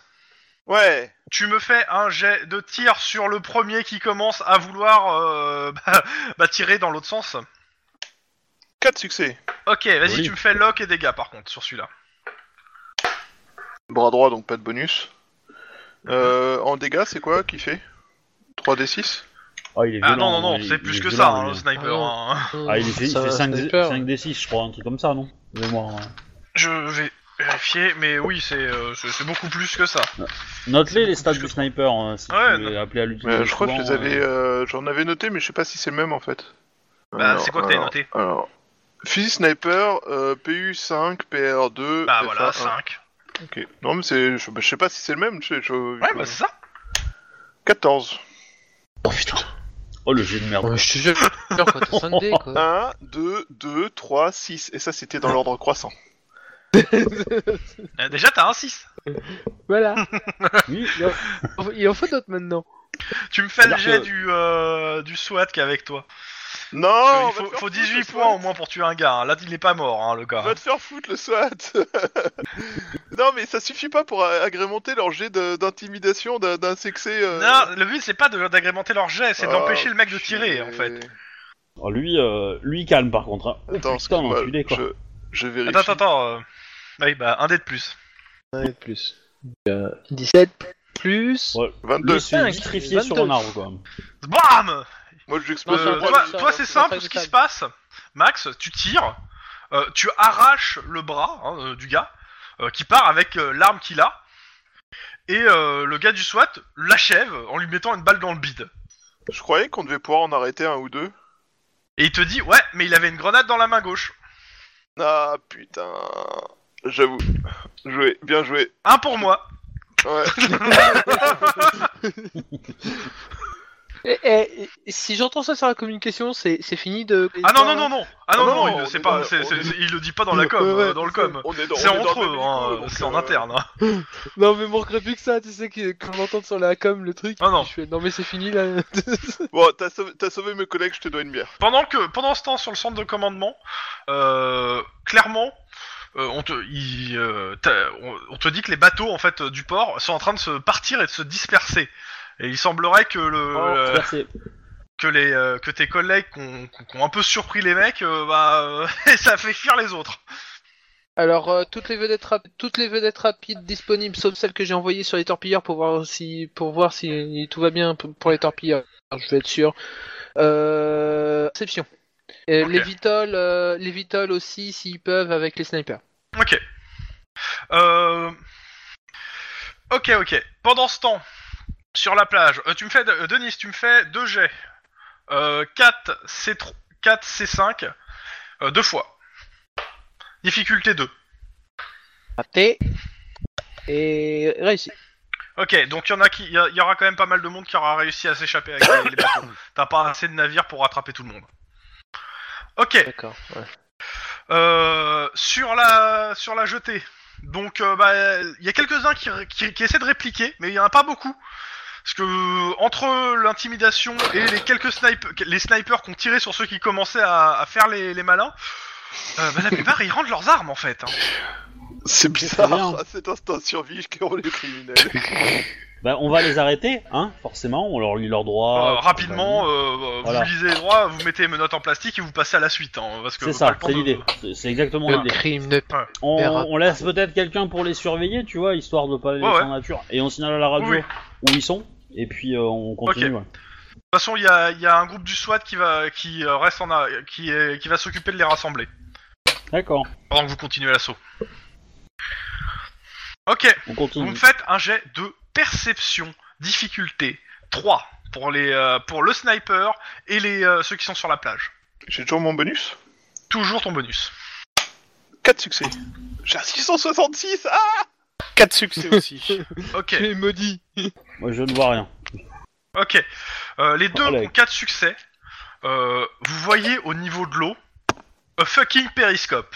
Ouais
Tu me fais un jet de tir sur le premier qui commence à vouloir euh, bah, bah, tirer dans l'autre sens.
4 succès
Ok, vas-y,
Oui.
tu me fais lock et dégâts par contre sur celui-là.
Bras droit, donc pas de bonus. Euh, en dégâts, c'est quoi qui fait 3D6
Ah, il est
Ah
violent,
non, non, non,
il-
c'est
il est
plus que
violent,
ça, hein,
lui.
le sniper. hein.
Ah, il, fait, il
Ça
fait
va,
5,
sniper.
5d6, je crois, un truc comme ça, non De mémoire, hein.
Je vais vérifier, mais oui, c'est euh, c'est- c'est beaucoup plus que ça.
Note-les les stats du sniper hein, si
Ouais,
tu veux appeler à l'utiliser.
Euh, Je crois que je les
souvent,
avais.
euh,
euh, J'en avais noté, mais je sais pas si c'est le même en fait.
Bah,
Alors,
c'est quoi que t'avais
alors,
noté
Alors. Fusil sniper, euh, PU5, PR2.
Bah
FA1.
voilà,
hein.
5.
Ok. Non, mais c'est. Je, bah, je sais pas si c'est le même. Je, je-
Ouais, bah c'est ça.
14.
Oh putain.
euh, Oh le jeu de merde.
Ouais, je te jure, quoi, t'as 5D, quoi.
1, 2, 2, 3, 6. Et ça, c'était dans l'ordre croissant.
Euh, Déjà, t'as un 6.
Voilà,
Oui,
il en faut d'autres maintenant.
Tu me fais le
C'est-à-dire
jet
que-
du, euh, du SWAT qui est avec toi.
Non Oh, on
Parce que
va
il faut,
te faire
faut
foutre,
18
le
points au
SWAT.
moins pour tuer un gars. hein. Là, il est pas mort, hein, le gars.
Va te faire foutre le SWAT Non mais ça suffit pas pour a- agrémenter leur jet de- d'intimidation d'un d'un sexé... euh,
Non, le but c'est pas de- d'agrémenter leur jet, c'est
ah,
d'empêcher le mec de tirer en fait.
Oh, lui, euh, lui calme par contre. hein. Oh,
Attends,
putain,
excuse-moi,
l'enculé, quoi.
je, je vérifie.
Attends, attends, attends. euh, Oui, bah, un dé de plus.
17 Euh, plus...
Ouais.
22.
Lui se fait
Cinq,
vitrifier sur
22.
un arbre quoi.
Oh, BAM
Moi je
Non,
l'explose.
c'est
Euh,
un
Toi,
droit de-
toi,
c'est
c'est
un
simple
droit de
ce qui
table.
se passe. Max, tu tires, euh, tu arraches le bras hein, euh, du gars, euh, qui part avec euh, l'arme qu'il a, et euh, le gars du SWAT l'achève en lui mettant une balle dans le bide.
Je croyais qu'on devait pouvoir en arrêter un ou deux.
Et il te dit, ouais, mais il avait une grenade dans la main gauche.
Ah putain... J'avoue. Joué, bien joué.
Un pour moi.
Ouais.
Eh, eh, si j'entends ça sur la communication, c'est c'est fini de.
Ah non, non, non, non Ah non,
Ah
non,
non,
il ne
on
sait
est
pas,
dans-
c'est-
on
c'est-
est-
il le dit pas dans la com,
Ouais,
euh, dans le com.
On est dans-
C'est
on est dans
entre
le
eux,
même
hein,
hélico, donc,
c'est en
euh,
interne. hein.
Non, mais manquerait plus que ça, tu sais, que- qu'on entend sur la com le truc.
Ah non.
Je fais, non, mais c'est fini là.
Bon, t'as sauvé, t'as sauvé mes collègues, je te dois une bière.
Pendant que, pendant ce temps, sur le centre de commandement, euh, clairement, euh, on te, il, euh, t'as- on, on te dit que les bateaux en fait euh, du port sont en train de se partir et de se disperser. Et il semblerait que le,
Oh,
le-
Merci.
que les, euh, que tes collègues qui ont un peu surpris les mecs, euh, bah, euh, ça fait fuir les autres.
Alors, euh, toutes, les vedettes rap- toutes les vedettes rapides disponibles, sauf celles que j'ai envoyées sur les torpilleurs pour voir si, pour voir si tout va bien p- pour les torpilleurs. Je vais être sûr. Euh... Exception. Et
Ok.
Les vitoles, euh, les vitoles aussi, s'ils peuvent, avec les snipers.
Ok. Euh... Ok, ok. Pendant ce temps, sur la plage, euh, tu me fais, euh, Denis, tu me fais deux jets. Euh, 4 C3, 4 C5, euh, deux fois. Difficulté 2.
Raté. Et réussi.
Ok, donc il y en a qui, il y, a- il y aura quand même pas mal de monde qui aura réussi à s'échapper avec les, les bateaux. T'as pas assez de navires pour rattraper tout le monde. Ok.
D'accord. ouais.
Euh, sur la sur la jetée. Donc euh, bah il y a quelques-uns qui, qui, qui essaient de répliquer, mais il y en a pas beaucoup. Parce que euh, entre l'intimidation et les quelques snipers, les snipers qui ont tiré sur ceux qui commençaient à, à faire les, les malins, euh, bah, la plupart ils rendent leurs armes en fait. hein.
C'est
bizarre, bien.
bizarre, cet instant survie qu'ont les criminels.
Bah, on va les arrêter, hein, forcément, on leur lit leurs droits.
Euh,
etc.
rapidement, euh,
Oh, bah Voilà.
vous lisez les droits, vous mettez les menottes en plastique et vous passez à la suite. Hein, parce que
C'est
pas
ça,
le temps
c'est
de-
l'idée. C'est- C'est exactement
Le
l'idée.
crime de
On,
Père-
on laisse peut-être quelqu'un pour les surveiller, tu vois, histoire de pas les
Ouais,
laisser
ouais.
en nature. Et on signale à la radio
Oui.
où ils sont, et puis euh, on continue.
Ok.
ouais.
De toute façon, il y a, il y a un groupe du SWAT qui va qui euh, reste en a, qui est- qui va s'occuper de les rassembler
D'accord,
pendant que vous continuez l'assaut. Ok,
on
vous
continue.
me faites un jet de perception difficulté 3 pour les euh, pour le sniper et les euh, ceux qui sont sur la plage.
J'ai toujours mon bonus
Toujours ton bonus.
4 succès. J'ai un 666 Ah
Quatre succès aussi.
Ok,
Tu es maudit.
Moi, je ne vois rien.
ok. Euh, les deux
Allez.
ont 4 succès. Euh, vous voyez au niveau de l'eau a fucking périscope.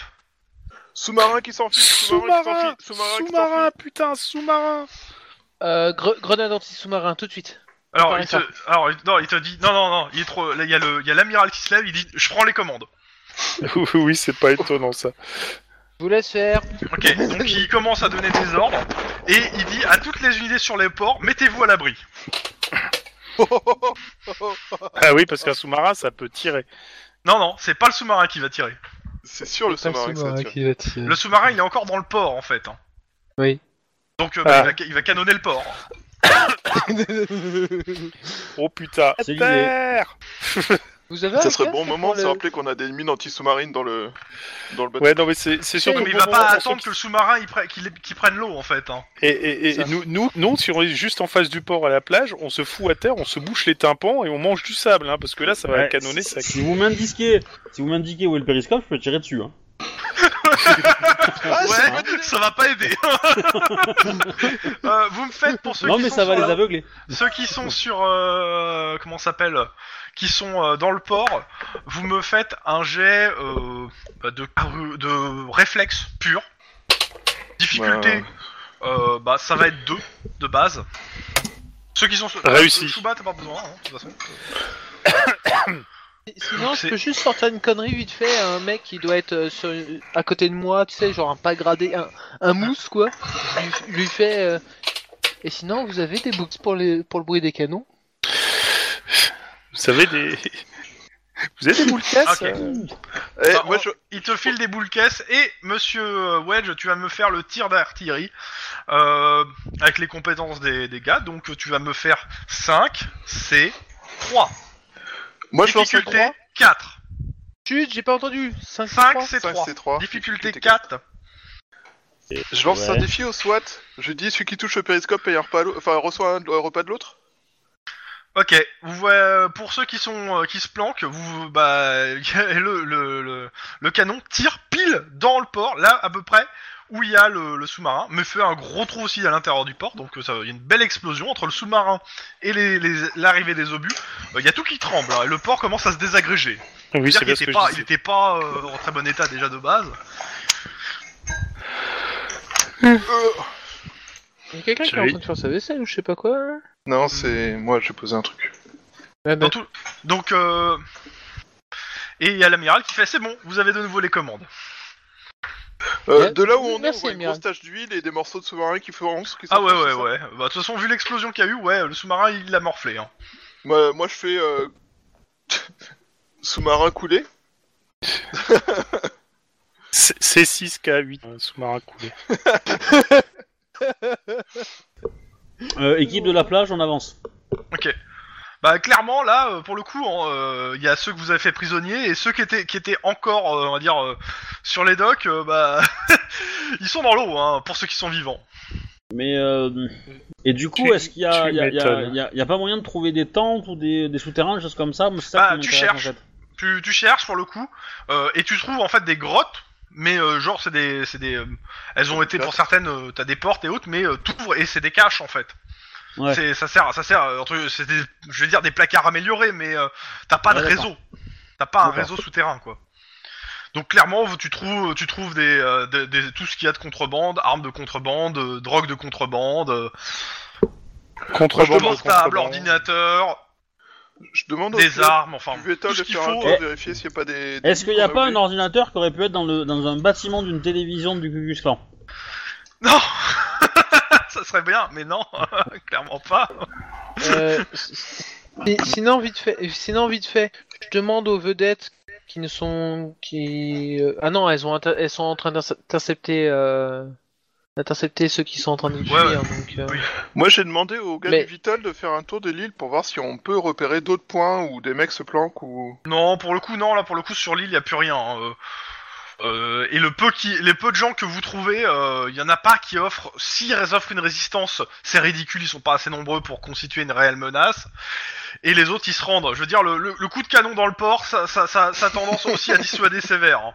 Sous-marin qui s'enfuit
Sous-marin
Sous-marin qui
Sous-marin, putain, sous-marin
Euh, gre- grenade anti-sous-marin, tout de suite.
Alors,
Par
il te,
exemple.
alors, il- non, il te dit, non, non, non, il est trop, là, il y a le, il y a l'amiral qui se lève, il dit, je prends les commandes.
Oui, oui, c'est pas étonnant ça.
Je vous laisse faire.
Ok, donc il commence à donner des ordres, et il dit à toutes les unités sur les ports, mettez-vous à l'abri.
Ah oui, parce qu'un sous-marin, ça peut tirer.
Non, non, c'est pas le sous-marin qui va tirer.
C'est sûr le sous-marin que ça tire.
qui va
Mm.
euh, tirer.
Le sous-marin, il est encore dans le port, en fait. hein.
Oui.
Donc, euh, bah,
Ah.
il, va, ca- il va canonner le port.
Oh putain,
C'est l'idée.
terre
Vous avez
Ça
un
serait
casque
bon moment
pour
de se
le-
rappeler Ah, qu'on a des mines anti-sous-marines dans le dans le bateau.
Ouais, non, mais c'est c'est
Non,
surtout.
mais il
bon
va
moment
pas
pour ceux
attendre
qui-
que le sous-marin, il, pre- qu'il- qu'il prenne l'eau, en fait. hein.
Et, et- et
Ça.
nous, nous, non, si on est juste en face du port à la plage, on se fout à terre, on se bouche les tympans et on mange du sable, hein, parce que là, ça va
Ouais,
canonner
si-
sec.
Si vous m'indiquez, si vous m'indiquez où est le périscope, je peux tirer dessus. Hein.
Ah,
ouais, ça va pas aider. Euh, vous me faites pour ceux
Non,
qui
mais
sont
ça va
sur
les
la-
aveugler.
Ceux qui sont sur euh, comment ça s'appelle qui sont euh, dans le port, vous me faites un jet euh, bah, de caru- de réflexe pur. Difficulté,
Ouais.
euh, bah ça va être 2 de base. Ceux qui sont sur
Réussi.
Euh, Chouba, t'as pas besoin hein, de toute façon.
Sinon,
Donc,
je
c'est-
peux juste sortir une connerie vite fait à un mec qui doit être euh, sur- à côté de moi, tu sais, genre un pas gradé, un, un mousse quoi. Je lui, je lui fais. euh, Et sinon, vous avez des books pour, les... pour le bruit des canons
Vous savez, des. Vous avez des boules casses
Ah, Ok.
euh
Eh,
Bah,
moi,
on-
je...
Il te file des boules caisses et monsieur euh, Wedge, tu vas me faire le tir d'artillerie euh, avec les compétences des, des gars. Donc euh, tu vas me faire 5 C 3.
moi je lance le
Difficulté
3.
4.
Chut, euh, j'ai pas entendu 5,
5 c'est
5,
3.
c'est 3.
Difficulté
Difficulté
4.
Je lance
Ouais.
un défi au SWAT. Je dis celui qui touche le périscope paye un repas à l'au- enfin, reçoit un un repas de l'autre.
Ok. Vous, euh, pour ceux qui sont euh, qui se planquent, vous bah le, le, le, le canon tire pile dans le port, là à peu près où il y a le, le sous-marin, mais fait un gros trou aussi à l'intérieur du port, donc euh, ça, il y a une belle explosion entre le sous-marin et les- les- l'arrivée des obus. Euh, Il y a tout qui tremble, hein, et le port commence à se désagréger.
Oui,
C'est-à-dire
c'est
qu'il
bien ce
était
que
pas,
je
il
disais.
était pas euh, en très bon état déjà de base.
Il y a quelqu'un qui est en
Salut.
train de faire sa vaisselle ou je sais pas quoi. là
Non, c'est moi, j'ai posé un truc.
Ah,
Dans
bah,
tout- Donc, euh... et il y a l'amiral qui fait c'est bon, vous avez de nouveau les commandes.
Euh,
Ouais.
de là où on
Merci,
est, on voit une
Amiral.
grosse tache d'huile et des morceaux de sous-marin qui feront ce qui
Ah
sont-
ouais ouais
c'est ça
ouais. Bah, De toute façon vu l'explosion qu'il y a eu, ouais, le sous-marin il l'a morflé. Hein.
Moi, moi, je fais euh, sous-marin coulé.
C'est c'est 6K8, un sous-marin coulé.
Euh, équipe de la plage, on avance.
Bah clairement là, euh, pour le coup, hein, euh, il y a ceux que vous avez fait prisonniers et ceux qui étaient qui étaient encore, euh, on va dire, euh, sur les docks, euh, bah ils sont dans l'eau, hein, pour ceux qui sont vivants.
Mais euh, et du coup,
Tu-
est-ce qu'il y a,
tu
y a- y a-
m'étonnes.
y a- y a pas moyen de trouver des tentes ou des, des souterrains, des choses comme ça Moi, c'est ça
Bah,
qui
tu
m'intéresse,
cherches.
en fait.
Tu, tu cherches pour le coup euh, et tu trouves en fait des grottes, mais euh, genre c'est des c'est des, euh, elles ont été pour certaines, euh, t'as des portes et autres, mais euh, t'ouvres et c'est des caches en fait.
Ouais.
C'est ça sert ça sert euh, entre- c'est des- je veux dire des placards améliorés, mais euh, t'as pas de
Ouais, d'accord.
réseau, t'as pas un
D'accord.
réseau souterrain quoi. Donc clairement tu trouves tu trouves des, euh, des- des- tout ce qu'il y a de contrebande, armes de contrebande, euh, drogue de contrebande, euh,
Contrebande de
portable,
contrebande.
ordinateur,
Je demande
des
au
armes, enfin
Vuetta
tout ce
de
qu'il
faire un
faut.
tour,
Eh.
vérifier s'il n'y a pas des. des
Est-ce qu'il n'y a
Ah,
qu'on
pas un
oublié.
ordinateur qui aurait pu être dans, le, dans un bâtiment d'une télévision du Cucus Clan
Non Ça serait bien, mais non, clairement pas.
euh, si- si- sinon vite fait, sinon vite fait, je demande aux vedettes qui ne sont qui euh, ah non elles ont inter- elles sont en train d'inter- d'intercepter euh, d'intercepter ceux qui sont en train de fuir
Ouais, ouais.
donc euh,
Oui.
Moi, j'ai demandé au gars
Mais-
du Vital de faire un tour de l'île pour voir si on peut repérer d'autres points où des mecs se planquent ou.
Non, pour le coup, non, là, pour le coup, sur l'île, il a plus rien. hein, euh. Euh, et le peu qui, les peu de gens que vous trouvez, il y en a pas qui offrent. Si elles offrent une résistance, c'est ridicule, ils sont pas assez nombreux pour constituer une réelle menace. Et les autres, ils se rendent. Je veux dire, le, le- le coup de canon dans le port, ça, ça, ça, ça a tendance aussi à dissuader sévère. hein.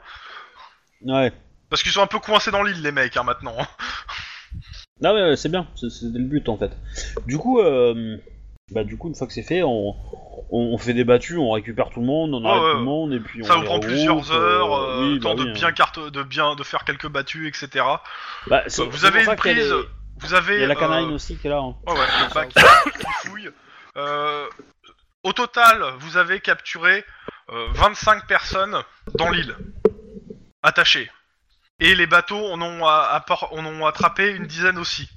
Ouais.
Parce qu'ils sont un peu coincés dans l'île, les mecs, hein, maintenant.
Non mais euh, c'est bien, c'est- c'était le but en fait. Du coup, euh, bah du coup une fois que c'est fait, on, on, on fait des battues, on récupère tout le monde, on
Ouais,
arrête
Ah ouais.
tout le monde et puis on
Ça vous
les
prend
regroupe,
plusieurs heures,
euh,
euh,
oui,
temps
bah
de
oui,
bien
hein.
carte, de bien, de faire quelques battues, etc.
Bah, c'est-
Vous
c'est
avez
pour
une
ça qu'il y a
prise,
des-
Vous avez.
Il y a la
euh,
canine aussi qui est là. hein.
Oh Ouais, ouais, le bac qui fouille. Euh, au total, vous avez capturé euh, 25 personnes dans l'île, attachées. Et les bateaux en ont, a- appor- en ont attrapé une dizaine aussi.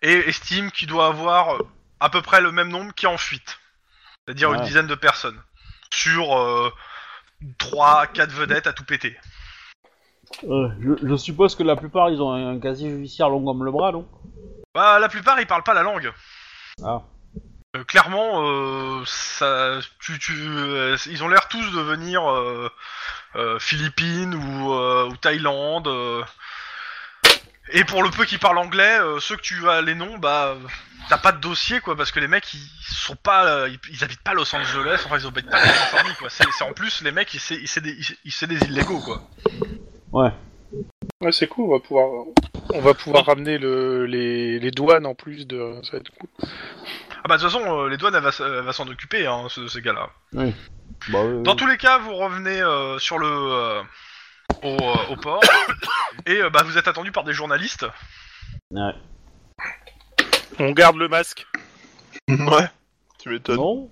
Et estime qu'il doit avoir euh, à peu près le même nombre qui est en fuite. C'est-à-dire une
Ouais.
dizaine de personnes. Sur euh, 3-4 vedettes à tout péter.
Euh, je, je suppose que la plupart ils ont un, un casier judiciaire long comme le bras, non
Bah, la plupart, ils parlent pas la langue.
Ah.
Euh, clairement, euh, ça, tu, tu, euh, ils ont l'air tous de venir euh, euh, Philippines ou, euh, ou Thaïlande. euh. Et pour le peu qui parlent anglais, euh, ceux que tu as les noms, bah, euh, t'as pas de dossier quoi, parce que les mecs ils sont pas, euh, ils, ils habitent pas Los Angeles, enfin ils habitent pas la Californie quoi. C'est c'est en plus les mecs, ils c'est ils c'est des, ils- ils c'est des illégaux quoi.
Ouais, c'est cool, on va pouvoir, on va pouvoir ramener le, les, les douanes en plus de. Ça va être cool.
Ah bah de toute façon, euh, les douanes elles va, s- elles va s'en occuper hein, ce- ces gars-là.
Bah, oui, oui.
Dans tous les cas, vous revenez euh, sur le euh, au, euh, au port et euh, bah, vous êtes attendu par des journalistes.
Ouais.
On garde le masque.
Ouais. Tu m'étonnes.
Non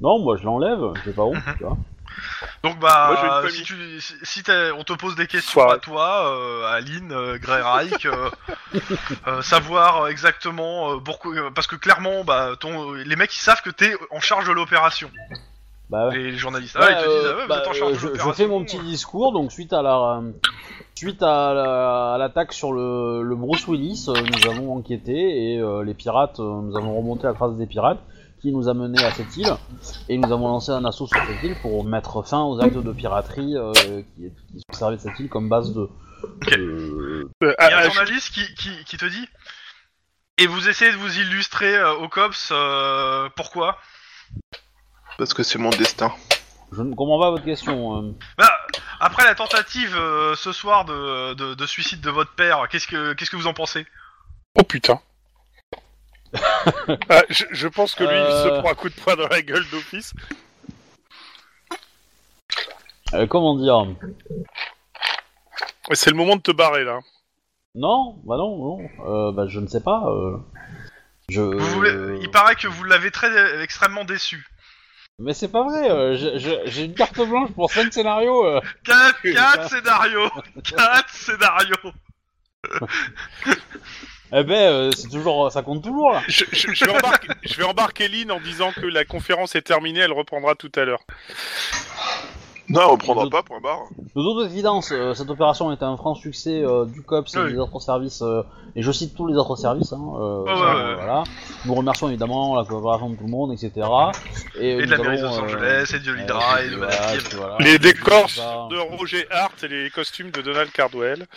Non, moi je l'enlève, j'ai pas honte,
Mhm.
tu vois.
Donc bah
Moi, j'ai une
si tu
famille.
si, si t'es- on te pose des questions
Soirée.
à toi, euh, à Aline, euh, Grey Reich, euh, euh, savoir exactement euh, pourquoi euh, parce que clairement bah ton les mecs ils savent que t'es en charge de l'opération.
Bah, ouais.
Les, les journalistes.
Ouais,
Ah, ils te
euh,
disent ah, ouais, vous
bah,
êtes en charge
euh,
de
je, je
l'opération.
fais mon petit discours, donc suite à la euh, suite à la- à l'attaque sur le, le Bruce Willis, euh, nous avons enquêté et euh, les pirates, euh, nous avons remonté la trace des pirates qui nous a menés à cette île et nous avons lancé un assaut sur cette île pour mettre fin aux actes de piraterie euh, qui, qui se servaient de cette île comme base de. de-
Euh,
Il y a
ah,
un
ah,
journaliste qui, qui, qui te dit Et vous essayez de vous illustrer euh, au COPS euh, pourquoi
Parce que c'est mon destin.
Je ne comprends pas votre question. euh.
Bah, après la tentative euh, ce soir de, de- de suicide de votre père, qu'est-ce que qu'est-ce que vous en pensez
Oh putain. Ah, je, je pense que lui, il se
Euh.
prend un coup de poing dans la gueule d'office.
Euh, comment dire
Et C'est le moment de te barrer là.
Non, bah non, non. Euh, bah je ne sais pas. euh. Je.
Vous voulez- Il paraît que vous l'avez très extrêmement déçu.
Mais c'est pas vrai. euh, je- je- J'ai une carte blanche pour cinq scénarios. euh.
Quatre, quatre scénarios, quatre scénarios.
Eh ben, euh, c'est toujours, ça compte toujours là.
Je, je- je vais embarquer, je vais embarquer Lynn en disant que la conférence est terminée, elle reprendra tout à l'heure.
Non, on prendra pas, point barre.
Nous autres évidence, euh, cette opération était un franc succès euh, du COPS et
Oui.
des autres services, euh, et je cite tous les autres services, hein, euh,
Ouais, ouais,
ça,
ouais.
voilà. Nous remercions évidemment la coopération de tout le monde, etc. Et,
Et
nous
de la mairie de Los
avons, euh,
Angeles, et de
euh,
l'Hydra, et de
voilà,
Madame Kim.
puis voilà,
les
et puis
décors
tout ça.
de Roger Hart et les costumes de Donald Cardwell.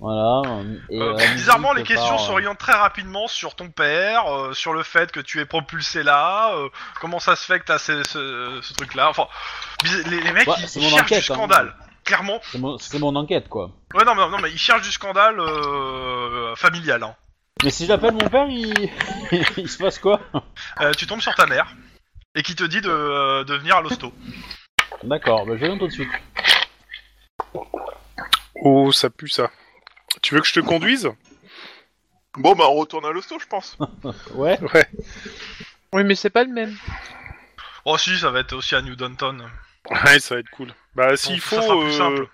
Voilà. euh, et,
Euh,
euh, la
bizarrement, les
musique
questions
par, euh,
s'orientent très rapidement sur ton père, euh, sur le fait que tu es propulsé là, euh, comment ça se fait que t'as ce, ce- ce truc-là. Enfin, bis- les, les mecs,
Ouais,
ils,
c'est
ils
mon
cherchent
enquête,
du
hein.
scandale. Clairement.
C'est mon, c'est mon enquête, quoi.
Ouais, non, mais, non, mais ils cherchent du scandale euh, familial. Hein.
Mais si j'appelle mon père, il, il se passe quoi
Euh, tu tombes sur ta mère, et qui te dit de, euh, de venir à l'hosto.
D'accord, bah, je viens tout de suite.
Oh, ça pue ça. Tu veux que je te conduise
Bon, bah, on retourne à l'hosto, je pense.
Ouais.
Ouais.
Oui, mais c'est pas le même.
Oh si, ça va être aussi à New Downton.
Ouais, ça va être cool. Bah, s'il
Bon, ça
faut,
sera plus
euh,
simple.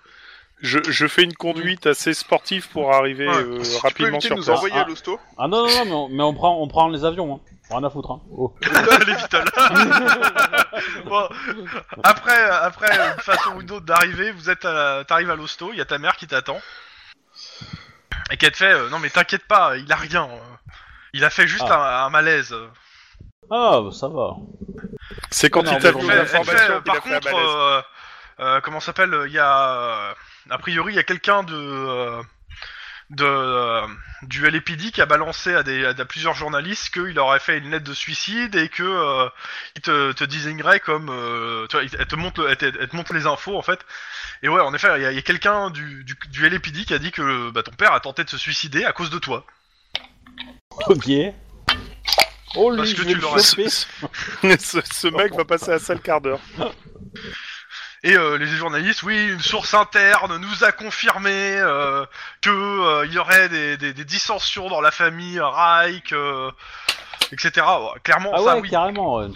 Je, je fais une conduite assez sportive pour arriver
Ouais,
euh,
Si tu peux
rapidement
éviter de
sur
nous
place.
envoyer
Ah.
à l'hosto.
Ah non, non, non, mais on, mais on prend, on prend les avions. Hein. Rien à foutre. Hein. Oh.
les Beatles. Bon, après, après une façon ou une autre d'arriver, vous êtes, à- t'arrives à l'hosto, il y a ta mère qui t'attend et qui te fait, euh, non mais t'inquiète pas, il a rien, euh. il a fait juste un, un malaise.
Ah, bah, ça va.
C'est quand
Non,
il
mais
t'a
je
Elle
donné
fait- elle fait,
l'information
euh,
qu'il
par
a fait à
contre,
Malaise.
euh, euh, comment ça s'appelle, il y a, euh, a priori, il y a quelqu'un de euh, de, euh, du LAPD qui a balancé à, des, à des- à plusieurs journalistes qu'il aurait fait une lettre de suicide et que euh, il te, te désignerait comme euh, tu vois, il- elle te montre le- elle te, elle te montre les infos en fait et ouais en effet il y a, il y a quelqu'un du, du, du LAPD qui a dit que bah, ton père a tenté de se suicider à cause de toi
Ok. Oh, lui,
Parce que
je
tu
vais le
l'aurais-
choper.
ce, ce mec va passer à ça le quart d'heure.
Et euh, les journalistes, oui, une source interne nous a confirmé euh, que euh, il y aurait des, des- des dissensions dans la famille Reich, euh, etc. Ouais, clairement,
Ah
ça,
ouais,
oui.
carrément. ouais.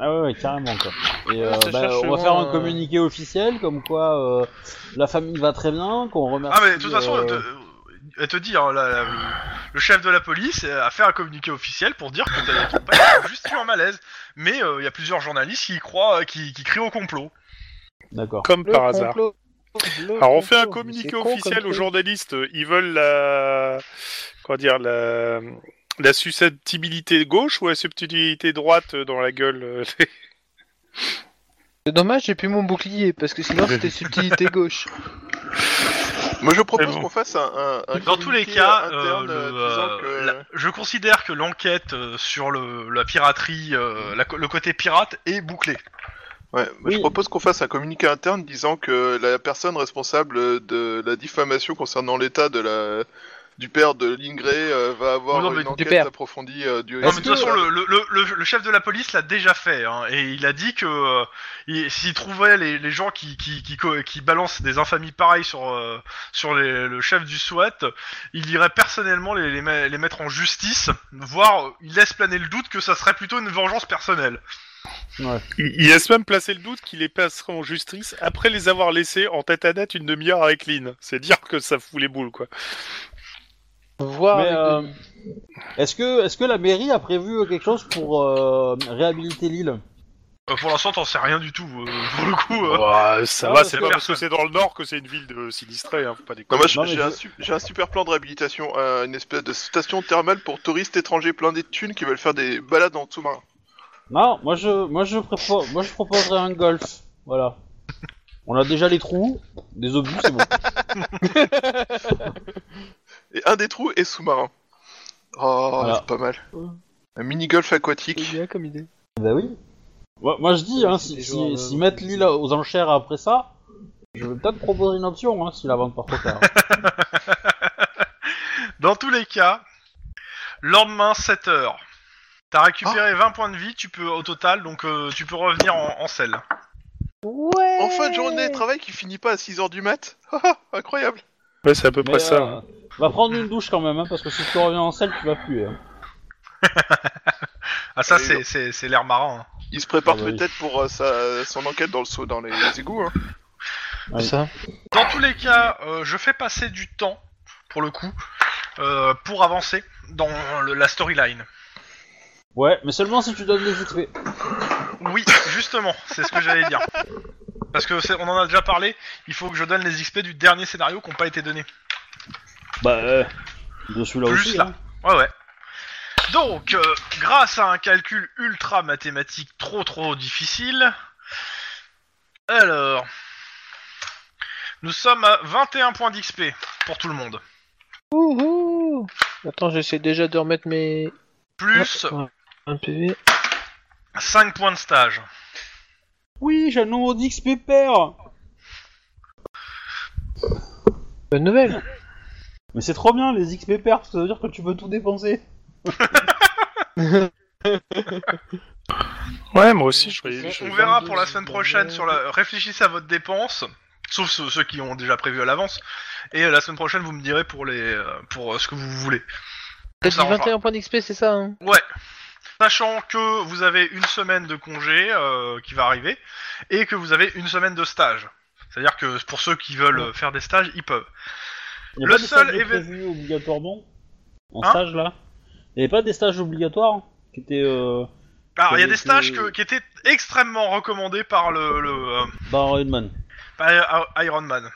Ah ouais, ouais, carrément quoi. Et euh,
Ça
bah,
cherche
on va
souvent,
faire un
euh,
communiqué officiel comme quoi euh, la famille va très bien, qu'on remercie.
Ah mais de toute façon,
euh,
elle te, elle te dit, hein, la- la- le, le chef de la police a fait un communiqué officiel pour dire que t'as ton père a juste eu un malaise. Mais euh, il y a plusieurs journalistes qui y croient, euh, qui, qui crient au complot.
D'accord.
Comme
Le
par hasard.
complot. Le
Alors on fait un
complot. Mais c'est
communiqué
con comme
officiel aux
truc.
journalistes. Ils veulent la, comment dire, la, la susceptibilité gauche ou la susceptibilité droite dans la gueule. euh,
C'est dommage, j'ai plus mon bouclier parce que sinon c'était subtilité gauche.
Moi, je propose
Mais bon.
qu'on fasse un, un- un
Dans tous les
communiqué
cas,
interne,
euh, le,
euh, disant
euh,
que-
la- je considère que l'enquête euh, sur le, la piraterie, euh, la co- le côté pirate, est bouclée.
Ouais, bah, je
Oui.
propose qu'on fasse un communiqué interne disant que la personne responsable de la diffamation concernant l'état de la du père de Lingré euh, va avoir
Oh non, mais
une
du
enquête
père.
approfondie euh, du.
Non, mais de toute façon, le, le- le- le- le chef de la police l'a déjà fait, hein, et il a dit que euh, il- s'il trouvait les, les gens qui, qui, qui, co- qui balancent des infamies pareilles sur, euh, sur les- le chef du SWAT, il irait personnellement les, les, ma- les mettre en justice, voire euh, il laisse planer le doute que ça serait plutôt une vengeance personnelle.
Il il laisse même placer le doute qu'il les passerait en justice après les avoir laissés en tête à tête une demi-heure avec Lynn. C'est dire que ça fout les boules, quoi.
Ah,
Voir.
Mais
avec
euh,
le-
est-ce que est-ce que la mairie a prévu quelque chose pour euh, réhabiliter l'île
Euh, pour l'instant, t'en sais rien du tout, euh, pour le coup. euh.
ça
Ah,
va,
ouais,
c'est
c'est
pas
clair.
parce que c'est dans le nord que c'est une ville de sinistrés, hein, faut pas
Non,
déconner.
moi, je-
Non, mais
j'ai
je-
un, su- j'ai un super plan de réhabilitation, euh, une espèce de station thermale pour touristes étrangers plein de thunes qui veulent faire des balades en sous-marin.
Non, moi je moi je propose moi je proposerais un golf. Voilà. On a déjà les trous, des obus, c'est bon.
Et un des trous est sous-marin. Oh,
Voilà.
c'est pas mal.
Ouais.
Un mini-golf aquatique.
C'est bien comme idée.
Bah oui. Ouais, moi je dis, hein,
C'est
si,
des
si,
joueurs, euh,
si mettre l'île aux enchères après ça, je vais peut-être proposer une option hein, si la vente part trop tard.
Dans tous les cas, lendemain 7h. T'as récupéré 20 points de vie, tu peux au total, donc euh, tu peux revenir en, en selle.
Ouais
En fin de journée de travail qui finit pas à 6h du mat. Incroyable.
Ouais, c'est à peu près
Mais,
ça.
euh, Va prendre une douche quand même, hein, parce que si tu reviens en selle, tu vas puer. hein.
Ah ça
Allez,
c'est, c'est, c'est l'air marrant. hein.
Il se prépare
Ah bah oui.
peut-être pour euh, sa- son enquête dans le seau, dans les, les égouts. hein.
Ouais.
Ça.
Dans tous les cas, euh, je fais passer du temps, pour le coup, euh, pour avancer dans le- la storyline.
Ouais, mais seulement si tu donnes des XP.
Oui, justement, c'est ce que j'allais dire. Parce que c'est- on en a déjà parlé, il faut que je donne les XP du dernier scénario qui n'ont pas été donnés.
Bah, euh, de celui-là
Plus
aussi.
là.
hein.
Ouais, ouais. Donc, euh, grâce à un calcul ultra mathématique trop trop difficile, alors, nous sommes à 21 points d'XP pour tout le monde.
Wouhou Attends, j'essaie déjà de remettre mes.
Plus
Ouais, Un PV.
5 points de stage.
Oui, j'ai le nombre d'XP père
Bonne nouvelle
Mais c'est trop bien les XP pairs, parce que ça veut dire que tu peux tout dépenser.
Ouais, moi aussi, je
On,
croyais.
on verra pour la semaine prochaine sur la... Réfléchissez à votre dépense, sauf ceux, ceux qui ont déjà prévu à l'avance, et euh, la semaine prochaine vous me direz pour, les, euh, pour euh, ce que vous voulez.
T'as dit
Ça arrangera.
21 points d'XP, c'est ça hein
Ouais. Sachant que vous avez une semaine de congé euh, qui va arriver et que vous avez une semaine de stage. C'est-à-dire que pour ceux qui veulent euh, faire des stages, ils peuvent.
Y a
Le
pas des
seul
stages de
éve-
prévus obligatoirement En
Hein
stage là Y'avait pas des stages obligatoires hein, qui étaient euh,
Alors, il y a
Et
des
que-
stages que- qui étaient extrêmement recommandés par le, le euh,
dans Redman
par I- Iron Man.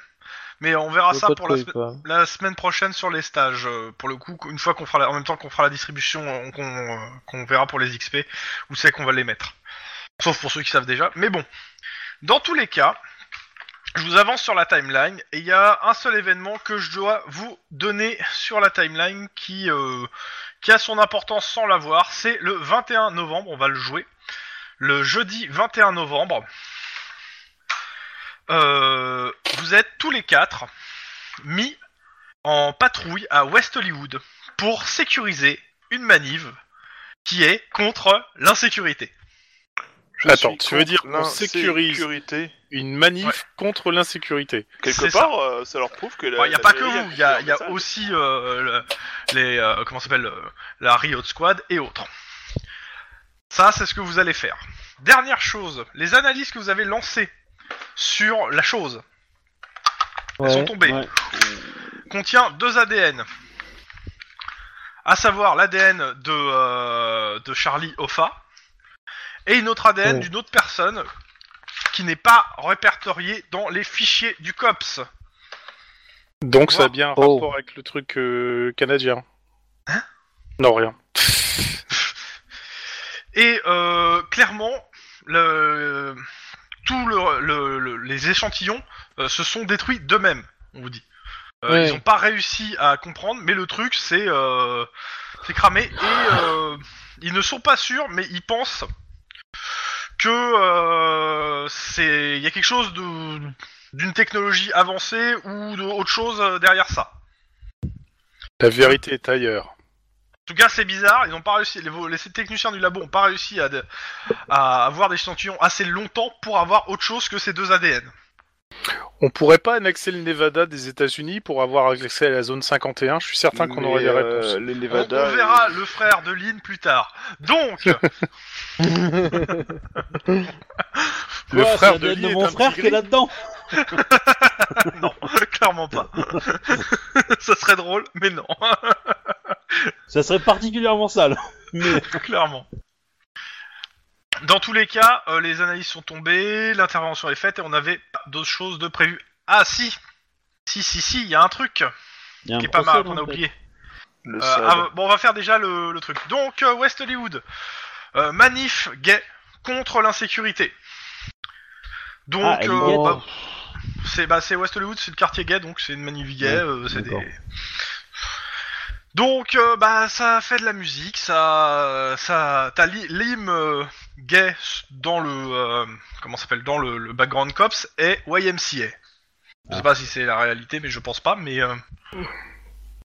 Mais on
Ah,
verra
Je
ça
vois pas
pour
de
la,
quoi il parle.
se- la semaine prochaine sur les stages. euh, Pour le coup, une fois qu'on fera la- en même temps qu'on fera la distribution, on- qu'on euh, qu'on verra pour les XP où c'est qu'on va les mettre. Sauf pour ceux qui savent déjà. Mais bon, dans tous les cas, je vous avance sur la timeline et il y a un seul événement que je dois vous donner sur la timeline qui euh, qui a son importance sans l'avoir. C'est le 21 novembre. On va le jouer le jeudi 21 novembre. Euh, vous êtes tous les quatre mis en patrouille à West Hollywood pour sécuriser une manif qui est contre l'insécurité.
Je
Attends,
suis
tu veux dire
contre
qu'on sécurise
l'insécurité
Une manif
Ouais.
contre l'insécurité.
C'est
Quelque
ça.
part, euh, ça leur prouve que.
Il
la-
n'y a
la
pas que
mairie
vous, il y a,
plusieurs
y a
messages.
aussi euh, le- les euh, comment ça s'appelle euh, la Riot Squad et autres. Ça, c'est ce que vous allez faire. Dernière chose, les analyses que vous avez lancées sur la chose
Ouais.
sont tombées.
Ouais.
contient deux ADN. À savoir l'ADN de, euh, de Charlie Hoffa et une autre ADN
Ouais.
d'une autre personne qui n'est pas répertoriée dans les fichiers du COPS.
Donc ça
Wow.
a bien un
Oh.
rapport avec le truc euh, canadien. Hein Non, rien.
Et euh, clairement, le, tous le- le- le- les échantillons euh, se sont détruits d'eux-mêmes, on vous dit. Euh,
Ouais.
Ils n'ont pas réussi à comprendre, mais le truc, c'est euh, c'est cramé. Et euh, ils ne sont pas sûrs, mais ils pensent que euh, c'est il y a quelque chose de- d'une technologie avancée ou d'autre chose euh, derrière ça.
La vérité est ailleurs.
En tout cas, c'est bizarre. Ils n'ont pas réussi. Les, vo- les techniciens du labo n'ont pas réussi à, de- à avoir des échantillons assez longtemps pour avoir autre chose que ces deux ADN.
On pourrait pas annexer le Nevada des États-Unis pour avoir accès à la zone 51. Je suis certain qu'on
Mais,
aurait des
euh,
réponses.
les
On, on
Nevada,
verra le frère de Lynn plus tard. Donc,
Le
Ouais,
frère
c'est
de
la-
Lee est
mon
un
frère
petit
qui est
gris.
là-dedans.
non, clairement pas. Ça serait drôle, mais non,
Ça serait particulièrement sale. Mais
clairement. Dans tous les cas, euh, les analyses sont tombées, l'intervention est faite et on n'avait pas d'autres choses de prévues. Ah si, si, si, si, il y a un truc
y a un
qui est pas
procès,
mal qu'on a
donc,
oublié.
le
Euh,
sable.
ah, bon, on va faire déjà le, le truc. Donc, euh, West Hollywood, Euh, manif gay contre l'insécurité. Donc,
Ah, elle est
euh,
gaie.
bah, c'est bah, c'est West Hollywood, c'est le quartier gay, donc c'est une manif gay.
Ouais,
euh, c'est des...
d'accord.
Donc, euh, bah, ça fait de la musique, ça, ça, t'as li- l'hymne euh, gay dans le, euh, comment ça s'appelle, dans le, le background cops et YMCA. Je sais pas si c'est la réalité, mais je pense pas. Mais euh,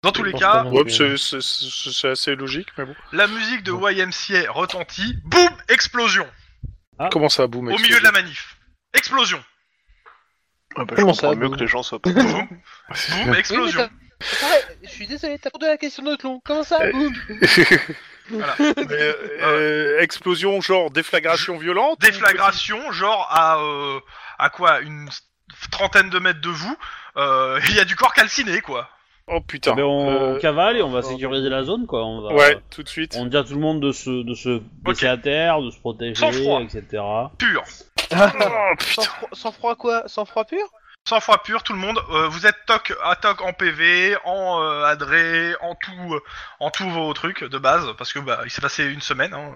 dans tous
Je
les
pense
cas,
pas non
Ouais,
plus.
euh,
c'est- c'est c'est- c'est assez logique, mais bon.
la musique de YMCA retentit, boum, explosion
Comment ça, boum
Ah, au milieu de la manif. Explosion,
Ah bah, je
Comment ça,
comprends mieux
vous
que les gens soient pas.
boum, boum,
Oui, mais
explosion.
t'as- t'as- Ah Eh. Je suis désolé, t'as posé la question de notre long. Comment ça
Euh,
boum
Voilà.
Mais, euh, explosion, genre déflagration violente
Déflagration, genre à, euh, à quoi, une trentaine de mètres de vous, euh, il y a du corps calciné, quoi.
Oh putain.
Ben, on,
Euh,
on cavale et on va
euh,
sécuriser la zone, quoi. On va,
Ouais, tout de suite.
On dit à tout le monde de se, de se baisser
Ok.
à terre, de se protéger,
Sans froid.
etc.
Pur.
Ah,
Oh,
sans,
putain.
froid- sans froid quoi Sans froid pur
Sans froid pur, tout le monde. euh, vous êtes toc à toc en PV, en euh, adré, en tout, euh, en tout vos trucs de base, parce que bah il s'est passé une semaine. hein.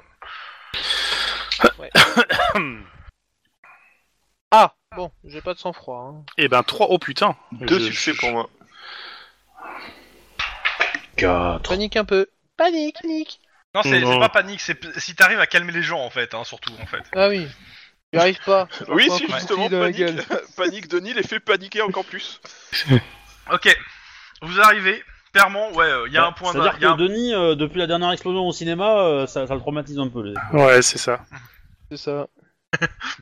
Ah Bon, j'ai pas de sang froid. Hein.
Eh ben 3, oh putain.
Deux
Je-
succès
je-
pour moi.
4.
Panique un peu. Panique, panique
Non, c'est
Non.
c'est pas panique, c'est p- si t'arrives à calmer les gens en fait, hein, surtout en fait.
Ah oui. J'y arrive pas.
Oui,
Pas un
si,
coup de
justement,
fusil dans la
panique,
gueule.
panique Denis les fait paniquer encore plus.
Ok, vous arrivez. Clairement, ouais, euh, il y a un point. d'un-
C'est-à-dire
il y a
que
un-
Denis, euh, depuis la dernière explosion au cinéma, euh, ça, ça le traumatise un peu. les-
Ouais, c'est ça.
C'est ça.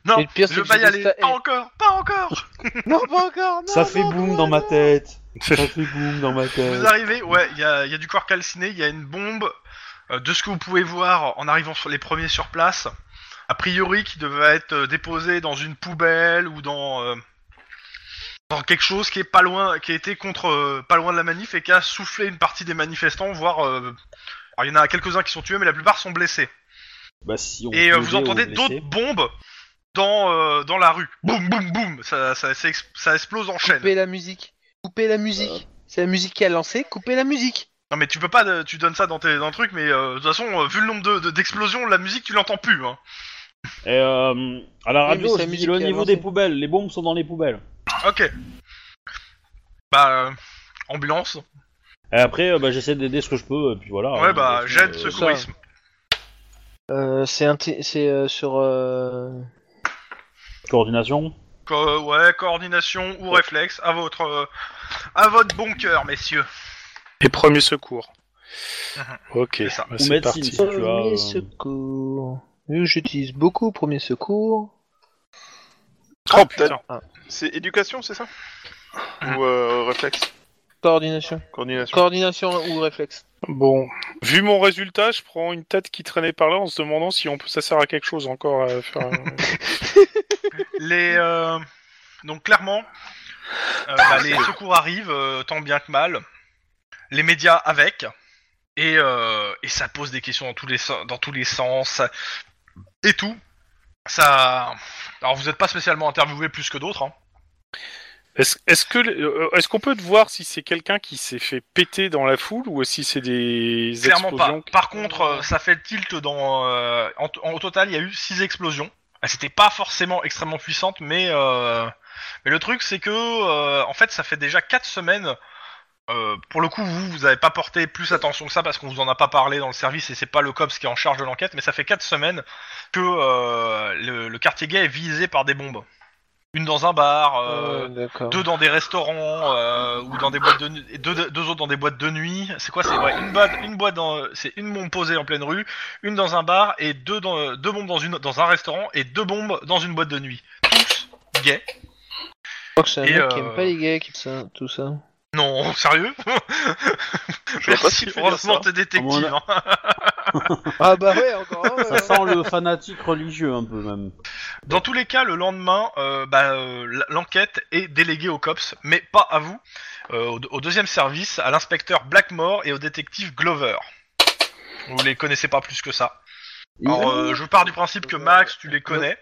Non,
Et le pire,
je
c'est
veux
que
pas y
j'ai
aller.
des sta-
Pas encore, pas encore.
Non, pas encore non,
Ça fait
non,
boum
non,
dans ma
non.
tête. Ça fait boum dans ma
Vous
tête.
arrivez, ouais, il y a, il y a du corps calciné, il y a une bombe. euh, de ce que vous pouvez voir en arrivant sur les premiers sur place, a priori qui devait être euh, déposé dans une poubelle ou dans, euh, dans quelque chose qui est pas loin, qui était contre euh, pas loin de la manif et qui a soufflé une partie des manifestants, voire euh, alors, il y en a quelques-uns qui sont tués, mais la plupart sont blessés.
Bah, si on
Et euh,
peut
vous
aider
entendez
aux
d'autres
blessés.
bombes dans, euh, dans la rue. Boum, boum, boum. Ça, ça, ça ex- ça explose en chaîne.
Coupez la musique. Coupez la musique. C'est la musique qui a lancé. Coupez la musique.
Non mais tu peux pas, euh, tu donnes ça dans, tes, dans le truc, mais euh, de toute façon, euh, vu le nombre de- de- d'explosions, la musique tu l'entends plus. Hein.
Et euh, à la
Oui, mais
radio,
c'est la
je dis
musique
le
qui a
niveau
lancé.
des poubelles. Les bombes sont dans les poubelles.
Ok. Bah, euh, ambulance.
Et après, euh, bah, j'essaie d'aider ce que je peux, et puis voilà.
ouais,
Euh,
bah,
euh,
j'aide
euh,
secourisme.
Euh, c'est un t- c'est euh, sur euh,
Coordination.
Co- ouais, coordination ou réflexe, à votre, euh, à votre bon cœur, messieurs.
Et premier secours. Ok,
C'est ça.
bah,
Ou
c'est
médecine,
parti.
si tu as,
premier
euh,
secours. Vu que j'utilise beaucoup premier secours.
Oh putain.
C'est éducation, c'est ça Ou euh, réflexe
Coordination.
Coordination
Coordination ou réflexe.
Bon. Vu mon résultat, je prends une tête qui traînait par là en se demandant si on peut, ça sert à quelque chose encore à faire. un-
Les, euh, donc clairement, euh, bah, les secours arrivent, euh, tant bien que mal. Les médias avec. Et, euh, et ça pose des questions dans tous les, sen- dans tous les sens. ça- Et tout. Ça... Alors vous n'êtes pas spécialement interviewé plus que d'autres. Hein.
Est-ce est-ce que le- euh, est-ce qu'on peut voir si c'est quelqu'un qui s'est fait péter dans la foule ou si c'est des
Clairement pas.
explosions qui-
Par contre, euh, ça fait le tilt dans. euh, en, t- en- au total, il y a eu 6 explosions. Elles n'étaient pas forcément extrêmement puissantes, mais, euh, mais le truc, c'est que, euh, en fait, ça fait déjà 4 semaines. euh, pour le coup, vous, vous avez pas porté plus attention que ça parce qu'on vous en a pas parlé dans le service et c'est pas le COPS qui est en charge de l'enquête, mais ça fait 4 semaines que euh, le, le quartier gay est visé par des bombes. Une dans un bar, euh,
Euh, D'accord.
deux dans des restaurants euh, ou dans des boîtes de nuit, et deux, deux autres dans des boîtes de nuit. C'est quoi C'est ouais, une boîte, une boîte dans, c'est une bombe posée en pleine rue, une dans un bar et deux dans, deux bombes dans une dans un restaurant et deux bombes dans une boîte de nuit. Tous gays.
Je crois que c'est un
Et,
mec qui
euh,
aime pas les gays qui fait ça, tout ça.
Non, sérieux
Je vois pas ce
Merci,
qui fait dire
heureusement
ça.
t'es
À
détective.
mon
hein.
Ah bah ouais, encore
Ça sent le fanatique religieux un peu même.
Dans tous les cas, le lendemain, euh, bah, euh, l- l'enquête est déléguée au cops, mais pas à vous, euh, au, au deuxième service, à l'inspecteur Blackmore et au détective Glover. Vous les connaissez pas plus que ça.
Et-
Alors, euh, je pars du principe que Max, tu les connais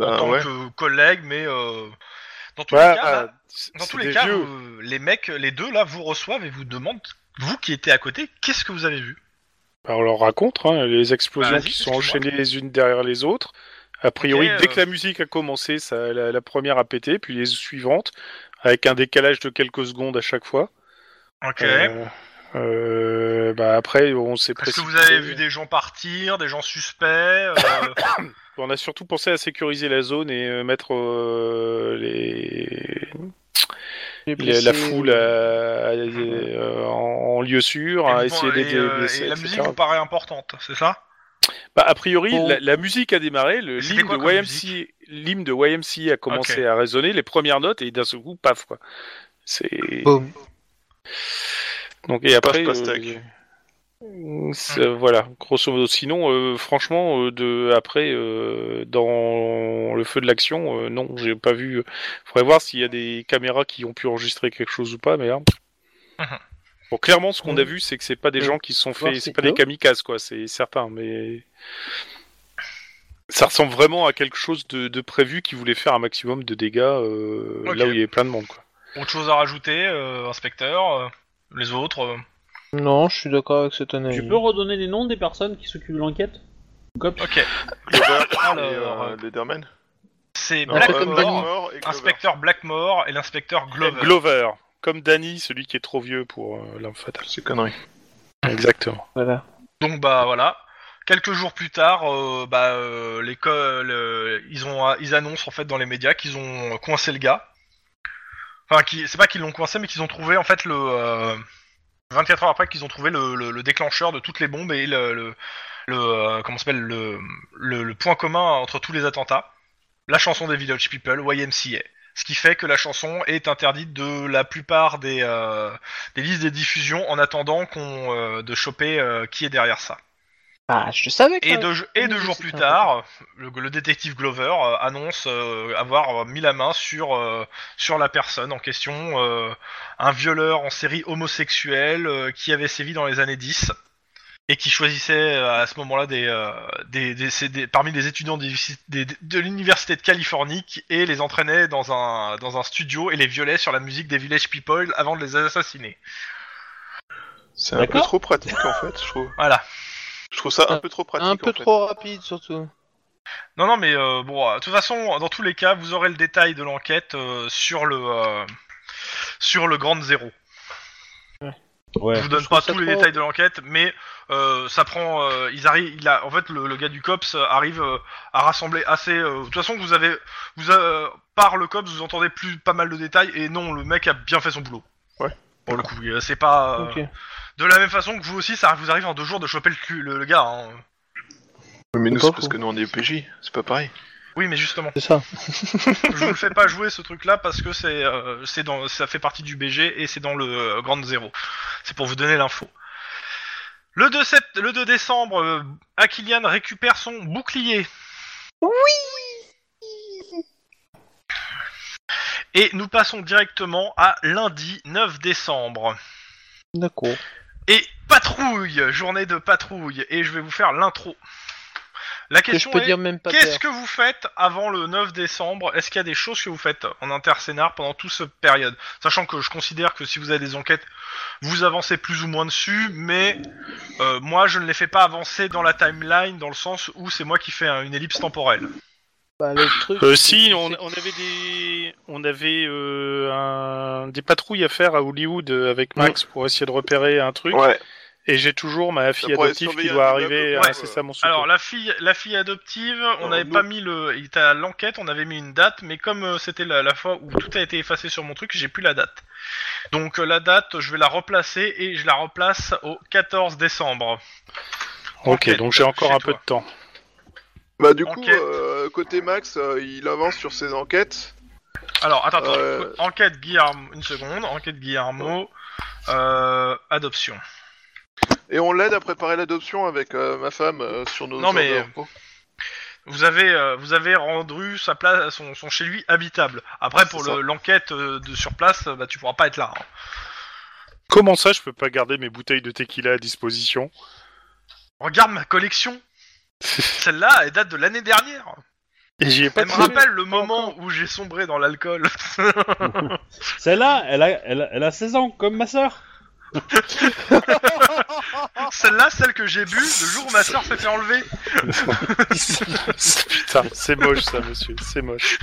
euh,
en
Bah
tant
ouais.
que collègue, mais euh, dans tous
Ouais,
les cas,
ah,
là,
c'est-
dans tous
c'est
les,
des
cas
vieux.
euh, les mecs, les deux là, vous reçoivent et vous demandent, vous qui étiez à côté, qu'est-ce que vous avez vu
Bah, on leur raconte hein, les explosions
Bah, vas-y,
qui sont
excuse-moi.
enchaînées les unes derrière les autres. A priori,
Ok,
dès
euh.
que la musique a commencé, ça, la, la première a pété, puis les suivantes, avec un décalage de quelques secondes à chaque fois.
Ok.
Euh, Euh, bah après, on
Est-ce
s'est
que
précipité.
vous avez vu des gens partir, des gens suspects euh,
On a surtout pensé à sécuriser la zone et euh, mettre euh, les...
Les
les- la
blessés,
foule à- à- euh, en, en lieu sûr, à
et vous-
essayer d'aider
et,
les
euh,
blessés,
et la
etc.
musique vous paraît importante, c'est ça
Bah, a priori,
Bon.
la, la musique a démarré, le-
C'était
l'hymne
quoi
de,
comme
YMCA l'hymne de YMCA a commencé
Ok.
à résonner, les premières notes, et d'un seul coup, paf, quoi. C'est...
Boum.
Donc, et après...
Paf, pastèque.
euh,
Mm.
c'est- voilà, grosso modo. Sinon, euh, franchement, euh, de après, euh, dans le feu de l'action, euh, non, j'ai pas vu. Faudrait voir s'il y a des caméras qui ont pu enregistrer quelque chose ou pas, mais là.
Mhm.
Bon, clairement, ce qu'on a vu, c'est que c'est pas des
Ouais.
gens qui se sont
Mm. Voir
fait,
si-
c'est pas des
Allô
kamikazes, quoi, c'est certain, mais ça ressemble vraiment à quelque chose de, de prévu qui voulait faire un maximum de dégâts euh,
Ok.
là où il y avait plein de monde, quoi.
Autre chose à rajouter, euh, inspecteur, euh, les autres euh,
Non, je suis d'accord avec cette analyse.
Tu peux redonner les noms des personnes qui s'occupent de l'enquête Cop.
Ok,
Glover et
Alors,
euh, Lederman
c'est
Non,
Blackmore,
euh,
Blackmore,
Blackmore et Glover.
inspecteur Blackmore et l'inspecteur Glover.
Glover, comme Danny, celui qui est trop vieux pour euh, l'arme fatale.
C'est connerie.
Exactement.
Voilà.
Donc bah voilà. Quelques jours plus tard, euh, bah, euh, les co- le- ils ont euh, ils annoncent en fait dans les médias qu'ils ont coincé le gars. Enfin, qui, c'est pas qu'ils l'ont coincé, mais qu'ils ont trouvé en fait le euh, 24 heures après qu'ils ont trouvé le, le- le déclencheur de toutes les bombes et le, le, le, euh, comment ça s'appelle le, le- le point commun entre tous les attentats, la chanson des Village People, YMCA. Ce qui fait que la chanson est interdite de la plupart des euh, des listes des diffusions en attendant qu'on euh, de choper euh, qui est derrière ça.
Ah, je savais que
Et
t'as-
deux, ju- et deux
oui,
jours
c'est
plus
ça.
tard, le, le détective Glover euh, annonce euh, avoir euh, mis la main sur, euh, sur la personne en question, euh, un violeur en série homosexuel euh, qui avait sévi dans les années 10 et qui choisissait euh, à ce moment-là des, euh, des, des- c'est des- parmi les étudiants des- des- de l'université de Californie qui- et les entraînait dans un, dans un studio et les violait sur la musique des Village People avant de les assassiner.
C'est un peu
D'accord.
trop pratique en fait, je trouve.
Voilà.
Je trouve ça un peu trop pratique.
Un peu
en fait.
trop rapide
Euh,
surtout.
Non, non, mais euh, bon, euh, de toute façon, dans tous les cas, vous aurez le détail de l'enquête euh, sur le euh, sur le Grand Zéro.
Ouais.
Je vous donne
Je
pas
trouve ça
tous les
trop-
détails de l'enquête, mais euh, ça prend. euh, ils arrivent. Il a, en fait, le, le gars du cops arrive euh, à rassembler assez. euh, de toute façon, vous avez, vous euh, par le cops, vous entendez plus pas mal de détails. Et non, le mec a bien fait son boulot.
Ouais.
Pour le coup, euh, c'est pas euh,
Ok.
de la même façon que vous aussi. Ça vous arrive en deux jours de choper le, cul- le, le gars. hein.
Oui, Mais nous,
Pas
c'est parce
faux.
que nous on est PJ, c'est pas pareil.
Oui, mais justement.
C'est ça. Mm.
je vous le fais pas jouer ce truc là parce que c'est euh, c'est dans ça fait partie du BG et c'est dans le euh, Grand Zéro. C'est pour vous donner l'info. Le 2, sept- le 2 décembre, euh, Akilian récupère son bouclier. Oui Et nous passons directement à lundi 9 décembre.
D'accord.
Et patrouille, journée de patrouille. Et je vais vous faire l'intro. La
Que je
question
peux
est...
dire même pas
Qu'est-ce
peur.
que vous faites avant le 9 décembre Est-ce qu'il y a des choses que vous faites en intercénar pendant toute cette période Sachant que je considère que si vous avez des enquêtes, vous avancez plus ou moins dessus, mais euh, moi je ne les fais pas avancer dans la timeline dans le sens où c'est moi qui fais un- une ellipse temporelle.
Bah, le truc,
Euh,
c'est
si,
que
on,
c'est-
on avait des, on avait euh, un- des patrouilles à faire à Hollywood euh, avec Max pour essayer de repérer un truc.
Ouais.
Et j'ai toujours ma fille
Ça pourrait
adoptive qui
surveiller
doit
un immeuble,
arriver hein,
ouais.
incessamment sous
Alors
peu.
la fille, la fille adoptive, on
Euh,
Non,
n'avait
nous-
pas mis le, il était à l'enquête, on avait mis une date, mais comme euh, c'était la, la fois où tout a été effacé sur mon truc, j'ai plus la date. Donc euh, la date, je vais la replacer et je la replace au 14 décembre.
ok,
enquête,
donc j'ai encore
chez
un
toi.
peu de temps.
Bah du coup,
Enquête.
euh, côté Max, euh, il avance sur ses enquêtes.
Alors, attends, attends.
Euh.
Enquête Guillermo, une seconde. Enquête Guillermo, euh, adoption.
Et on l'aide à préparer l'adoption avec euh, ma femme euh, sur nos
Non,
heures
mais-
de repos.
Vous avez, euh, vous avez rendu sa place, son, son chez lui habitable. Après,
C'est
pour
ça.
le- l'enquête euh, de sur place, euh, bah, tu pourras pas être là. hein.
Comment ça, je peux pas garder mes bouteilles de tequila à disposition
Regarde ma collection. Celle-là, elle date de l'année dernière.
Et j'y ai pas
Elle
de
me rappelle le moment où j'ai sombré dans l'alcool.
Celle-là, elle a, elle, a- elle a 16 ans, comme ma sœur.
Celle-là, celle que j'ai bu le jour où ma soeur s'est fait enlever.
Putain, c'est moche ça, monsieur, c'est moche.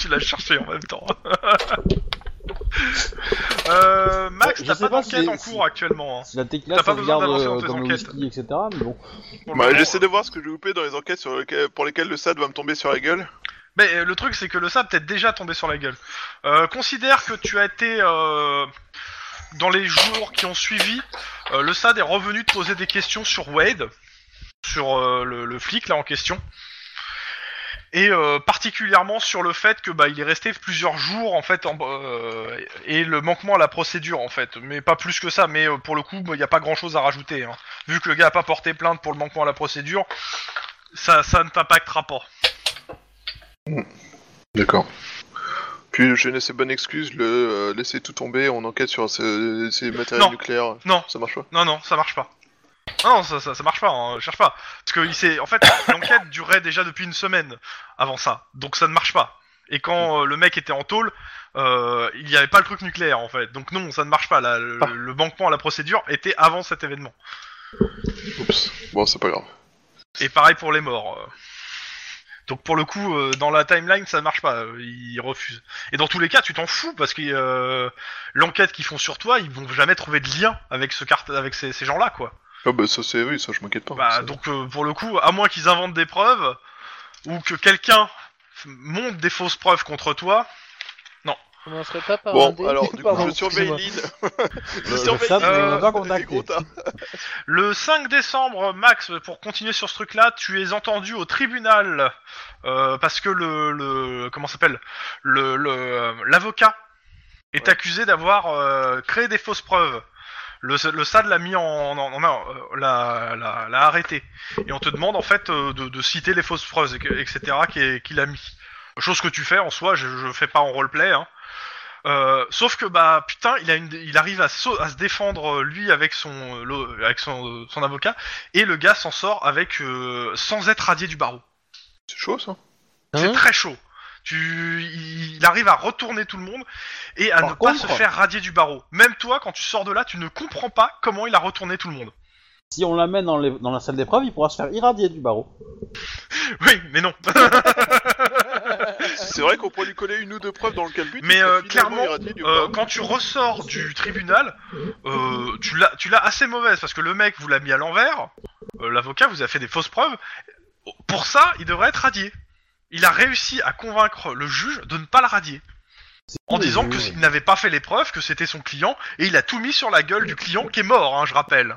tu l'as cherché en même temps. Euh, Max,
Je
t'as
sais
pas
pas si
d'enquête
c'est-
en cours actuellement. hein,
Si la
T'as
technique
pas
ça
besoin
regarde
d'avancer dans
euh,
tes
comme le
enquêtes.
whisky, etc. Mais bon,
pour le hein.
Bah,
moment.
J'essaie de voir ce que j'ai loupé dans les enquêtes sur lequel- pour lesquelles le SAD va me tomber sur la gueule.
Mais euh, le truc, c'est que le sable t'est déjà tombé sur la gueule. Euh, considère que tu as été euh, dans les jours qui ont suivi, euh, le SAD est revenu te poser des questions sur Wade, sur euh, le, le flic là en question, et euh, particulièrement sur le fait que bah il est resté plusieurs jours en fait en, euh, et le manquement à la procédure en fait, mais pas plus que ça. Mais euh, pour le coup, il n'y a pas grand chose à rajouter, hein. vu que le gars a pas porté plainte pour le manquement à la procédure, ça ça ne t'impactera pas.
D'accord. Puis je laissé bonne excuse, le euh, laisser tout tomber, on enquête sur ce- ces matériels
Non.
nucléaires.
Non.
Ça marche pas
Non, non, ça marche pas. Ah non, ça, ça, ça marche pas, hein, cherche pas. Parce que il s'est- en fait, l'enquête durait déjà depuis une semaine avant ça, donc ça ne marche pas. Et quand euh, le mec était en tôle, euh, il n'y avait pas le truc nucléaire en fait. Donc non, ça ne marche pas. la- le, le banquement à la procédure était avant cet événement.
Oups. Bon, c'est pas grave.
Et pareil pour les morts. euh. Donc pour le coup, euh, dans la timeline, ça ne marche pas. euh, Ils refusent. Et dans tous les cas, tu t'en fous parce que euh, l'enquête qu'ils font sur toi, ils vont jamais trouver de lien avec ce carte, avec ces- ces gens-là, quoi.
Ah bah ça c'est oui, ça je m'inquiète pas.
Bah,
Ça-
donc euh, pour le coup, à moins qu'ils inventent des preuves ou que quelqu'un f- monte des fausses preuves contre toi.
On n'en serait pas par un
Bon,
dé-
alors du
Pardon,
coup je surveille
excusez-moi.
Lynn.
Euh, le
je surveille
SAD ne
euh,
m'a pas
Lynn. Les gros
contacté.
hein.
tas.
Le 5 décembre, Max, pour continuer sur ce truc-là, tu es entendu au tribunal euh, parce que le, le comment ça s'appelle le le, euh, l'avocat est accusé d'avoir euh, créé des fausses preuves. Le, le SAD l'a mis en, en, en- en- euh, l'a, l'a- l'a arrêté et on te demande en fait euh, de, de citer les fausses preuves et que- etc qui- qu'il a mis. Chose que tu fais en soi, je, je fais pas en roleplay. Hein. Euh, sauf que bah putain, il a une, il arrive à, sau- à se défendre euh, lui avec son euh, le- avec son, euh, son avocat et le gars s'en sort avec euh, sans être radié du barreau.
C'est chaud ça
C'est
Hein
très chaud. Tu, il il arrive à retourner tout le monde et à
Par
ne
contre-
pas se faire radier du barreau. Même toi, quand tu sors de là, tu ne comprends pas comment il a retourné tout le monde.
si on l'amène dans, les- dans la salle d'épreuve, il pourra se faire irradier du barreau.
Oui, mais non.
C'est vrai qu'on pourrait lui coller une ou deux preuves dans le calbut.
Mais, euh, clairement, Euh, quand tu ressors du tribunal, euh, tu l'as tu l'as assez mauvaise parce que le mec vous l'a mis à l'envers, euh, l'avocat vous a fait des fausses preuves. Pour ça, il devrait être radié. Il a réussi à convaincre le juge de ne pas le radier
C'est
en
qui,
disant
le juge
qu'il n'avait pas fait les preuves, que c'était son client et il a tout mis sur la gueule du client qui est mort, hein, je rappelle.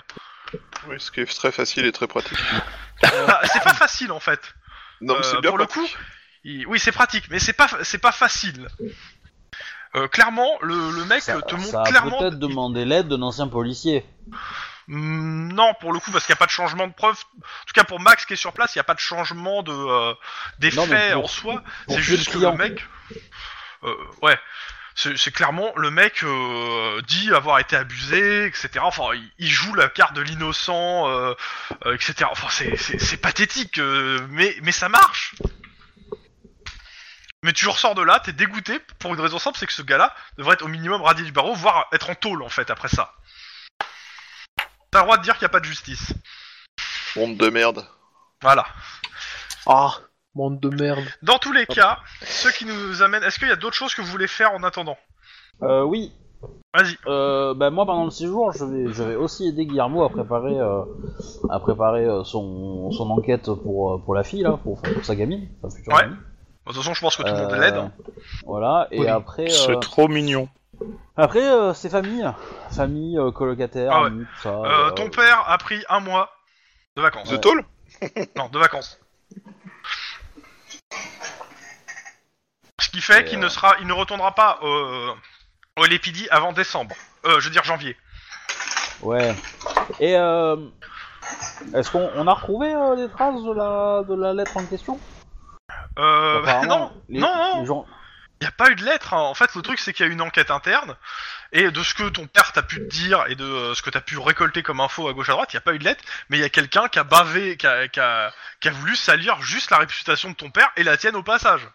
Oui, ce qui est très facile et très pratique.
Bah, c'est pas facile en fait.
Non, mais
Euh,
c'est bien
pour le
pratique.
Il- Oui, c'est pratique, mais c'est pas c'est pas facile. Euh, clairement, le, le mec
ça,
te montre
ça a
clairement.
peut-être demandé l'aide d'un ancien policier.
Hmm, Non, pour le coup, parce qu'il n'y a pas de changement de preuve. En tout cas, pour Max qui est sur place, il n'y a pas de changement de euh, des
Non, mais
faits
pour-
en soi.
pour
C'est
tuer le
juste que le
client.
mec. Euh, ouais. C'est c'est clairement le mec euh, dit avoir été abusé, etc. Enfin, il, il joue la carte de l'innocent, euh, euh, etc. Enfin, c'est- c'est c'est pathétique, euh, mais, mais ça marche. Mais tu ressors de là, t'es dégoûté pour une raison simple, c'est que ce gars-là devrait être au minimum radié du barreau, voire être en tôle en fait après ça. T'as le droit de dire qu'il n'y a pas de justice.
Monde de merde.
Voilà.
Ah, bande de merde.
Dans tous les cas, ce qui nous amène. Est-ce qu'il y a d'autres choses que vous voulez faire en attendant
Euh, oui,
Vas-y.
euh, bah, moi pendant le séjour, je vais, je vais aussi aider Guillermo à préparer, euh, à préparer euh, son, son enquête pour, euh, pour la fille, là, pour, pour sa gamine, sa future
Ouais.
gamine.
De toute façon, je pense que tout le monde
Euh,
l'aide. hein.
Voilà, et
Oui.
après,
C'est
euh,
trop mignon.
après euh, ses familles, famille, euh, colocataire,
Ah ouais.
amis, tout ça.
Euh,
euh,
ton père a pris un mois de vacances.
The Toll
Non, de vacances. Ce qui fait
Et,
qu'il
euh,
ne sera, il ne retournera pas euh, au Lépidi avant décembre. Euh, je veux dire janvier.
Ouais. Et euh, est-ce qu'on on a retrouvé euh, des traces de la, de la lettre en question
Euh,
Apparemment,
non,
les-
non, non,
les gens-
Il n'y a pas eu de lettre. hein. En fait, le truc, c'est qu'il y a eu une enquête interne. Et de ce que ton père t'a pu te dire et de euh, ce que t'as pu récolter comme info à gauche à droite, il n'y a pas eu de lettre. Mais il y a quelqu'un qui a bavé, qui a, qui a- qui a voulu salir juste la réputation de ton père et la tienne au passage.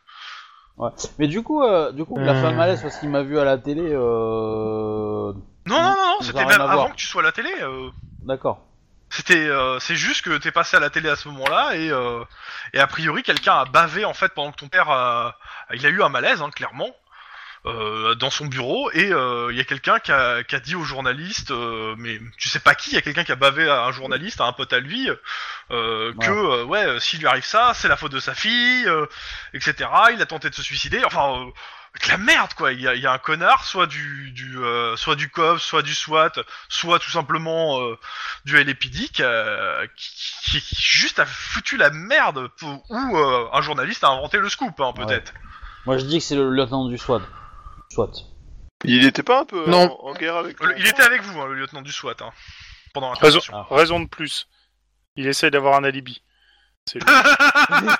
Mais du coup, euh, du coup, il a fait un
Hmm.
malaise parce qu'il m'a vu à la télé. Euh...
Non, non, non, non,
Ça
c'était
n'a rien
même
à voir.
avant que tu sois à la télé. euh.
D'accord.
C'était, euh, c'est juste que t'es passé à la télé à ce moment-là et, euh, et a priori quelqu'un a bavé en fait pendant que ton père, a- il a eu un malaise, hein, clairement. euh, dans son bureau et euh, il y a quelqu'un qui a, qui a dit au journaliste, euh, mais tu sais pas qui, il y a quelqu'un qui a bavé à un journaliste, à un pote à lui, euh, que euh, ouais, euh, s'il lui arrive ça, c'est la faute de sa fille, euh, etc. Il a tenté de se suicider, enfin. euh, de la merde quoi, il y a, il y a un connard, soit du, du euh, soit du COP, soit du SWAT, soit tout simplement euh, du LAPD qui, a- qui- qui- qui juste a foutu la merde pour- ou euh, un journaliste a inventé le scoop hein, peut-être.
Moi, je dis que c'est le lieutenant du SWAT. SWAT.
Il était pas un peu
Non.
En, en guerre avec
Le- Il était avec vous hein, le lieutenant du SWAT hein, pendant
Raison,
l'intervention.
raison de plus. Il essaye d'avoir un alibi. C'est lui.
Ah.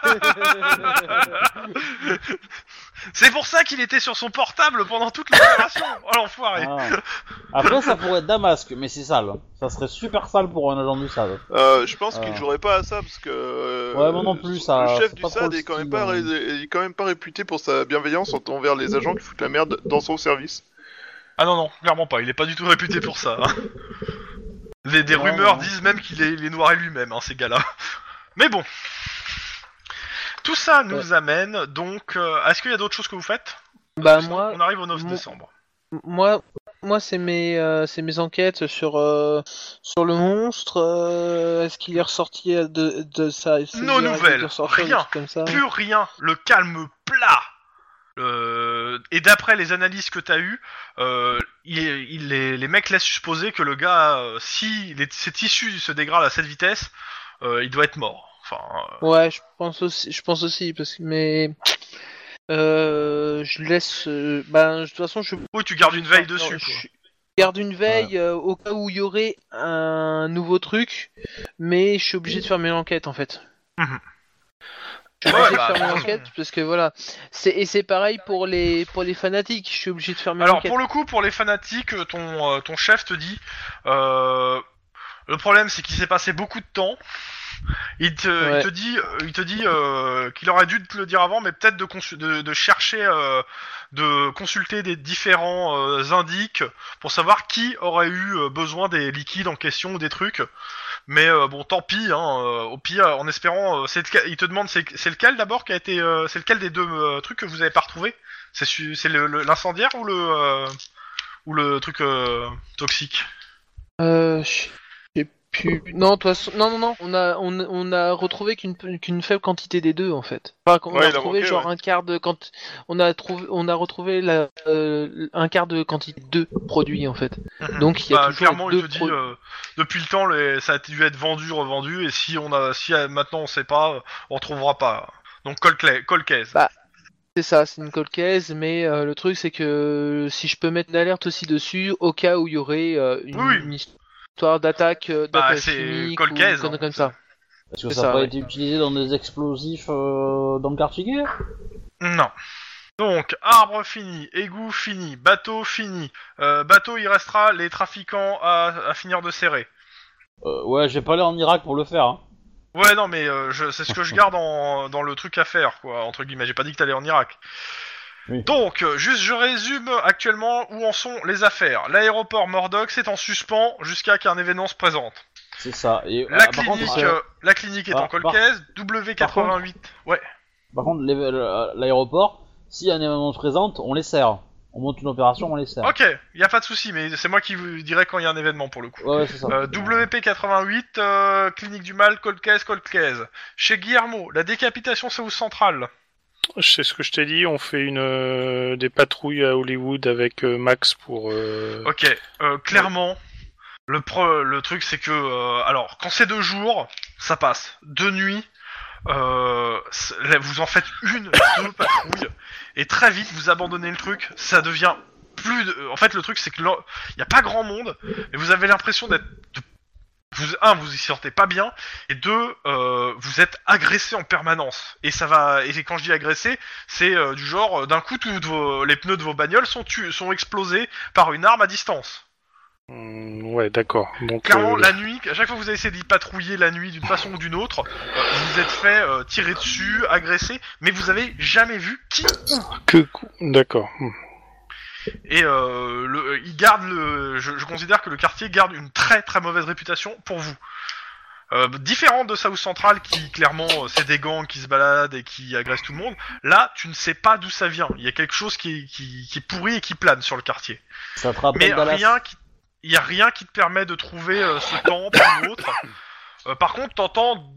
C'est pour ça qu'il était sur son portable pendant toute l'opération. Oh l'enfoiré.
Ah. Après, ça pourrait être Damasque, mais c'est sale. Ça serait super sale pour un agent du SAD.
Euh, je pense qu'il
Ah.
jouerait pas à ça parce que. euh,
Ouais, moi non plus, ça-
Le chef
c'est
du
pas trop
SAD
le
est quand, même
style,
pas,
hein.
ré- est quand même pas réputé pour sa bienveillance envers les agents qui foutent la merde dans son service.
Ah non non, clairement pas. Il est pas du tout réputé pour ça. hein. Des, des
Non,
rumeurs
non.
disent même qu'il est, il est noiré lui-même hein, ces gars-là. Mais bon. Tout ça nous amène donc. euh, Est-ce qu'il y a d'autres choses que vous faites
Bah
Sinon,
moi,
on arrive au 9
mon-
décembre.
moi, moi, c'est mes, euh, c'est mes enquêtes sur euh, sur le monstre. euh, Est-ce qu'il est ressorti euh, de de sa est-ce qu'il
Nos
est
nouvelles,
ressorti
rien,
un truc Comme ça.
Plus rien, le calme plat. Euh, et d'après les analyses que t'as eues, euh, il, il- les, les mecs laissent supposer que le gars, euh, si les, ses tissus se dégradent à cette vitesse, euh, il doit être mort. Enfin, euh,
Ouais, je pense aussi, je pense aussi parce que mais euh, je laisse. euh, ben de toute façon, je
oui, tu gardes une veille dessus.
Ah, Non,
quoi.
je garde une veille euh, au cas où il y aurait un nouveau truc, mais je suis obligé de faire mes enquêtes en fait.
Mhm.
Je suis
Ouais,
obligé
bah,
de faire
de
mes
toute
enquêtes
façon.
parce que voilà. C'est, et c'est pareil pour les, pour les fanatiques, je suis obligé de faire mes
Alors
enquêtes.
pour le coup, pour les fanatiques, euh, ton, euh, ton chef te dit, euh, le problème c'est qu'il s'est passé beaucoup de temps. Il te, il
Ouais.
te dit, il te dit euh, qu'il aurait dû te le dire avant, mais peut-être de, consu- de, de chercher, euh, de consulter des différents euh, indices pour savoir qui aurait eu euh, besoin des liquides en question ou des trucs. Mais euh, bon, tant pis. Hein, euh, au pire, en espérant, euh, c'est lequel- il te demande c'est c'est lequel d'abord qui a été, euh, c'est lequel des deux euh, trucs que vous avez pas retrouvé c'est su- c'est le- le- l'incendiaire ou le euh, ou le truc euh, toxique
Euh, je sais plus. Non, de toute façon, non, non, non, on a, on, on a retrouvé qu'une, qu'une faible quantité des deux en fait. Enfin, qu'on
Ouais, il
a
a
retrouvé
manqué,
genre un quart de quand on a trouvé, on a retrouvé la, euh, un quart de quantité de deux produits en fait. Donc il y a
Bah,
toujours
clairement, il
deux
te dit
pro-
euh, depuis le temps, les- ça a dû être vendu, revendu, et si on a, si euh, maintenant on sait pas, on retrouvera pas. Donc cold, cla- cold case.
Bah, C'est ça, c'est une cold case, mais euh, le truc c'est que si je peux mettre une alerte aussi dessus, au cas où il y aurait euh, une,
Oui.
une histoire d'attaque, euh,
Bah,
d'attaque
c'est
chimique
cold
ou
case,
une connerie
hein.
comme ça.
Est-ce que
C'est
ça
ça,
n'a pas
ouais.
été utilisé dans des explosifs euh, dans le quartier
Non. Donc arbre fini, égout fini, bateau fini. Euh, bateau, il restera les trafiquants à, à finir de serrer.
euh, Ouais, j'ai pas aller en Irak pour le faire. Hein.
Ouais, non, mais euh, je- c'est ce que je garde en- dans le truc à faire, quoi, entre guillemets. J'ai pas dit que t'allais en Irak.
Oui.
Donc, euh, juste je résume actuellement où en sont les affaires. L'aéroport Mordox est en suspens jusqu'à qu'un événement se présente.
C'est ça. Et,
La,
ah, par,
clinique,
contre,
euh, la clinique est
par-
en
par-
colcaise. W88. Ouais.
par contre, les- euh, l'aéroport, si un événement se présente, on les sert. On monte une opération, on les sert.
Ok, y a pas de souci, mais c'est moi qui vous dirai quand il y a un événement pour le coup.
Ouais, ouais, c'est ça.
Euh, WP88, euh, clinique du mal, colcaise, colcaise. Chez Guillermo, la décapitation c'est où centrale.
Je sais ce que je t'ai dit, on fait une euh, des patrouilles à Hollywood avec euh, Max pour. euh,
Ok, euh, clairement, le, pro- le truc c'est que, euh, alors, quand c'est deux jours, ça passe. Deux nuits, euh, c'est- là, vous en faites une, deux patrouilles, et très vite vous abandonnez le truc, ça devient plus de... En fait, le truc c'est que il n'y a pas grand monde, et vous avez l'impression d'être... de- Vous, un, vous y sentez pas bien, et deux, euh, vous êtes agressé en permanence. Et ça va, et quand je dis agressé, c'est euh, du genre, euh, d'un coup, tous vos- les pneus de vos bagnoles sont, tu- sont explosés, par une arme à distance.
hmm, ouais, d'accord. Donc,
Clairement,
euh,
la nuit, à chaque fois que vous avez essayé d'y patrouiller la nuit d'une façon ou d'une autre, euh, vous vous êtes fait euh, tirer dessus, agresser, mais vous avez jamais vu qui.
que- D'accord. hmm.
Et euh, le, euh, ils gardent le, je, je considère que le quartier garde une très très mauvaise réputation pour vous. euh, différent de South Central qui clairement euh, c'est des gangs qui se baladent et qui agressent tout le monde. Là, tu ne sais pas d'où ça vient. Il y a quelque chose qui, qui, qui est pourri et qui plane sur le quartier.
Ça te rappelle
Mais
Dallas
rien qui, il y a rien qui te permet de trouver euh, ce temple ou autre. Euh, par contre, t'entends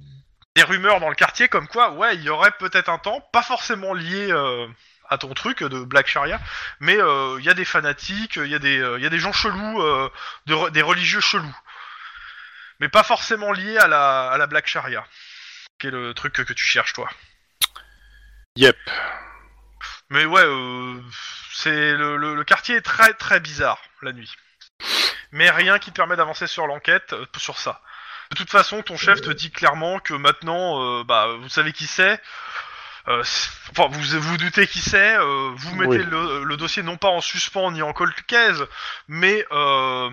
des rumeurs dans le quartier comme quoi, ouais, il y aurait peut-être un temple, pas forcément lié euh, à ton truc de Black Sharia, mais euh, il y a des fanatiques, il y a des, euh, il y a des gens chelous, euh, de re- des religieux chelous, mais pas forcément liés à la, à la Black Sharia, qui est le truc que, que tu cherches toi.
Yep.
Mais ouais, euh, c'est le, le- le quartier est très très bizarre la nuit. Mais rien qui te permet d'avancer sur l'enquête euh, sur ça. De toute façon, ton chef te dit clairement que maintenant, euh, bah, vous savez qui c'est. euh, c'est- enfin, vous vous doutez qui c'est. euh, vous mettez
Oui.
le, le dossier non pas en suspens ni en cold case, mais euh,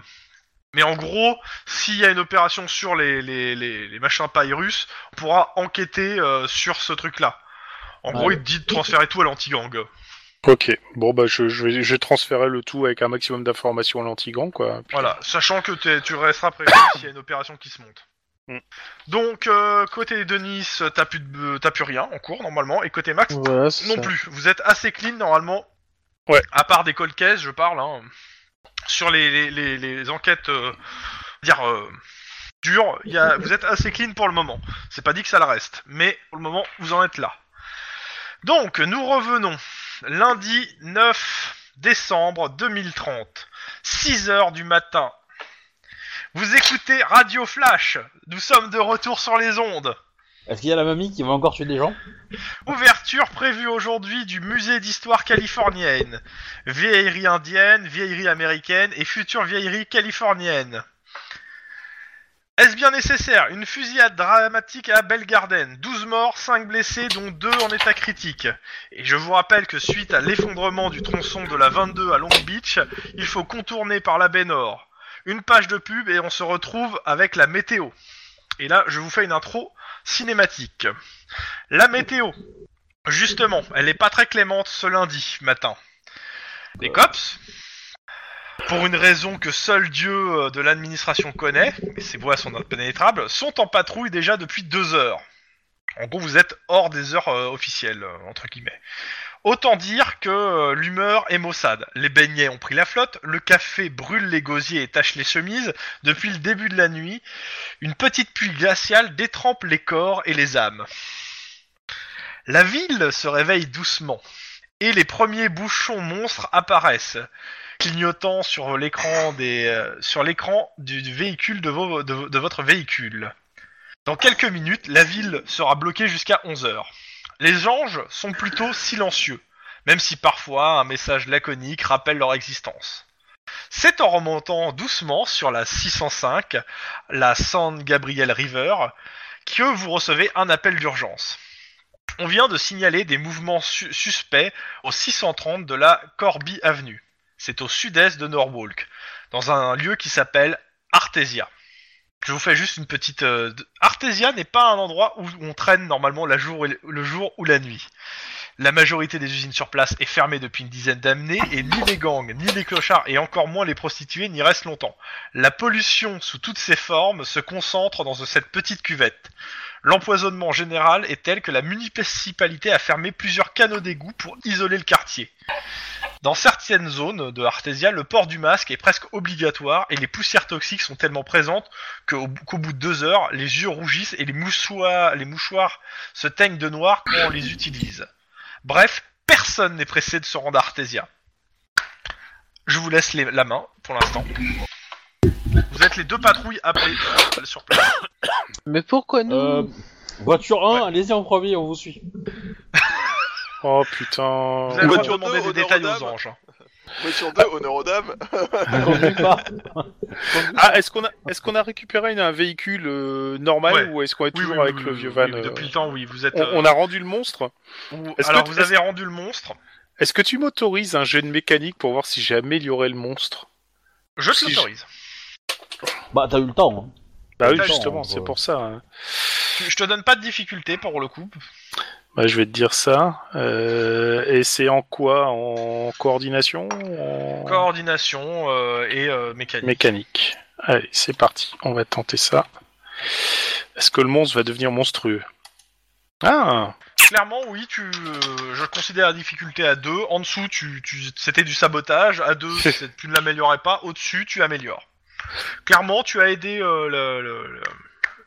mais en gros, s'il y a une opération sur les les, les, les machins pailles russes, on pourra enquêter euh, sur ce truc-là. En gros,
Ouais.
il te dit de transférer tout à l'anti-gang.
Ok. Bon bah je, je vais, je vais transférer le tout avec un maximum d'informations à l'antigan quoi. Puis-
Voilà, sachant que t'es- tu resteras prévu s'il y a une opération qui se monte.
Mm.
Donc, euh, côté Denis, t'as plus, de, t'as plus rien en cours normalement, et côté Max,
Voilà, c'est
non
ça.
plus. Vous êtes assez clean normalement.
Ouais.
À part des cold cases, je parle, hein, sur les, les, les- les enquêtes, euh, dire, euh, dures, il y a- vous êtes assez clean pour le moment. C'est pas dit que ça le reste, mais pour le moment, vous en êtes là. Donc, nous revenons. Lundi 9 décembre 2030, 6 heures du matin. Vous écoutez Radio Flash. Nous sommes de retour sur les ondes.
Est-ce qu'il y a la mamie qui va encore tuer des gens
Ouverture prévue aujourd'hui du musée d'histoire californienne. Vieillerie indienne, vieillerie américaine et future vieillerie californienne. Est-ce bien nécessaire Une fusillade dramatique à Bell Garden. 12 morts, 5 blessés, dont 2 en état critique. Et je vous rappelle que suite à l'effondrement du tronçon de la 22 à Long Beach, il faut contourner par la baie Nord. Une page de pub et on se retrouve avec la météo. Et là, je vous fais une intro cinématique. La météo. Justement, elle n'est pas très clémente ce lundi matin. Les cops, pour une raison que seul Dieu euh, de l'administration connaît, et ses voies sont impénétrables, sont en patrouille déjà depuis deux heures. En gros, vous êtes hors des heures euh, officielles, euh, entre guillemets. Autant dire que euh, l'humeur est maussade. Les beignets ont pris la flotte, le café brûle les gosiers et tache les chemises. Depuis le début de la nuit, une petite pluie glaciale détrempe les corps et les âmes. La ville se réveille doucement, et les premiers bouchons monstres apparaissent, clignotant sur l'écran des euh, sur l'écran du, du véhicule de, vo- de vo- de votre véhicule. Dans quelques minutes, la ville sera bloquée jusqu'à 11 heures. Les anges sont plutôt silencieux, même si parfois un message laconique rappelle leur existence. C'est en remontant doucement sur la 605, la San Gabriel River, que vous recevez un appel d'urgence. On vient de signaler des mouvements su- suspects au 630 de la Corby Avenue. C'est au sud-est de Norwalk, dans un lieu qui s'appelle Artesia. Je vous fais juste une petite... euh, d- Artesia n'est pas un endroit où on traîne normalement la jour et le- le jour ou la nuit. La majorité des usines sur place est fermée depuis une dizaine d'années et ni les gangs, ni les clochards et encore moins les prostituées n'y restent longtemps. La pollution sous toutes ses formes se concentre dans cette petite cuvette. L'empoisonnement général est tel que la municipalité a fermé plusieurs canaux d'égouts pour isoler le quartier. Dans certaines zones de Artesia, le port du masque est presque obligatoire et les poussières toxiques sont tellement présentes qu'au qu'au bout de deux heures, les yeux rougissent et les mouchoirs, les mouchoirs se teignent de noir quand on les utilise. Bref, personne n'est pressé de se rendre à Artesia. Je vous laisse les- la main pour l'instant. Vous êtes les deux patrouilles appelées euh, sur place.
Mais pourquoi nous
Euh, Voiture 1, allez-y en premier, on vous suit.
Oh putain.
Vous allez
Voiture
pas demander
deux,
des
honneur
détails
aux
aux
dames.
anges. hein.
Voiture 2, honneur aux dames.
Conduis pas.
Ah est-ce qu'on a est-ce qu'on a récupéré une- un véhicule euh, normal
Ouais.
ou est-ce qu'on est
Oui,
toujours
oui,
avec
oui,
le
oui,
vieux
oui,
van
oui,
euh,
Depuis le temps, oui, vous êtes.
on,
euh,
on a rendu le monstre.
vous-
est-ce
Alors,
que-
vous avez rendu le monstre.
Est-ce que tu m'autorises un jeu de mécanique pour voir si j'ai amélioré le monstre
Je te
Si je-
l'autorise.
Bah, t'as eu le temps. hein.
Bah oui
Attends,
justement
on
c'est
va-
pour ça. hein.
Tu- Je te donne pas de difficulté pour le coup.
Bah, je vais te dire ça. Euh, et c'est en quoi En coordination en...
Coordination euh, et euh, mécanique.
Mécanique. Allez, c'est parti. On va tenter ça. Est-ce que le monstre va devenir monstrueux Ah
Clairement, oui, tu, euh, je considère la difficulté à 2. En dessous, tu, tu- c'était du sabotage. À 2, tu ne l'améliorais pas. Au-dessus, tu améliores. Clairement, tu as aidé euh, le- le- le-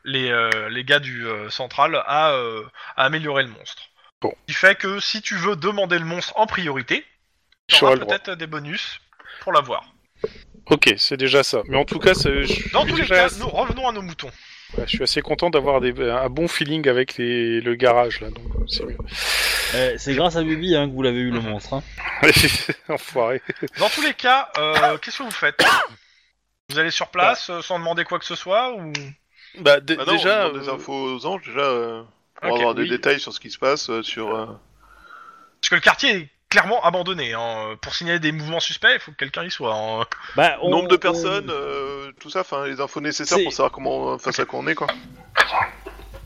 les, euh, les gars du euh, central à, euh, à améliorer le monstre.
Bon.
Ce qui fait que si tu veux demander le monstre en priorité, tu
J'aurai
auras
le droit.
peut-être des bonus pour l'avoir.
Ok, c'est déjà ça. Mais en tout cas, c'est- je
Dans
suis
tous les
déjà
cas,
assez-
nous revenons à nos moutons.
ouais, je suis assez content d'avoir des- un bon feeling avec les- le garage là. Donc c'est mieux.
Euh, c'est grâce à Bibi hein, que vous l'avez eu le monstre. hein.
Enfoiré.
Dans tous les cas, euh, qu'est-ce que vous faites Vous allez sur place euh, sans demander quoi que ce soit ou...
Bah, d-
Bah non,
déjà.
on demande des
euh,
infos aux anges, déjà, euh, pour
Ok,
avoir des
oui.
détails sur ce qui se passe, euh, sur... euh,
Parce que le quartier est clairement abandonné. hein. Pour signaler des mouvements suspects, il faut que quelqu'un y soit. hein.
Bah, on-
Nombre de
on-
personnes, euh, tout ça, enfin, les infos nécessaires
C'est-
pour savoir comment, euh, face à quoi on est, quoi.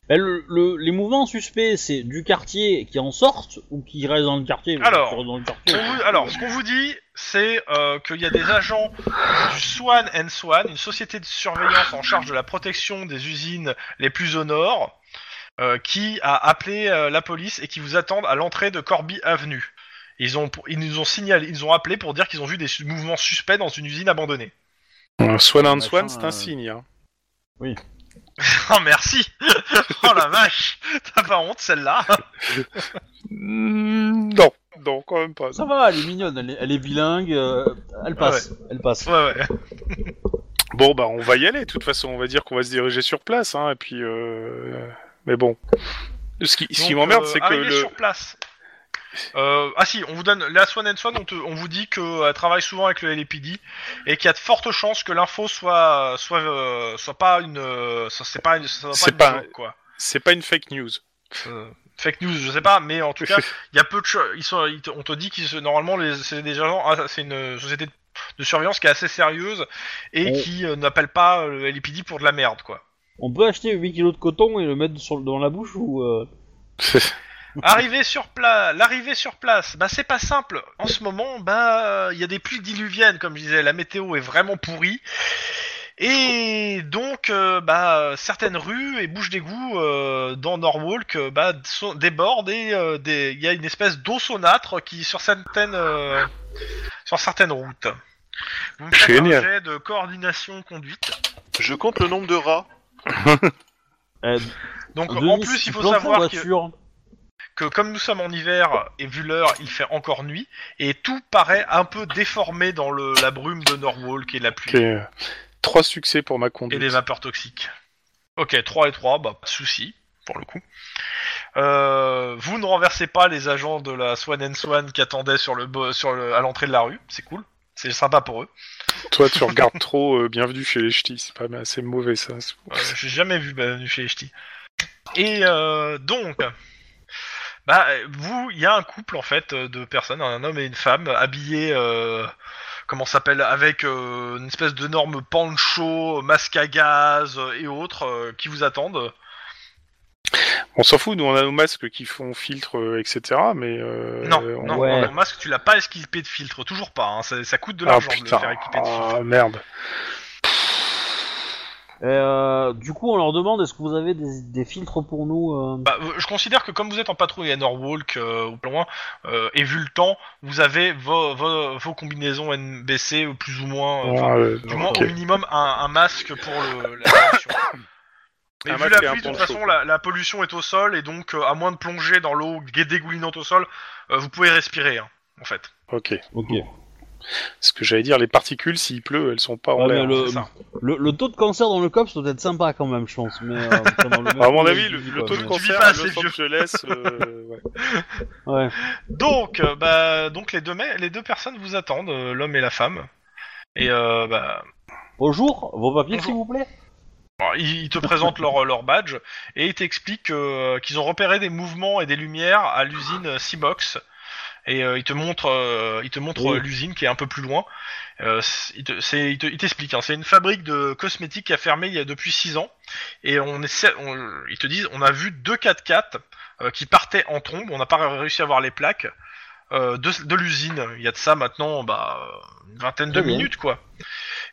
Bah, le- le- les mouvements suspects, c'est du quartier qui en sortent ou qui restent dans le quartier. parce
Alors,
qu'ils restent dans le quartier.
On vous- alors, ce qu'on vous dit, c'est euh, qu'il y a des agents du Swan and Swan, une société de surveillance en charge de la protection des usines les plus au nord, euh, qui a appelé euh, la police et qui vous attendent à l'entrée de Corby Avenue. Ils, ont, ils nous ont signalé, ils ont appelé pour dire qu'ils ont vu des su- mouvements suspects dans une usine abandonnée.
euh, Swan and
Machin,
Swan, c'est un
euh,
signe. hein.
Oh merci Oh la vache T'as pas honte celle-là
hmm,
Mm, Non, non, quand même pas.
Ça va, elle est mignonne, elle est, elle est bilingue, euh, elle passe, elle passe.
Ouais ouais.
Bon, bah, on va y aller. De toute façon, on va dire qu'on va se diriger sur place. Hein, et puis, euh, mais bon. Ce qui, ce qui
Donc,
m'emmerde,
euh,
c'est que
arrivé
le.
sur place. Euh, ah si, on vous donne la Swan and Swan, on, te- on vous dit qu'elle travaille souvent avec le LAPD et qu'il y a de fortes chances que l'info soit soit euh, soit pas une euh, ça- c'est pas une ça soit
C'est
une
pas-
joke, quoi.
C'est pas une fake news.
Euh, fake news, je sais pas, mais en tout cas, il y a peu de cho- ils sont ils te- on te dit qu'ils se- normalement les- c'est des gens ah, c'est une société de, de surveillance qui est assez sérieuse et
Ouais.
qui euh, n'appelle pas euh, le LAPD pour de la merde quoi.
On peut acheter 8 kilos de coton et le mettre sur, dans la bouche ou... euh,
Arrivé sur place, l'arrivée sur place, bah c'est pas simple. En ce moment, bah il y a des pluies diluviennes, comme je disais, la météo est vraiment pourrie. Et donc, euh, bah certaines rues et bouches d'égout euh, dans Norwalk, euh, bah sont- débordent et euh, des- il y a une espèce d'eau saunâtre qui sur certaines euh, sur certaines routes. Vous me faites un
Génial.
jet de coordination conduite.
Je compte le nombre de rats.
euh,
Donc en
Denis,
plus, il faut
plante la
savoir que
voiture.
que comme nous sommes en hiver et vu l'heure, il fait encore nuit et tout paraît un peu déformé dans le, la brume de Norwalk et la pluie
Ok. euh, Trois succès pour ma
et
conduite.
les vapeurs toxiques. Ok, 3 et 3, bah pas de souci pour le coup. Euh, vous ne renversez pas les agents de la Swan and Swan qui attendaient sur le, bo- sur le à l'entrée de la rue, c'est cool, c'est sympa pour eux.
Toi, tu regardes trop. euh, bienvenue chez les ch'tis. C'est pas mal, c'est mauvais ça. C'est-
Euh, J'ai jamais vu Bienvenue chez les Ch'tis. Et euh, donc, bah, vous, il y a un couple en fait euh, de personnes, un homme et une femme, habillés, euh, comment ça s'appelle, avec euh, une espèce d'énorme pancho, masque à gaz euh, et autres euh, qui vous attendent.
On s'en fout. Nous, on a nos masques qui font filtre, euh, etc. Mais euh,
non,
on-
non,
ouais.
ton masque, tu l'as pas équipé de filtre, toujours pas. hein, ça, ça coûte de
Ah
l'argent de le
putain.
faire équiper de filtre.
Ah merde.
Euh, du coup, on leur demande est-ce que vous avez des, des filtres pour nous euh,
Bah, euh, je considère que comme vous êtes en patrouille à Norwalk euh, ou plus loin, euh, et vu le temps, vous avez vos, vos, vos combinations NBC euh, plus ou moins, euh, enfin,
Ah, euh,
du moins
ok.
au minimum un, un masque pour le, la pollution. Mais
Un
vu
masque
la
et un
pluie, de toute
poncho,
façon,
quoi.
la, la pollution est au sol, et donc euh, à moins de plonger dans l'eau gue- dégoulinante au sol, euh, vous pouvez respirer, hein, en fait.
Ok.
Ok.
Ce que j'allais dire, les particules, s'il pleut, elles sont pas en
Ouais, mais
l'air.
le,
c'est ça.
le- le taux de cancer dans le COPS doit être sympa quand même, je pense. Mais, euh, enfin, dans le même
À mon
pays,
avis, le,
je dis,
le
quoi,
taux de
mais-
con-
cancer
pas
à
assez
Los
vieux.
Angeles, euh, ouais.
Ouais.
Donc, euh, bah, donc les, deux, me- les deux personnes vous attendent, euh, l'homme et la femme. Et euh, bah,
Bonjour, vos papiers
Bonjour.
s'il vous plaît
Alors, Ils ils te présentent leur, leur badge et ils t'expliquent que- qu'ils ont repéré des mouvements et des lumières à l'usine Seabox. Et euh, ils te montrent, euh, ils te montrent
Oui.
euh, l'usine qui est un peu plus loin. Euh, c'est- ils te- c'est- ils te- ils t'expliquent. hein. C'est une fabrique de cosmétiques qui a fermé il y a depuis 6 ans. Et on essaie, on- ils te disent, on a vu deux 4x4 euh, qui partaient en trombe. On n'a pas réussi à voir les plaques. euh, de, de l'usine. Il y a de ça maintenant, bah, euh, une vingtaine de
Très bien.
minutes, quoi.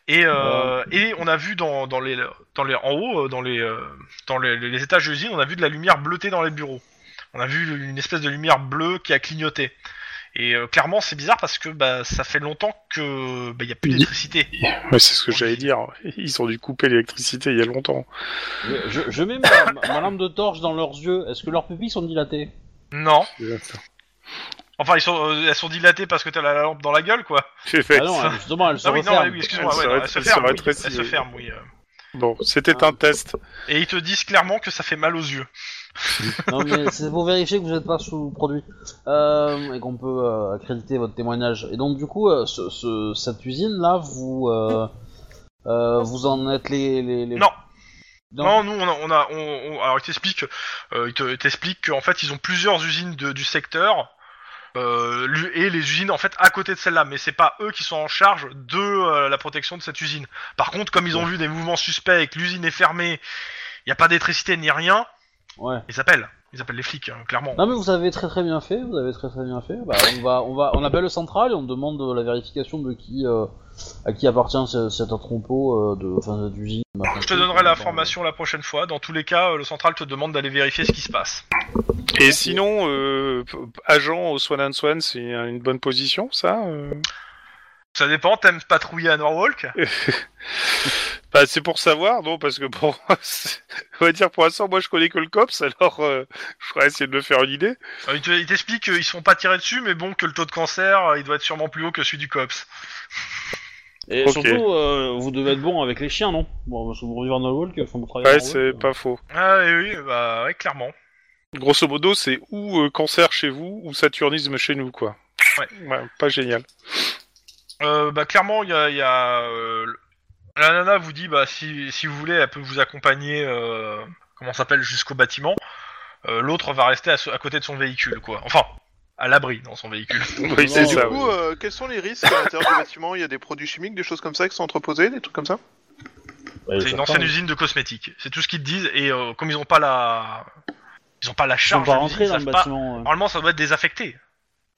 Et, euh, et on a vu dans, dans les, dans les, en haut, euh, dans les, euh, dans les, les- les étages de l'usine, on a vu de la lumière bleutée dans les bureaux. On a vu une espèce de lumière bleue qui a clignoté. Et euh, clairement, c'est bizarre parce que bah, ça fait longtemps que bah, il y a plus
Oui.
d'électricité.
Ouais, c'est ce que j'allais dire. Ils ont dû couper l'électricité il y a longtemps.
Je, je- je mets ma, ma- ma lampe de torche dans leurs yeux. Est-ce que leurs pupilles sont dilatées
Non. Enfin, ils sont, euh, elles sont dilatées parce que t'as la lampe dans la gueule, quoi.
J'ai fait.
Ah non,
ça-
justement, elles se
Ah oui, non,
referment.
oui, excuse-moi,
Elle
ouais,
se
non,
ré-
elle se
elle se
ferme, oui, elle
rétrécit,
se
oui.
ferme, oui. euh.
Bon, c'était un test.
Et ils te disent clairement que ça fait mal aux yeux.
Non, mais c'est pour vérifier que vous n'êtes pas sous-produit euh, et qu'on peut euh, accréditer votre témoignage. Et donc, du coup, euh, ce- ce- cette usine-là, vous, euh, euh, vous en êtes les. les, les-
Non. Non,
Non.
nous, on a, on a- on- on- alors ils t'expliquent, euh, ils te- ils t'expliquent qu'en fait, ils ont plusieurs usines de- du secteur euh, lu- et les usines en fait à côté de celle-là, mais c'est pas eux qui sont en charge de euh, la protection de cette usine. Par contre, comme ils ont vu des mouvements suspects et que l'usine est fermée, il n'y a pas d'électricité ni rien,
Ouais.
ils appellent, ils appellent les flics, hein, clairement.
Non mais vous avez très très bien fait, vous avez très très bien fait. Bah, on va, on va, on appelle le central et on demande euh, la vérification de qui, euh, à qui appartient ce- cet entrepôt euh, de, enfin cette usine. machin
Je te
truc,
donnerai
euh,
l'information la prochaine fois. Dans tous les cas, euh, le central te demande d'aller vérifier ce qui se passe.
Et sinon, euh, p- agent au Swan and Swan, c'est une bonne position, ça euh
Ça dépend, t'aimes patrouiller à Norwalk
Bah, c'est pour savoir, non, parce que bon, c'est- on va dire pour l'instant, moi je connais que le COPS, alors euh, je vais essayer de me faire une idée.
Euh, il te- il t'explique qu'ils se font pas tirer dessus, mais bon, que le taux de cancer, euh, il doit être sûrement plus haut que celui du COPS.
dans- Et
Ok.
surtout, euh, vous devez être bon avec les chiens, non Bon, parce que vous vivez en Norwalk, ils font le travail. en
Ouais,
Norwalk,
c'est
euh.
pas faux.
Ah et oui, bah ouais, clairement.
Grosso modo, c'est ou euh, cancer chez vous, ou saturnisme chez nous, quoi.
Ouais.
pas génial.
Euh, bah clairement, il y a... il y a, euh, le- la nana vous dit, bah si, si vous voulez, elle peut vous accompagner, euh, comment ça s'appelle, jusqu'au bâtiment. Euh, L'autre va rester à, ce- à côté de son véhicule, quoi. Enfin, à l'abri dans son véhicule.
Oui,
non,
c'est
Du
ça.
coup,
oui.
euh, quels sont les risques à l'intérieur du bâtiment Il y a des produits chimiques, des choses comme ça qui sont entreposés, des trucs comme ça
Ouais,
C'est
ça
une ancienne
parle.
usine de cosmétiques. C'est tout ce qu'ils te disent, et euh, comme ils ont pas la... Ils ont pas la
Ils sont
charge,
pas
de l'usine,
rentrés dans
ils
le
savent pas-
bâtiment. euh.
Normalement, ça doit être désaffecté.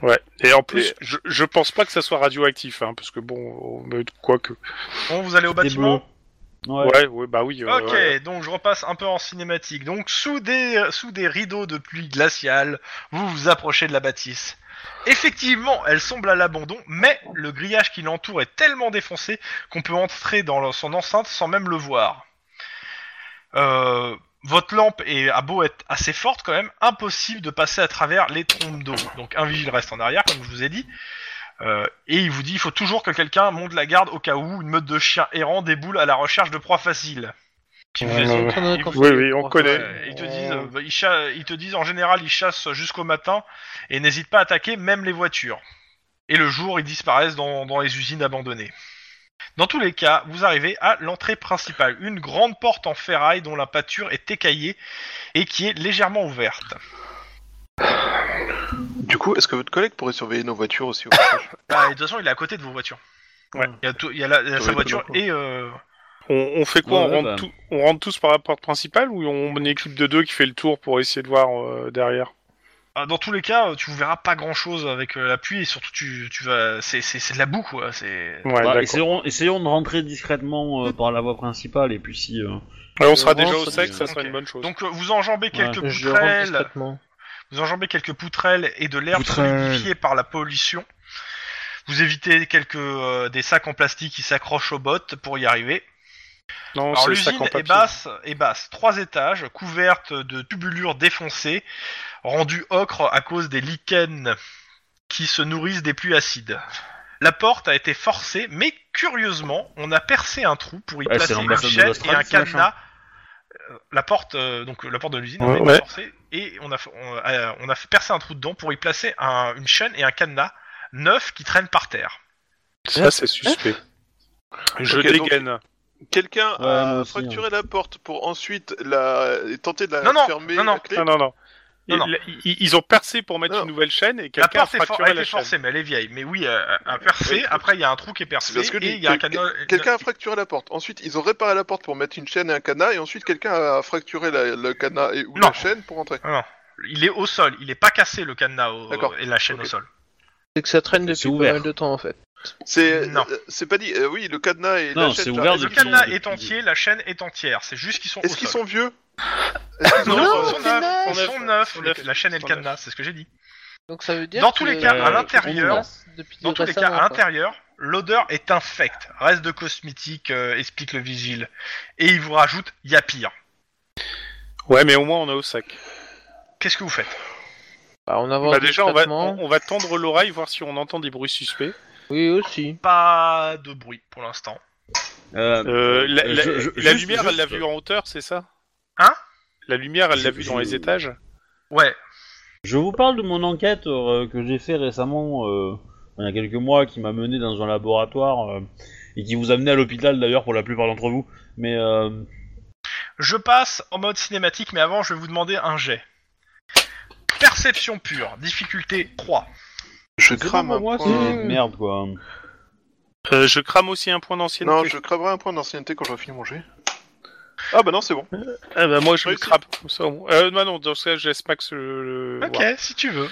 Ouais. Et en plus, je, je pense pas que ça soit radioactif, hein, parce que bon, euh, quoi que.
Bon, vous allez au
Des
bâtiment
bleus. Ouais.
Ouais, ouais, bah oui. euh,
Ok, donc je repasse un peu en cinématique. Donc sous des, sous des rideaux de pluie glaciale, vous vous approchez de la bâtisse. Effectivement, elle semble à l'abandon, mais le grillage qui l'entoure est tellement défoncé qu'on peut entrer dans son enceinte sans même le voir. Euh, votre lampe est à beau être assez forte quand même, impossible de passer à travers les trompes d'eau. Donc un vigile reste en arrière, comme je vous ai dit. Euh, et il vous dit, il faut toujours que quelqu'un monte la garde au cas où une meute de chiens errants déboule à la recherche de proies faciles. Puis vous les
Ouais,
autres,
ouais.
ils vous-
Oui, oui, on connaît.
euh, ils te disent, euh, bah, ils, cha- ils te disent en général, ils chassent jusqu'au matin et n'hésitent pas à attaquer même les voitures. Et le jour, ils disparaissent dans, dans les usines abandonnées. Dans tous les cas, vous arrivez à l'entrée principale, une grande porte en ferraille dont la pâture est écaillée et qui est légèrement ouverte.
Du coup, est-ce que votre collègue pourrait surveiller nos voitures aussi au passage
Ah, et de toute façon, il est à côté de vos voitures.
Ouais.
Il y a, tout- il y a la- il y a sa
Ça va être
voiture
d'accord.
et euh,
On, on fait quoi
Ouais,
on, rentre
bah.
tout- on rentre tous par la porte principale ou on une équipe de deux qui fait le tour pour essayer de voir euh, derrière
Ah, Dans tous les cas, euh, tu verras pas grand chose avec euh, la pluie et surtout tu, tu vas, c'est, c'est, c'est de la boue quoi. C'est.
Ouais,
Bah,
d'accord.
essayons, essayons de rentrer discrètement euh, par la voie principale et puis si. euh,
Ouais, on sera
on
déjà
rentre,
au sexe, ça
ok.
sera une bonne chose.
Donc euh, vous enjambez quelques
Je rentre
poutrelles,
discrètement.
vous enjambez quelques poutrelles et de l'herbe
Poutrelles.
solidifiée par la pollution. Vous évitez quelques euh, des sacs en plastique qui s'accrochent aux bottes pour y arriver.
non,
Alors
c'est le sac
l'usine
en
est
papier.
basse, est basse, trois étages, couverte de tubulures défoncées, rendues ocre à cause des lichens qui se nourrissent des pluies acides. La porte a été forcée, mais curieusement, on a percé un trou pour y
Ouais,
placer
c'est
une
l'ambassade de
chaîne et
l'Australie,
un
ce machin.
cadenas. Euh, La porte, euh, donc la porte de l'usine,
Ouais,
a été
ouais.
forcée et on a, f- on, a- on a fait percer un trou dedans pour y placer un- une chaîne et un cadenas neuf qui traînent par terre.
Ça, c'est suspect. Je
Ok, donc-
dégaine.
Quelqu'un
Ouais, moi
a
aussi, hein.
fracturé la porte pour ensuite la et tenter de la
Non, non,
fermer
non, non,
la clé
Non, non, non.
Non,
Ils-
non.
Ils, ils ont percé pour mettre
Non.
une nouvelle chaîne et
La
quelqu'un a
porte est for- a
fracturé la
été
chaîne.
forcée, mais elle est vieille. Mais oui, euh, a, a percé.
Oui.
Après, il y a un trou qui est percé.
C'est parce que
et
lui-
il y a un
quel-
cadenas.
Quelqu'un a fracturé la porte. Ensuite, ils ont réparé la porte pour mettre une chaîne et un cadenas, et ensuite quelqu'un a fracturé la- le cadenas et ou
Non.
la chaîne pour entrer.
Il est au sol. Il est pas cassé le cadenas au-
D'accord.
et la chaîne
Ok.
au sol.
C'est que ça traîne
C'est
depuis pas
ouvert.
mal de temps en fait.
C'est
Non.
euh, c'est pas dit. euh, oui, le cadenas et
Non,
la chaîne.
c'est
genre,
ouvert
est-ce-
Le
depuis-
cadenas
depuis-
est entier, la chaîne est entière. C'est juste qu'ils sont.
Est-ce
au
qu'ils
sol.
sont vieux Est-ce qu'ils
Non,
sont-
ils
sont-
sont neufs,
neufs,
ils sont neufs,
sont
le-
neufs,
la chaîne et le
sont neufs.
cadenas, c'est ce que j'ai dit.
Donc ça veut dire
Dans tous
que-
les cas, à
Euh,
l'intérieur,
depuis
Dans tous les cas,
récemment,
à
quoi.
l'intérieur, l'odeur est infecte. Reste de cosmétique, euh, explique le vigile. Et il vous rajoute, il y a pire.
Ouais, mais au moins on a au sac.
Qu'est-ce que vous faites
Bah, on avance
Bah déjà, on va,
discrètement.
on, on va tendre l'oreille, voir si on entend des bruits suspects.
Oui, aussi.
Pas de bruit pour l'instant.
Euh,
Euh, la la-
je- je-
la
juste-
lumière, elle l'a
juste-
vue en hauteur, c'est ça
Hein
La lumière, elle l'a
Je-
vue dans
je-
les étages
Ouais.
Je vous parle de mon enquête euh, que j'ai fait récemment, euh, il y a quelques mois, qui m'a mené dans un laboratoire euh, et qui vous a mené à l'hôpital d'ailleurs pour la plupart d'entre vous. Mais euh,
Je passe en mode cinématique, mais avant, je vais vous demander un jet. Perception pure, difficulté 3.
Je
c'est pas
crame
pour
un
moi,
point.
c'est une merde quoi.
Euh, je crame aussi un point d'ancienneté.
Non, je cramerai un point d'ancienneté quand j'aurai fini de manger. Ah bah non, c'est bon.
Ah bah moi je le
Réussi.
crabe. Comme ça, on- euh, non, non, dans ce cas, je laisse Max euh, le. le
Ok,
voir.
si tu veux.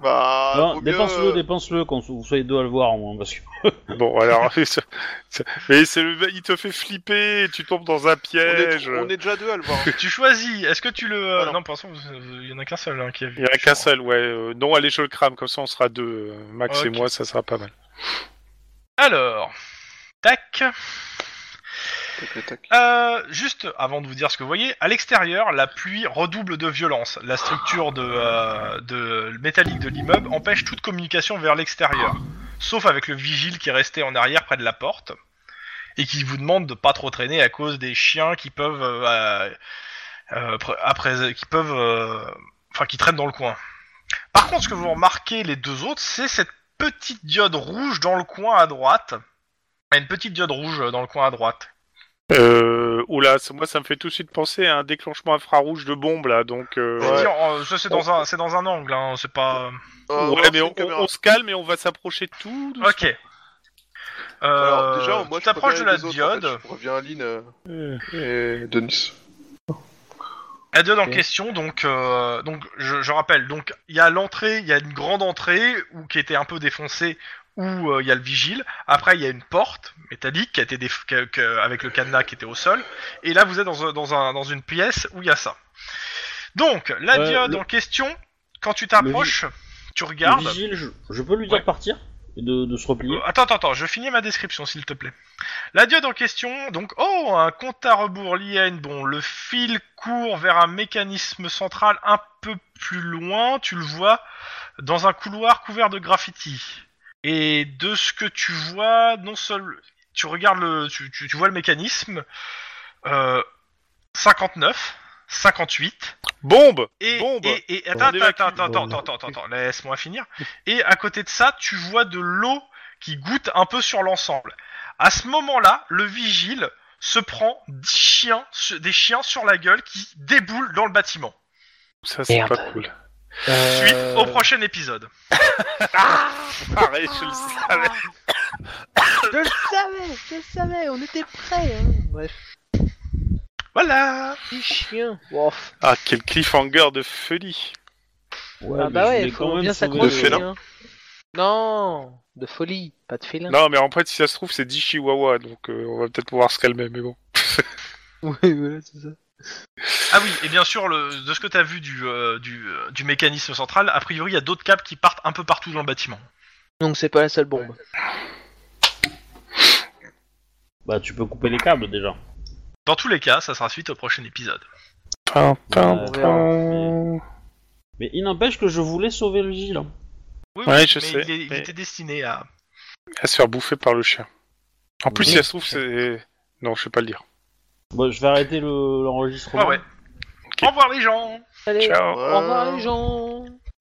Bah,
Non,
vaut mieux,
dépense-le,
euh,
dépense-le, qu'on so- vous soyez deux à le voir au moins, parce que
Bon, alors. ça- ça- Mais c'est le- il te fait flipper, tu tombes dans un
on, est,
piège.
on est déjà deux à le voir. hein.
tu choisis, est-ce que tu le. euh,
Ah non.
non, pour l'instant, vous- vous- il y en a qu'un seul hein, qui a vu.
Il y en a qu'un
je
seul, ouais. euh, Non, allez, je le crame, comme ça on sera deux. euh, Max et
Ok.
moi, ça sera pas mal.
crois. Alors. Tac.
Tac, tac.
Euh, juste avant de vous dire ce que vous voyez, à l'extérieur, la pluie redouble de violence. La structure de, euh, de métallique de l'immeuble empêche toute communication vers l'extérieur, sauf avec le vigile qui est resté en arrière près de la porte et qui vous demande de pas trop traîner à cause des chiens qui peuvent euh, euh, pr- après qui peuvent euh, enfin qui traînent dans le coin. Par contre, ce que vous remarquez les deux autres, c'est cette petite diode rouge dans le coin à droite. Il y a Une petite diode rouge euh, dans le coin à droite.
Euh, oula, ça- moi ça me fait tout de suite penser à un déclenchement infrarouge de bombe là, donc. euh,
Je veux
Ouais.
dire, euh, ça c'est dans un, c'est dans un angle, hein, c'est pas.
Euh,
ouais,
lance
mais
une
on, on-
caméra.
on se calme et on va s'approcher de tout. doucement.
Ok. Euh,
Alors, déjà, moi,
tu
je
t'approches de
préfère
la
les autres, en fait.
diode.
Je reviens à Lynn euh,
Euh,
et Denis.
La diode en
Ok.
question, donc, euh, donc je, je rappelle, donc il y a l'entrée, il y a une grande entrée où qui était un peu défoncée, où euh, il y a le vigile. Après, il y a une porte métallique qui a été déf- que- que- avec le cadenas qui était au sol. Et là, vous êtes dans, un- dans, un, dans une pièce où il y a ça. Donc, la
Euh,
diode
le-
en question, quand tu t'approches, tu regardes.
le vigile, je, je peux lui dire
Ouais.
de partir et de, de se replier.
Euh, Attends, attends, attends, je finis ma description, s'il te plaît. La diode en question, donc, oh, un compte à rebours lié à une bombe. Le fil court vers un mécanisme central un peu plus loin, tu le vois, dans un couloir couvert de graffiti. Et de ce que tu vois, non seulement. Tu regardes le. Tu, tu- tu vois le mécanisme. Euh, 59, 58.
Bombe
Et,
Bombe.
et, et-
On
attends, attends,
évacue.
attends, attends, attends, attends, attends, laisse-moi finir. Et à côté de ça, tu vois de l'eau qui goûte un peu sur l'ensemble. À ce moment-là, le vigile se prend 10 chiens, su- des chiens sur la gueule qui déboulent dans le bâtiment.
Ça c'est
Merde.
pas cool.
Euh,
Suite au
Euh.
prochain épisode.
Arrête, je le savais.
Je le savais, je le savais, on était prêts. Hein. Bref,
Voilà
petit chien. Wouf.
Ah, quel cliffhanger de folie.
Ouais,
ah
mais
bah
je
ouais,
l'ai quand
faut
même
bien
sauvé
de
s'accrocher.
félin.
hein. Non, de folie, pas de félin.
Non, mais en fait, si ça se trouve, c'est 10 chihuahuas, donc euh, on va peut-être pouvoir se calmer, mais bon.
Oui, voilà, c'est ça.
Ah oui, et bien sûr, le, de ce que t'as vu du, euh, du, euh, du mécanisme central, a priori, il y a d'autres câbles qui partent un peu partout dans le bâtiment.
Donc c'est pas la seule bombe.
Bah tu peux couper les câbles déjà.
Dans tous les cas, ça sera suite au prochain épisode.
Pin, pin,
Ouais,
pin.
Mais il n'empêche que je voulais sauver le vigile.
Oui,
Ouais,
oui,
je
mais
sais,
il, est- il
mais-
était destiné à...
À se faire bouffer par le chien. En plus,
Oui.
si ça se trouve, c'est. Non, je sais pas le dire.
Bon,
Ah
je vais arrêter le- l'enregistrement.
Ouais, ouais. Au Ah revoir les gens
Allez,
Ciao.
Euh.
au revoir les gens.